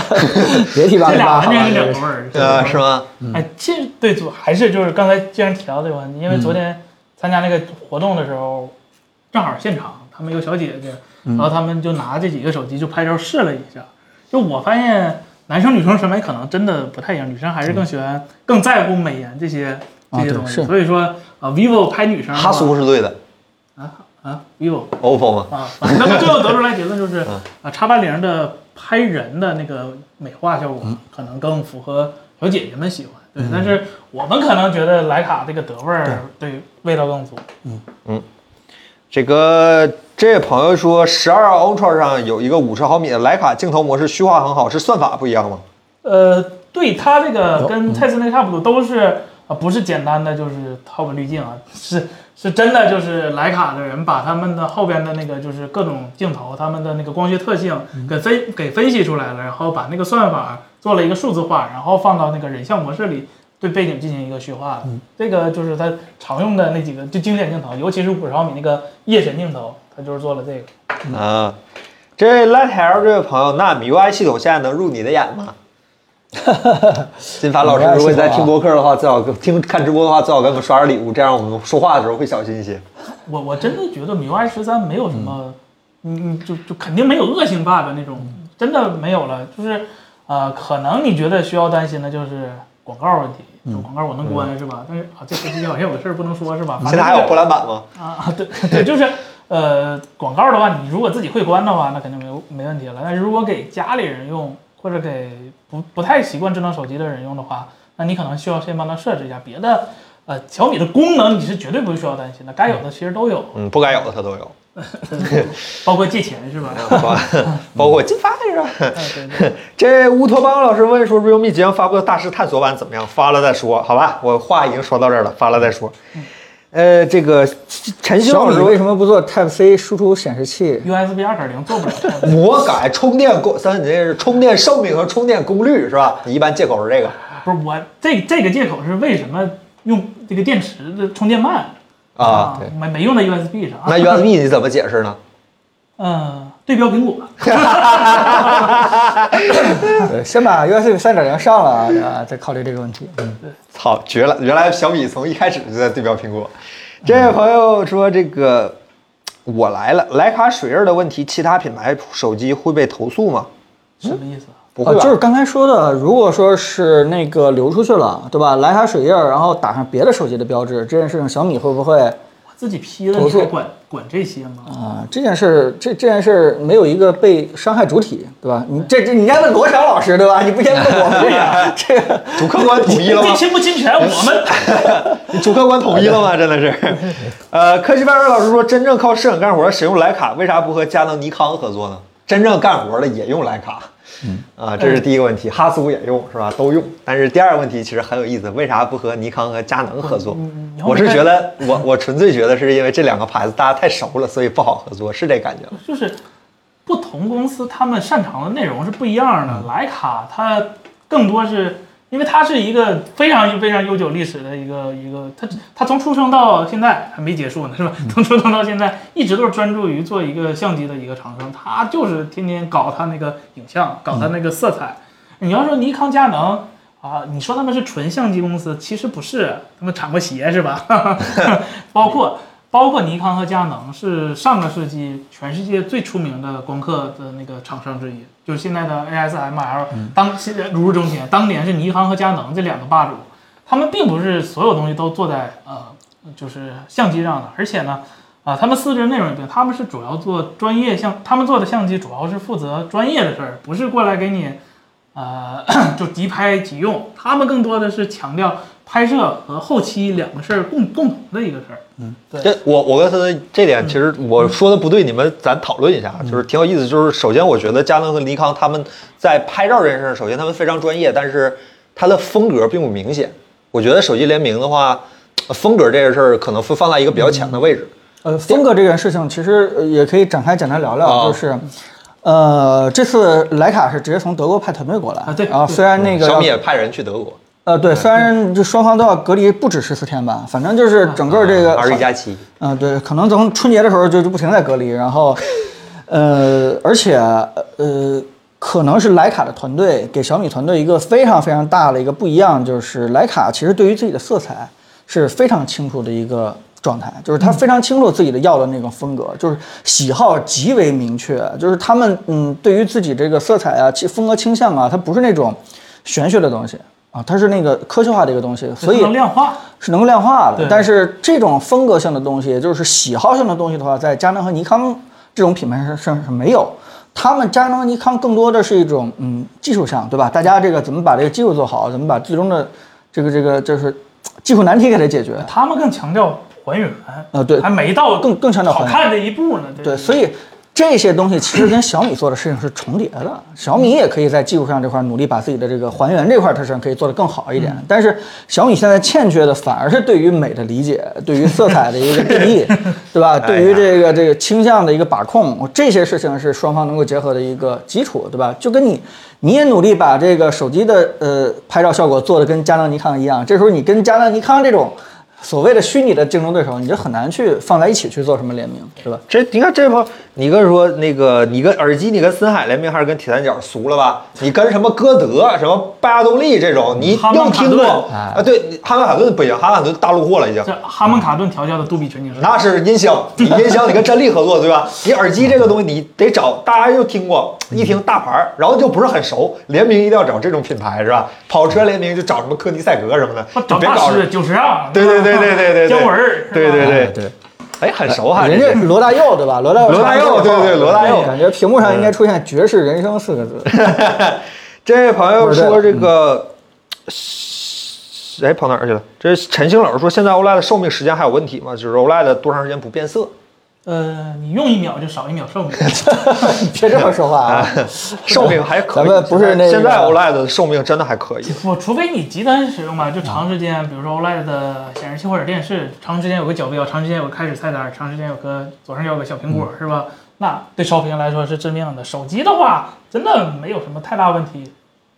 别提八这零八俩好完全吧是这两个头人，呃，是？吗？嗯哎，其实对，主还是就是刚才既然提到这个问题，因为嗯昨天参加那个活动的时候，正好现场他们有小姐姐，嗯然后他们就拿这几个手机就拍照试了一下，就我发现男生女生审美可能真的不太一样，女生还是更喜欢更在乎美颜这些这嗯啊些对东西，是所以说啊，vivo 拍女生的哈话苏是对的啊，vivo ，OPPO 吗？啊，反正最后得出来结论就是啊，叉八零的拍人的那个美化效果可能更符合小姐姐们喜欢，对，但是我们可能觉得徕卡这个德味儿对味道更足，这个这位朋友说，十二 Ultra 上有一个五十毫米的徕卡镜头模式，虚化很好，是算法不一样吗？呃，对它这个跟蔡司那个差不多，都是啊，不是简单的就是后边滤镜啊，是是真的就是徕卡的人把他们的后边的那个就是各种镜头，他们的那个光学特性给分给分析出来了，然后把那个算法做了一个数字化，然后放到那个人像模式里。对背景进行一个虚化，这个就是它常用的那几个就经典镜头，尤其是五十毫米那个夜神镜头，它就是做了这个。啊，这位 Light Hair 这位朋友，那 MIUI 系统现在能入你的眼吗？金凡老师，如果你在听播客的话，最好跟听看直播的话，最好给我们刷点礼物，这样我们说话的时候会小心一些。我我真的觉得 MIUI 十三没有什么，嗯，嗯就就肯定没有恶性 bug 那种，嗯真的没有了。就是呃，可能你觉得需要担心的就是广告问题，嗯广告我能关是吧？但是啊，这手机好像有事儿不能说是吧？现在还有波兰版吗？啊，对对，就是呃，广告的话，你如果自己会关的话，那肯定没有没问题了。但是如果给家里人用，或者给不不太习惯智能手机的人用的话，那你可能需要先帮他设置一下别的。呃，小米的功能你是绝对不需要担心的，该有的其实都有，嗯，不该有的它都有，包括借钱是吧？ 包包括金凡也是。哎对对， 这乌托邦老师问说，realme 即将发布的大师探索版怎么样？发了再说，好吧？我话已经说到这儿了，发了再说。呃，这个陈星小老米师为什么不做 Type C 输出显示器？ USB 二点零做不了，魔改充电功，三，你这是充电寿命和充电功率是吧？你一般借口是这个不是我这这个借口是为什么用这个电池的充电慢啊？对，没没用在 USB 上啊，那 USB 你怎么解释呢？嗯对标苹果，嗯对，呃先把 USB 三点零上了啊，啊再考虑这个问题。嗯，操，绝了！原来小米从一开始就在对标苹果。这位朋友说这个。我来了，徕卡水印的问题，其他品牌手机会被投诉吗？什么意思啊？不会吧？啊就是刚才说的，如果说是那个流出去了，对吧？徕卡水印儿，然后打上别的手机的标志，这件事情小米会不会啊、我自己 P 的，投你诉还管管这些吗？啊这件事儿，这这件事儿没有一个被伤害主体，对吧？你这这你应该问罗翔老师，对吧？你不先问我们这 个这个。主客观统一了吗哎这？侵不侵权？我 们你主客观统一了吗？真的是。呃，科技范儿老师说，真正靠摄影干活的使用徕卡，为啥不和佳能、尼康合作呢？真正干活的也用徕卡。啊，这是第一个问题，哈苏也用是吧？都用。但是第二个问题其实很有意思，为啥不和尼康和佳能合作？你要我是看觉得，我我纯粹觉得是因为这两个牌子大家太熟了，所以不好合作，是这感觉吗。就是不同公司他们擅长的内容是不一样的。徕卡它更多是因为它是一个非常非常悠久历史的一个一个，它它从出生到现在还没结束呢，是吧？ 从出生到现在一直都是专注于做一个相机的一个厂商，它就是天天搞它那个影像，搞它那个色彩。你要说尼康、佳能。啊，你说他们是纯相机公司，其实不是，他们产过鞋是吧？ 包括包括尼康和佳能是上个世纪全世界最出名的光刻的那个厂商之一，就是现在的 ASML，、当现在如日中天。当年是尼康和佳能这两个霸主，他们并不是所有东西都做在呃就是相机上的，而且呢。啊，他们四肢内容也不一样，他们是主要做专业相，他们做的相机主要是负责专业的事儿，不是过来给你，呃， 就即拍即用。他们更多的是强调拍摄和后期两个事儿共共同的一个事儿。这我我跟森森这点其实我说的不对，你们咱讨论一下，啊就是挺有意思。就是首先，我觉得佳能和尼康他们在拍照这件事，上，首先他们非常专业，但是它的风格并不明显。我觉得手机联名的话，呃风格这个事儿可能会放在一个比较强的位置。呃，风格这件事情其实呃也可以展开简单聊聊，啊就是。呃，这次徕卡是直接从德国派团队过来啊对然后对虽然那个小米也派人去德国，呃对，虽然就双方都要隔离不止十四天吧，反正就是整个这个嗯啊二十一加七，嗯，对，可能从春节的时候就就不停在隔离，然后，呃，而且呃，可能是徕卡的团队给小米团队一个非常非常大的一个不一样，就是徕卡其实对于自己的色彩是非常清楚的一个状态，就是他非常清楚自己的要的那种风格，就是喜好极为明确，就是他们嗯，对于自己这个色彩啊、其风格倾向啊，它不是那种玄学的东西。啊，它是那个科学化的一个东西，所以能量化。是能够量化的对。但是这种风格性的东西，也就是喜好性的东西的话，在佳能和尼康这种品牌上上是没有。他们佳能、尼康更多的是一种嗯技术上，对吧？大家这个怎么把这个技术做好，怎么把最终的这个这个就是技术难题给它解决。他们更强调还原，啊呃对还没到更更强调还好原看的一步呢。对，所以这些东西其实跟小米做的事情是重叠的。小米也可以在技术上这块努力把自己的这个还原这块，它是可以做得更好一点。但是小米现在欠缺的反而是对于美的理解，对于色彩的一个定 义，对吧？对于这个这个倾向的一个把控，这些事情是双方能够结合的一个基础，对吧？就跟你。你也努力把这个手机的呃拍照效果做得跟佳能、尼康一样，这时候你跟佳能、尼康这种所谓的虚拟的竞争对手，你就很难去放在一起去做什么联名，对吧？这你看这帮，你跟说那个，你跟耳机，你跟森海联名还是跟铁三角俗了吧？你跟什么歌德、什么拜亚动力这种，你哈又曼卡听顿过啊？对，你哈曼卡顿不行，哈曼卡顿大陆货了已经。这哈曼卡顿调教的杜比全景声，那是音箱，你音箱你跟真力合作对吧？你耳机这个东西你得找大家又听过，一听大牌儿，然后就不是很熟，联名一定要找这种品牌是吧？跑车联名就找什么柯尼塞格什么的，就找别大搞。师九十让，对对对对对对，对姜文儿，对对是吧对对，哎，很熟哈，人家罗大佑对吧？罗大佑，罗大佑对对罗大佑嗯感觉屏幕上应该出现“绝世人生”四个字。这位朋友不说是嗯这个，哎，跑哪儿去了？这陈星老师说，现在 OLED 的寿命时间还有问题吗？就是 OLED 多长时间不变色？呃，你用一秒就少一秒寿命，别这么说话啊！寿命还可以，咱们不是那个现在 OLED 的寿命真的还可以。我除非你极端使用吧，就长时间，比如说 OLED 的显示器或者电视，长时间有个角标，长时间有个开始菜单，长时间有个左上角有个小苹果，是吧？那对烧屏来说是致命的。手机的话，真的没有什么太大问题。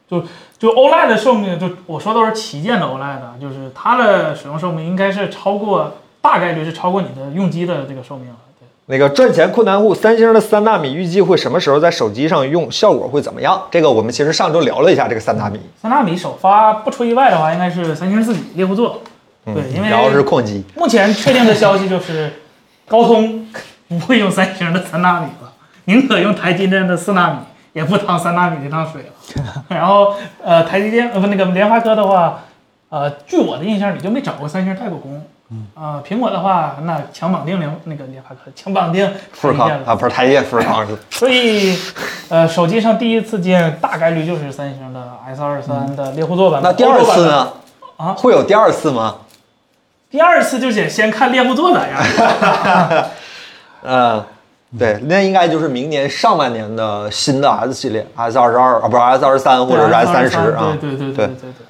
就就 OLED 的寿命，就我说都是旗舰的 OLED，就是啊它的使用寿命应该是超过，大概率是超过你的用机的这个寿命了。对，那个赚钱困难户，三星的三纳米预计会什么时候在手机上用？效果会怎么样？这个我们其实上周聊了一下这个三纳米，三纳米首发不出意外的话，应该是三星自己猎户座。对，因为然后嗯是矿机，目前确定的消息就是，高通不会用三星的三纳米了，宁可用台积电的四纳米，也不趟三纳米这趟水了。 然后，呃，台积电呃不那个联发科的话，呃，据我的印象里就没找过三星代过工。嗯，啊，苹果的话，那强绑定联那个联发科，强绑定富士台积康电啊，了。不是台积电，富士 康是。所以，呃，手机上第一次见大概率就是三星的 S 二三的猎户座版本。嗯那第二欧洲版次本？呢？啊会有第二次吗？第二次就得先看猎户座咋样。嗯，对，那应该就是明年上半年的新的 S 系列，S 二十二啊，不是 S 二十三或者是 S 三十啊。对对对对对对对。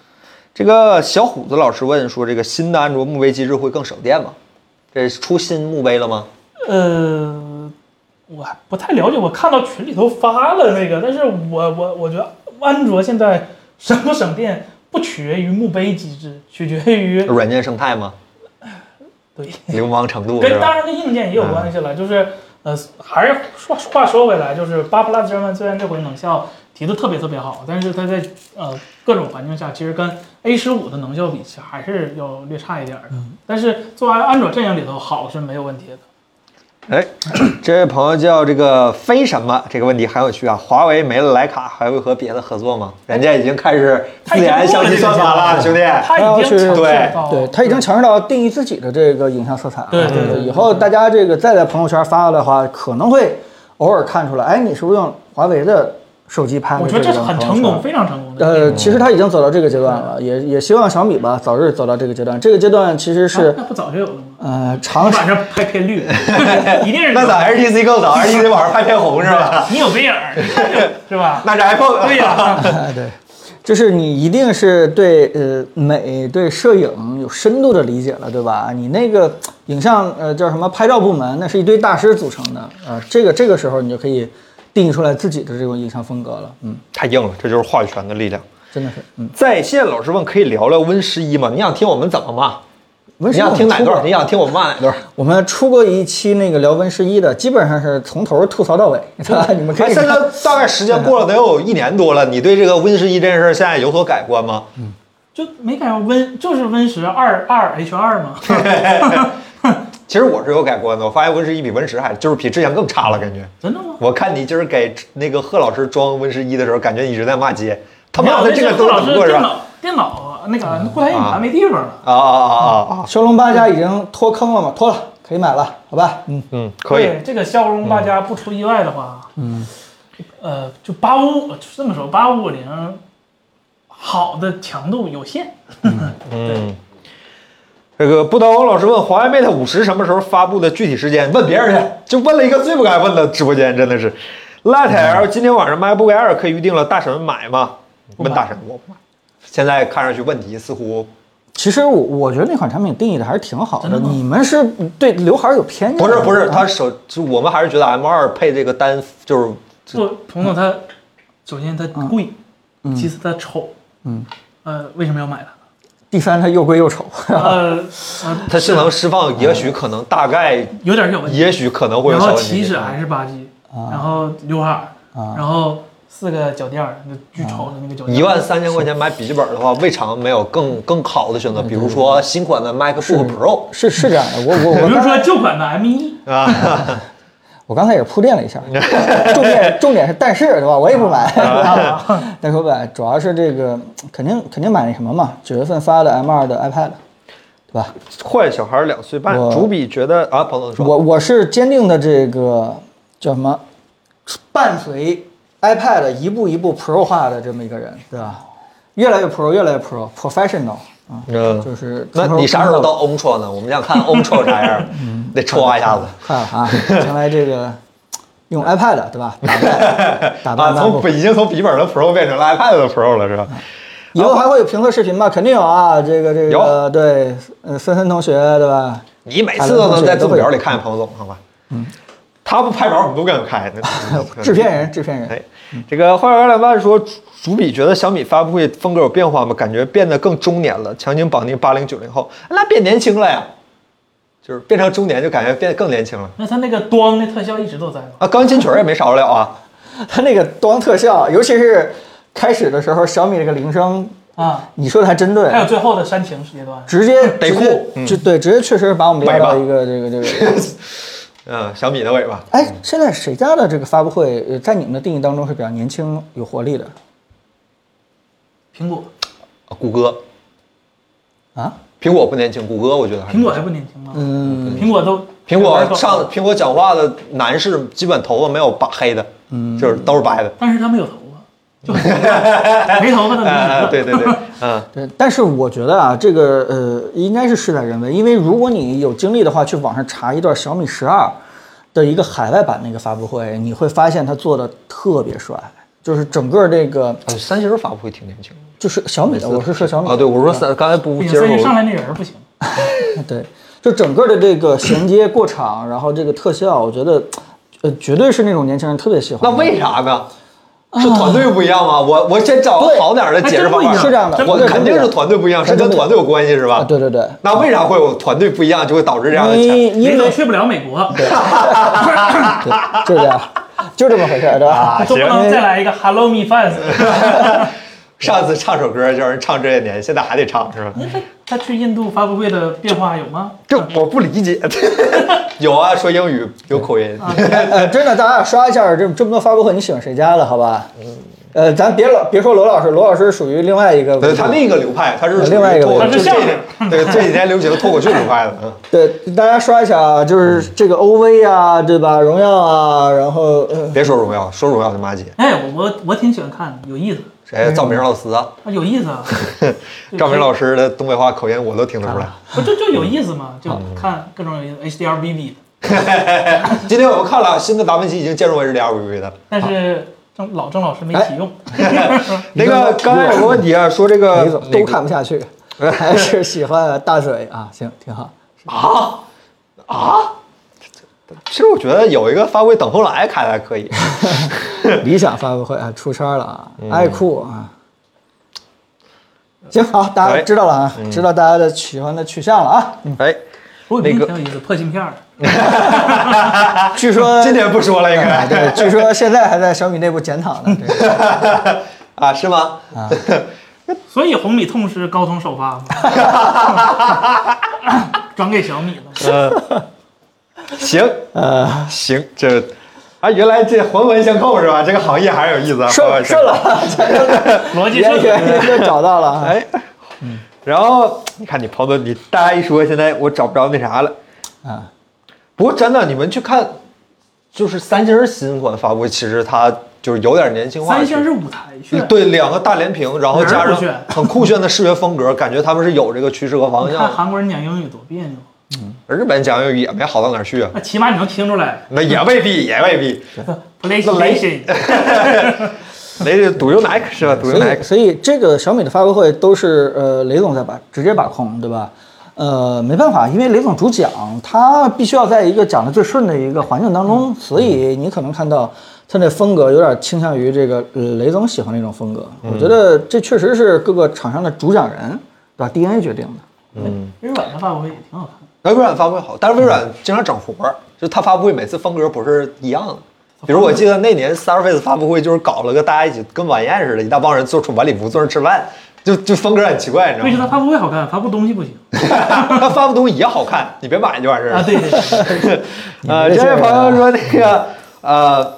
这个小虎子老师问说，这个新的安卓墓碑机制会更省电吗？这出新墓碑了吗？呃，我还不太了解，我看到群里头发了那个，但是我我我觉得安卓现在省不省电不取决于墓碑机制，取决于软件生态吗？对，流氓程度是跟当吧？然跟硬件也有关系了，就是呃，还是说话说回来，就是八 plus 这边虽然这回能效提的特别特别好，但是它在呃各种环境下，其实跟 A 十五的能效比，其实还是要略差一点儿的。但是作为安卓阵营里头，好是没有问题的。哎， 这位朋友叫这个非什么？这个问题很有趣啊。华为没了徕卡，还会和别的合作吗？人家已经开始自研相机算法了，兄弟。它已经强对势 到对他已经强势到定义自己的这个影像色彩了。对对对对以后大家这个再在朋友圈发的话，可能会偶尔看出来，哎，你是不是用华为的手机拍的？我觉得这是很成功，。非常成功嗯的。呃，其实他已经走到这个阶段了，也也希望小米吧早日走到这个阶段。这个阶段其实是啊那不早就有了吗？呃长晚上拍 片绿，一定是那咋 HTC 更早？HTC 网上拍片红是吧？你有背影儿，是吧？ 那是 iPhone。对呀，对，就是你一定是对呃美、对摄影有深度的理解了，对吧？你那个影像呃叫什么拍照部门，那是一堆大师组成的啊、呃这个这个时候你就可以定义出来自己的这种影像风格了，嗯， 太硬了，这就是话语权的力量。真的是，嗯，在线老师问，可以聊聊 Win 十一吗？你想听我们怎么骂？文你十一想听哪我们出段？过你想听我们骂哪段？我们出过一期那个聊文十一的，基本上是从头吐槽到尾，对吧？你们可 哎，以现看在大概时间过了得有一年多了，你对这个 Win 十一这件事儿现在有所改观吗？就没赶上 Win，就是 Win 十二二 H 二嘛。其实我是有改观的，我发现 Win 十一比 Win 十还就是比之前更差了，感觉。真的吗？我看你今儿给那个贺老师装 Win 十一的时候，感觉你一直在骂街，他妈的没有这个是都老能师过是电吧？脑电脑那个嗯固态硬盘没地方了。啊啊啊啊啊！骁龙八加已经脱坑了嘛，脱了，可以买了，好吧？嗯，嗯，可以。对这个骁龙八加不出意外的话，嗯，呃，就八五五，这么说，八五五零好的强度有限，嗯，这个不刀王老师问华为 Mate 五十什么时候发布的具体时间？问别人去，就问了一个最不该问的直播间，真的是。Light L 嗯今天晚上 MacBook Air 可以预定了，大神买吗？问大神，我不买。现在看上去问题似乎其实我我觉得那款产品定义的还是挺好真的，的吗你们是对刘海儿有偏见的。不是不是，啊他手就我们还是觉得 M 2配这个单就是不，彤嗯彤它首先它贵，其次它丑，嗯，呃，为什么要买它？第三，它又贵又丑。呃，呃它性能释嗯放，也许可能大概，有点小问题。也许可能会有然小后问题起。始还是八 G，然啊后刘海儿，然后四个脚垫儿，那巨丑的那个脚垫儿。一万三千块钱买笔记本的话，未尝没有更更好的选择，比如说新款的 MacBook Pro 嗯是是这样的，我我 我比如刚说才旧款的 M 一，啊。我刚才也是铺垫了一下，重点重点是但是对吧？我也不买，啊 但是我买主要是这个肯定肯定买那什么嘛，九月份发的 M 2的 iPad，对吧？坏小孩两岁半，我主笔觉得啊，彭总说，我我是坚定的这个叫什么，伴随 iPad 一步一步 Pro 化的这么一个人，对吧？越来越 Pro，越来越 Pro，professional 啊，嗯就是那你啥时候到 Ultra 呢？我们想看 Ultra 啥 样，嗯得戳一下子。快了啊？将来这个用 iPad 对吧？ 打败打败啊，从 MacBook，已经从笔记本的 Pro 变成了 iPad 的 Pro 了，是嗯吧？以后还会有评测视频吧？肯定有啊，这个这啊有个对，呃，森森同学对吧？。你每次都能在字母表里看见彭总，好吧？他不拍板，我们都跟着开呢 制片人，制片人，嗯 哎，这个花园两万说，主主笔觉得小米发布会风格有变化吗？感觉变得更中年了，强行绑定八零九零后，那变年轻了呀，就是变成中年就感觉变得更年轻了那它那个咣的特效一直都在吗？啊！钢筋曲儿也没少了啊。他那个光特效，尤其是开始的时候，小米这个铃声，啊，你说的还真对，还有最后的煽情时间段，直接得直接酷嗯就对，直接确实把我们拉尾巴到一个这个 这个。嗯，小米的尾巴，哎，现在谁家的这个发布会，呃在你们的定义当中是比较年轻、有活力的苹果，谷歌，啊？苹果不年轻，谷歌我觉得还是苹果还不年轻吗？嗯，苹果都苹果上苹果讲话的男士基本头发没有白黑的，嗯，就是都是 白的。但是他没有头发，就 没头发的哎，哎没对对对， 嗯，对。但是我觉得啊，这个呃，应该是事在人为，因为如果你有精力的话，去网上查一段小米十二的一个海外版那个发布会，你会发现它做的特别帅，就是整个这个哎三星发布会挺年轻的就是小米的，我是说小米啊。对，我说三，刚才不不行，接三星受上来那人儿不行，对，就整个的这个衔接过场，然后这个特效，我觉得，呃，绝对是那种年轻人特别喜欢的。那为啥呢？啊是团队不一样吗？我我先找个好点儿的解释方法。对还真不一样是这样的我真不一样肯定是团队不一样，是真跟不一样团队有关系是吧啊？对对对那为啥会有团队不一样，就会导致这样的因钱？因没准为去不了美国， 对，就这样，就这么回事儿，对吧？都不能再来一个 Hello Me Fans。上次唱首歌叫人唱这些年，现在还得唱是吧？ 他去印度发布会的变化有吗？这我不理解。 有啊，说英语有口音。呃，真的，大家刷一下这这么多发布会，你喜欢谁家的，好吧？呃，咱别老别说罗老师，罗老师属于另外一个维对度，他另一个流派，他是啊另外一个脱口流派就这一点对这几天流行脱口秀流派的，嗯，对大家刷一下啊，就是这个 OV 啊，对吧？荣耀啊，然后呃，别说荣耀，说荣耀他妈姐，哎，我我我挺喜欢看的，有意思，谁？赵明老师啊，啊，有意思 啊，嗯赵明老师的东北话口音我都听得出来。啊不就就有意思嗯嘛，就看各种有意思，HDR VV 的。今天我们看了新的达芬奇已经进入 HDR VV 的，但是郑老郑老师没哎启用， 那个刚才有个问题啊，说这个雷总那个都看不 下去，还是喜欢大水啊，行，挺好。其实我觉得有一个发挥等风来开的还可 以，理想发布会啊，出圈了啊，嗯爱酷啊。行好，大哎家知道了啊，知道大家的喜欢的取向了啊。嗯哎，我有那挺个有意思，破芯片儿，据说今天不说了应哎该 对，据说现在还在小米内部检讨呢。这个 啊，是吗？所以红米痛失高通首发嘛， 转给小米了嘛。呃行，呃，行，这啊，原来这环环相扣是吧？这个行业还是有意思啊，环环顺顺相扣。了，逻辑 原是，原因就找到了啊。哎，然后你看你朋友，你大家一说，现在我找不着那啥了啊。不过真的，你们去看，就是三星儿新款发布，其实它就是有点年轻化三的星趋是势。舞台炫，对，两个大连屏，然后加哪儿上不炫很酷炫的视觉风格，感觉他们是有这个趋势和方你向看的。韩国人讲英语多别扭，而日本讲英语也没好到哪儿去啊，那起码你能听出来那也未必，也未必。 PlayStation 雷这赌用 Nike 是吧？赌所用 Nike 以，。所以这个小米的发布会都是呃雷总在把直接把控，对吧？呃，没办法，因为雷总主讲，他必须要在一个讲的最顺的一个环境当中，所以你可能看到他那风格有点倾向于这个呃雷总喜欢的一种风格。我觉得这确实是各个厂商的主讲人对吧 DNA 决定的。微软的发布会也挺好看的。那微软发布会好，但是微软经常整活儿，就它发布会每次风格不是一样的。比如我记得那年 Surface 发布会就是搞了个大家一起跟晚宴似的，一大帮人坐出晚礼服坐那儿吃饭，就就风格很奇怪，你为知道吗？什么发布会好看，发布东西不行 他发布东西也好看，你别买就完事儿了。啊？对 对对，呃，这位朋啊友说那个呃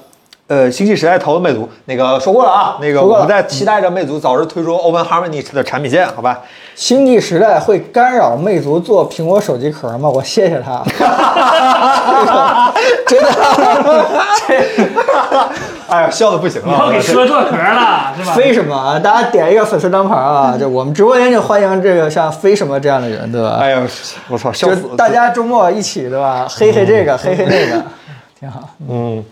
呃，星际时代投的魅族，那个说过了啊，那个说过我了嗯们在期待着魅族早日推出 Open Harmony 的产品线，好吧？星际时代会干扰魅族做苹果手机壳吗？我谢谢他，真的。哎呀，笑的不行以后了给，车做壳哦了是吧？非什么啊？大家点一个粉丝灯牌啊！就我们直播间就欢迎这个像非什么这样的人，对吧？哎呀，我操，笑就死了！大家周末一起，对吧？黑黑这个，黑黑那个，挺好。嗯，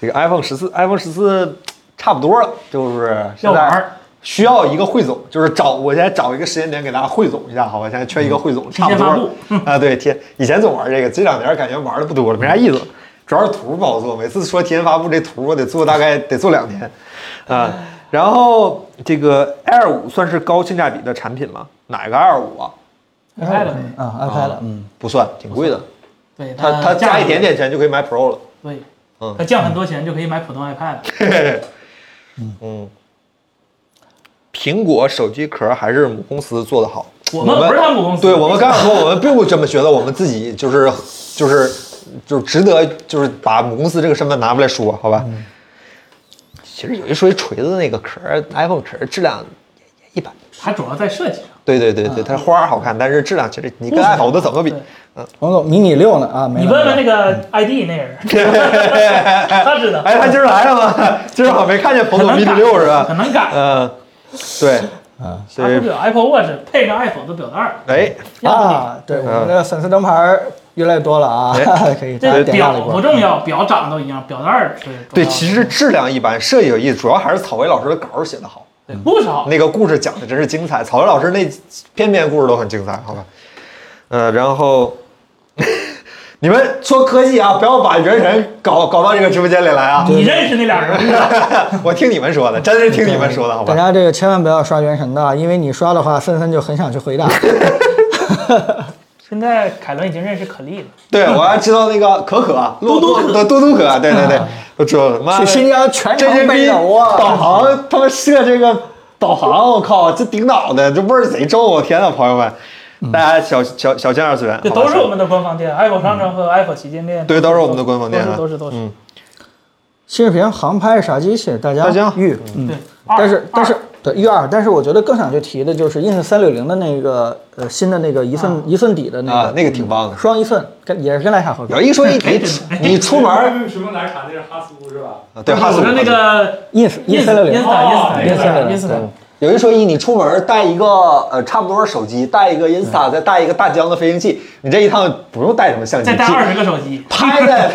这个 iPhone 十四，iPhone 十四差不多了，就是现要玩在儿需要一个汇总，就是找我现在找一个时间点给大家汇总一下，好吧？现在缺一个汇总，差不多了啊。对，天，以前总玩这个，这两年感觉玩的不多了，没啥意思了。主要是图不好做，每次说提前发布这图，我得做大概得做两天，啊。然后这个 Air 五算是高性价比的产品吗？哪个 Air 五啊？拍了呗，啊，安排了，嗯，不算，挺贵的。对它它加一点，点钱就可以买 Pro 了。对嗯，它降很多钱就可以买普通 iPad，嗯，苹果手机壳还是母公司做的好。我们不是他母公司对我们刚想说，我们并不这么觉得，我们自己就是就是就是值得就是把母公司这个身份拿出来说，好吧？嗯其实有一说一，锤子那个壳儿，iPhone 壳儿质量也也一般。它主要在设计上。对对嗯对对，它花儿好看，但是质量其实你跟 iPhone 的怎么比？王总，迷你六呢？啊，嗯没你了问没问了那个 ID 那 人，他知道，哎，他今儿来了吗？ 今儿好像没看见彭可总能 mini 改六是吧可？能改，嗯，对，他所出以表 Apple Watch 配上 iPhone 的表带儿，哎，啊，对，我们的粉丝灯牌越来越多了啊，可以大家这点亮表了一不波。重要，表长得都一样，表带儿是重要的对，其实质量一般，设计有意思，主要还是草薇老师的稿儿写得好。对故事好，那个故事讲的真是精彩，草薇老师那篇篇故事都很精彩，好吧？呃，然后 你们说科技啊，不要把元神搞搞到这个直播间里来啊！你认识那俩人吗？ 我听你们说的，真是听你们说的，好大吧？家这个千万不要刷原神的，因为你刷的话，森森就很想去回答。现在凯伦已经认识可丽了，对，我还知道那个可可，嘟嘟可，啊嘟嘟可，对对对，我知道了。妈去的，新疆全这程些背逼的，导哇，航，他们设这个导航，我靠，这顶脑袋，这味儿贼重！我天呐，朋友们，大家小小小心二次 元，这好吧都是我们的官方店，Apple 商城和 Apple 旗舰店，对都是我们的官方店啊都是都是都嗯是。新视频航拍啥机器？大大家家预，嗯。对，但二是但是二对 U 二，但是我觉得更想去提的就是 ins 三六零的那个呃新的那个一寸、一寸底的那个、啊，那个挺棒的。双一寸，跟也是跟徕卡合有作一说一，你你出门儿啊什么奶茶那是哈苏是吧？对哈我斯说那个 ins ins 三六零，哦 Insta Insta 对 Insta 有一说一，你出门带一个呃差不多手机，带一个 Insta，再 带一个大疆的飞行器，你这一趟不用带什么相机，再带嗯其二十个手机，拍的。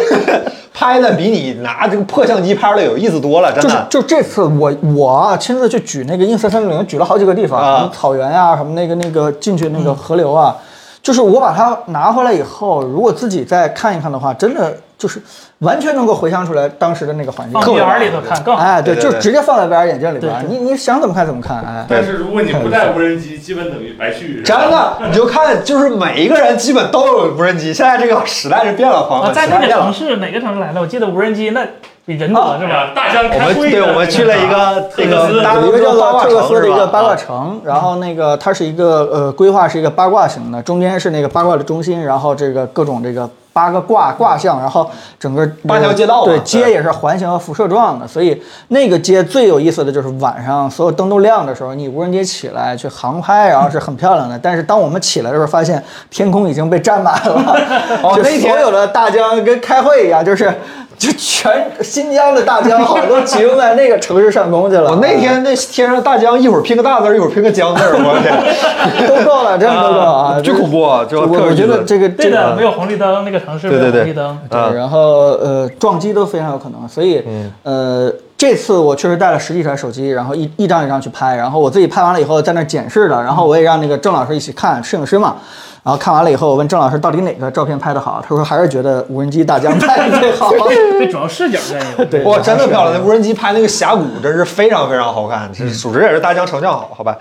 拍的比你拿这个破相机拍出来有意思多了，真就是的。就这次我我啊亲自去举那个 ins 三六零，举了好几个地方，啊什么草原呀、什么那个那个进去那个河流啊，就是我把它拿回来以后，如果自己再看一看的话，真的就是完全能够回想出来当时的那个环境。放眼儿里头看更好。哎，对，对对就是对直接放在 VR 眼镜里边儿，对你你想怎么看怎么看，哎。对但是如果你不带无人机，基本等于白去。真的，你就看，就是每一个人基本都有无人机。现在这个时代是变了，朋友啊，们，在时那代个变了城市哪个城市来的？我记得无人机那比人哦多是哎是吧？吧？大象我开们会对，呢我们去了一个特那克斯个大有一个叫八做卦特城克斯的是一个吧？啊八卦城，然后那个它是一个呃规划是一个八卦形的，中间是那个八卦的中心，然后这个各种这个八个卦卦象，然后整个八条街道嘛对对街也是环形和辐射状的，所以那个街最有意思的就是晚上所有灯都亮的时候，你无人机起来去航拍，然后是很漂亮的。但是当我们起来的时候，发现天空已经被占满了，哦就那天所有的大疆跟开会一样，就是。就全新疆的大疆好多集中在那个城市上空去了。我那天那天上大疆，一会儿拼个大字儿，一会儿拼个江字儿，我天，都够了，真的都 够啊！巨恐怖啊，就我特有我意觉思得这个对这的，个没有红绿灯，那个城市没对对有红对绿灯。，啊嗯对，然后呃撞击都非常有可能，所以呃这次我确实带了十几台手机，然后一一张一张去拍，然后我自己拍完了以后在那儿检视的，然后我也让那个郑老师一起看摄影师嘛。然后看完了以后，我问郑老师到底哪个照片拍的好，他说还是觉得无人机大疆拍的最好。 这主要视角原因。对，哇，真的漂亮！那无人机拍那个峡谷真是非常非常好看，嗯这属实也是大疆成像好，好吧？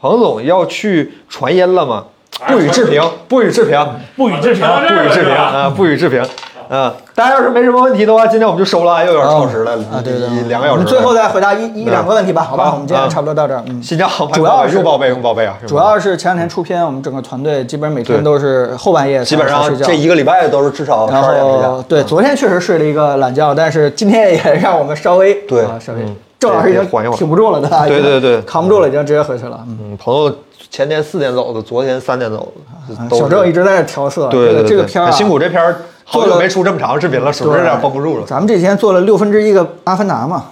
彭总要去传音了吗？哎不予置评，不予置评，不予置评。啊不予置评啊，嗯不予置评。啊，大家要是没什么问题的话，今天我们就收了，又有点超时了，啊，对对，对两个小时啊我们了。最后再回答一一嗯两个问题吧，好吧？好我们今天差不多到这儿，嗯。新疆航拍主要是又报备，又报备啊，主要是前两天出片，我们整个团队基本每天对都是后半夜才基本才睡上觉这一个礼拜都是至哦少十然二点睡后觉。嗯对，昨天确实睡了一个懒觉，但是今天也让我们稍微对啊稍微嗯。郑老师已得缓一经缓挺不住了，对吧？对对对扛不住了，已经直接回去了。嗯，嗯，朋友前天四点走的，昨天三点走的，都啊小郑一是直在这调色，对这对个对这个对哎片儿啊辛苦，这片儿好做久了没出这么长视频了，属实有点绷不住了。咱们这几天做了六分之一个《阿凡达》 嘛，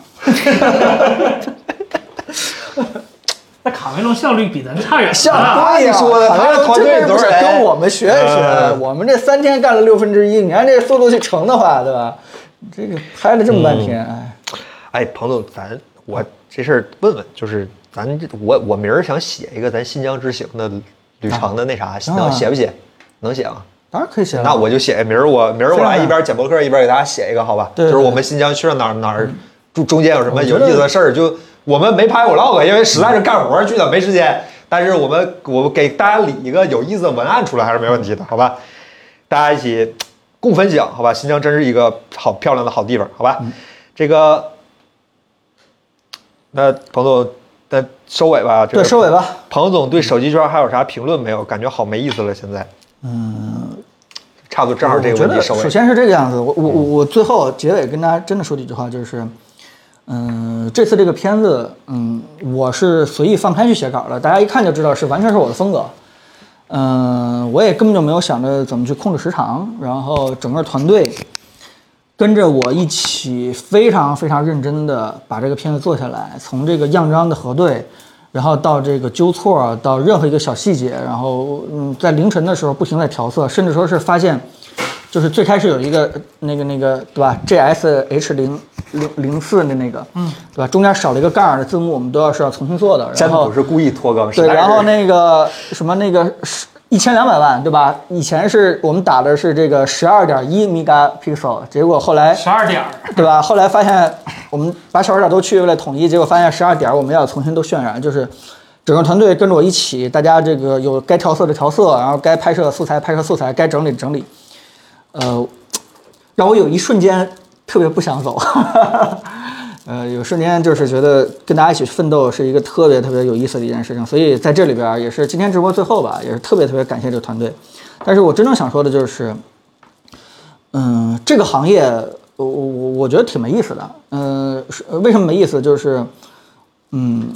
那卡梅隆效率比咱差远像了。啊他你说的好像他的团队真的不是多少人跟我们学一学嗯，我们这三天干了六分之一，你按这速度去乘的话，对吧？这个拍了这么半天，哎，哎，彭总，咱我这事儿问问，就是咱这我我明儿想写一个咱新疆之行的啊旅程的那啥，能写不写？能写吗？当然可以写了。那我就写，明儿我明儿我嗯是啊来一边剪播客一边给大家写一个，好吧？对对就是我们新疆去了哪儿哪儿，中中间有什么我觉有得意思的事儿，就我们没拍 vlog，因为实在是干活儿去了没时间。但是我们我们给大家理一个有意思的文案出来还是没问题的，好吧？大家一起共分享，好吧？新疆真是一个好漂亮的好地方，好吧？嗯这个，那彭总，那收尾吧，这对个收尾吧。彭总对手机圈还有啥评论没有？感觉好没意思了，现在。嗯，差不多，正好这个我觉问题得收尾首。先是这个样子，我我我我最后结尾跟大家真的说几句话，就是，嗯，这次这个片子，嗯，我是随意放开去写稿了，大家一看就知道是完全是我的风格。嗯，我也根本就没有想着怎么去控制时长，然后整个团队跟着我一起非常非常认真的把这个片子做下来，从这个样张的核对，然后到这个纠错，到任何一个小细节，然后嗯，在凌晨的时候不停地在调色，甚至说是发现，就是最开始有一个呃那个那个对吧，GSH 零零零四的那个，嗯，对吧？中间少了一个杠儿的字幕，我们都要是要重新做的，嗯真然后不是故意拖更，对，实在是然后那个什么那个一千两百万，对吧？以前是我们打的是这个十二点一 megapixel，结果后来十二点儿， 对吧？后来发现我们把小数点都去为了统一，结果发现十二点我们要重新都渲染，就是整个团队跟着我一起，大家这个有该调色的调色，然后该拍摄素材拍摄素材，该整理整理，呃，让我有一瞬间特别不想走， 呃，有瞬间就是觉得跟大家一起奋斗是一个特别特别有意思的一件事情，所以在这里边儿也是今天直播最后吧，也是特别特别感谢这个团队，但是我真正想说的就是。嗯，这个行业，我我我觉得挺没意思的。嗯，是呃为什么没意思？就是，嗯，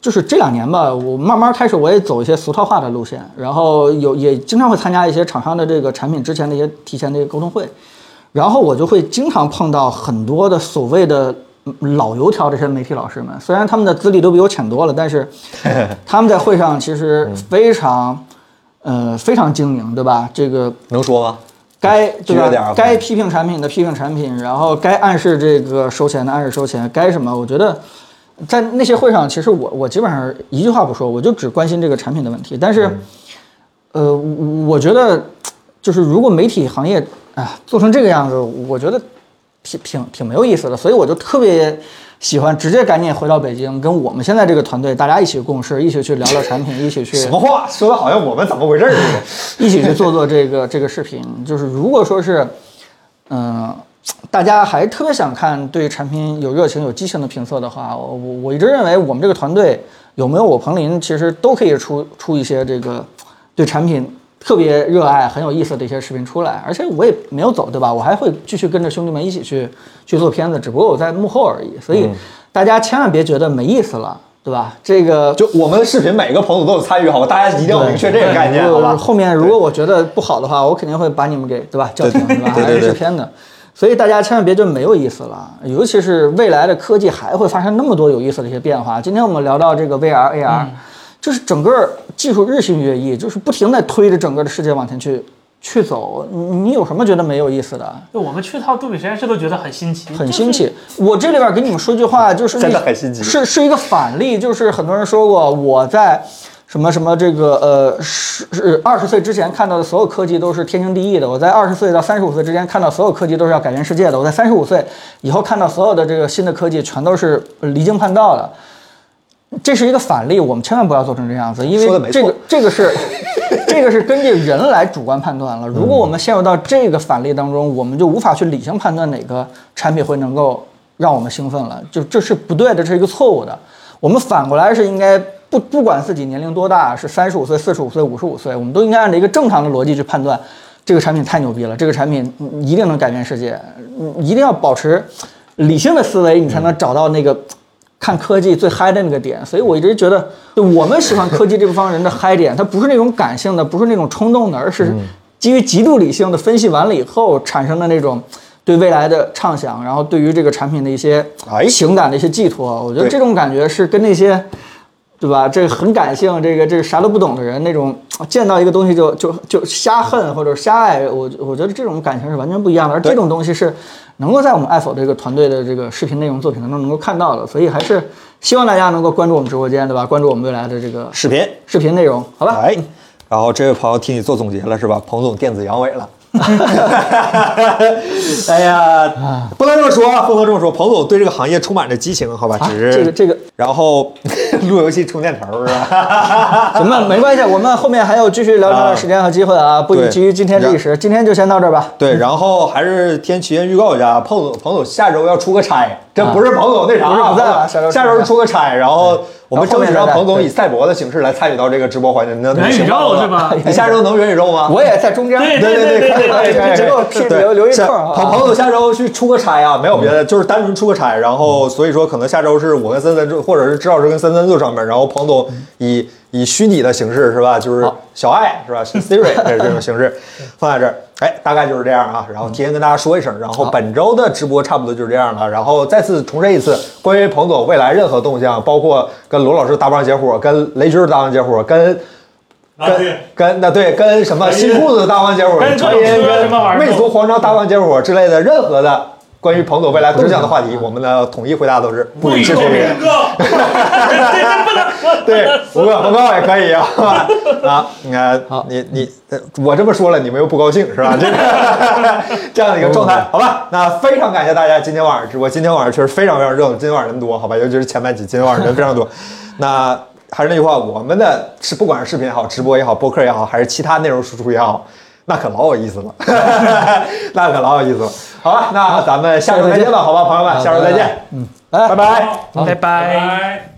就是这两年吧，我慢慢开始我也走一些俗套化的路线，然后有也经常会参加一些厂商的这个产品之前的一些提前的一个沟通会，然后我就会经常碰到很多的所谓的嗯老油条这些媒体老师们，虽然他们的资历都比我浅多了，但是他们在会上其实非常，呃，非常精明，对吧？这个能说吗？该对撅点吧儿？该批评产品的批评产品，然后该暗示这个收钱的暗示收钱，该什么？我觉得在那些会上，其实我我基本上一句话不说，我就只关心这个产品的问题。但是，嗯呃，我我觉得就是如果媒体行业啊做成这个样子，我觉得挺挺挺没有意思的。所以我就特别喜欢直接赶紧回到北京，跟我们现在这个团队大家一起共事，一起去聊聊产品，一起去什么话说的好像我们怎么回事儿似的。一起去做做这个这个视频。就是如果说是，嗯、大家还特别想看对产品有热情、有激情的评测的话，我我我一直认为我们这个团队有没有我彭林，其实都可以出出一些这个对产品特别热爱、很有意思的一些视频出来。而且我也没有走，对吧？我还会继续跟着兄弟们一起去去做片子，只不过我在幕后而已。所以大家千万别觉得没意思了，对吧？这个 就我们的视频，每个朋友都有参与，好吧？大家一定要明确这个概念，对好吧？后面如果我觉得不好的话，我肯定会把你们给对吧叫停，对吧？对对还是对制片的。所以大家千万别就没有意思了，尤其是未来的科技还会发生那么多有意思的一些变化。今天我们聊到这个 VR、AR，、就是整个技术日新月异，就是不停在推着整个的世界往前去去走。你你有什么觉得没有意思的？就我们去趟杜比实验室都觉得很新奇，很新奇。我这里边给你们说句话，就是真的那很新奇是是一个反例，就是很多人说过我在。什么什么这个呃十是二十岁之前看到的所有科技都是天经地义的，我在二十岁到三十五岁之间看到所有科技都是要改变世界的，我在三十五岁以后看到所有的这个新的科技全都是离经叛道的，这是一个反例，我们千万不要做成这样子，因说得没为错这个这个是 这个是根据人来主观判断了。如果我们陷入到这个反例当中，我们就无法去理性判断哪个产品会能够让我们兴奋了，就这是不对的，这是一个错误的。我们反过来是应该不不管自己年龄多大，是三十五岁、四十五岁、五十五岁，我们都应该按照一个正常的逻辑去判断。这个产品太牛逼了，这个产品嗯一定能改变世界，嗯一定要保持理性的思维，你才能找到那个看科技最嗨的那个点，所以我一直觉得，就我们喜欢科技这方人的嗨点，它不是那种感性的，不是那种冲动的，而是基于极度理性的分析完了以后产生的那种对未来的畅想，然后对于这个产品的一些哎情感的一些寄托。我觉得对这种感觉是跟那些。对吧？这个很感性，这个这个啥都不懂的人，那种呃见到一个东西就就就瞎恨或者瞎爱，我我觉得这种感情是完全不一样的。而对这种东西是能够在我们爱否这个团队的这个视频内容作品当中能够看到的，所以还是希望大家能够关注我们直播间，对吧？关注我们未来的这个视频，视频内容，好吧？哎，然后这位朋友替你做总结了是吧？彭总电子阳痿了。 哎呀，不能这么说，啊不能这么说。彭总对这个行业充满着激情，好吧？啊，只是、这个这个然后 路由器充电头是吧？什么没关系，我们后面还有继续聊天啊的时间和机会啊，不对以急于今天这一时，今天就先到这儿吧。对，然后还是先提前预告一下，彭总，彭总下周要出个差，这不是彭总那啥不是啊，不在了彭下周总下出周出个差，然后我们然后后争面取让再彭总对以赛博的形式来参与到这个直播环节，能元宇宙是吧？你下周能元宇宙吗？我也在中间，对对对对可以对可以对可以，这个可以这个对留留一下空啊朋朋友下周去出个差啊，没有别的，就是单纯出个差，然后所以说可能下周是我跟森森就，或者是支老师跟森森坐上面，然后彭总以以虚拟的形式是吧，就是小爱是吧是，Siri 这这种形式放在这儿，哎，大概就是这样啊，然后提前跟大家说一声，然后本周的直播差不多就是这样了，然后再次重申一次，关于彭总未来任何动向，包括跟罗老师搭帮结伙，跟雷军搭帮结伙，跟。啊跟对跟那对跟什么新裤子大王结伙，跟传跟言车什么玩跟意儿魅族皇朝大王结伙之类的任何的关于彭嗯总未来动向的话题，我们的统一回答都是不予置评。哥，这不能 说，对，不告不告也可以啊， 好吧啊，你看，你你呃我这么说了，你们又不高兴是吧？这个这样的一个状态，好吧？那非常感谢大家今天晚上直播，今天晚上确实非常非常热闹，今天晚上人多，好吧？尤其是前半集，今天晚上人非常多。 那还是那句话，我们的是不管是视频也好，直播也好，播客也好，还是其他内容输出也好。那可老有意思了， 那可老有意思了。好吧，那咱们下周再见吧，好吧，朋友们，下周再见，嗯，拜拜。拜拜。拜。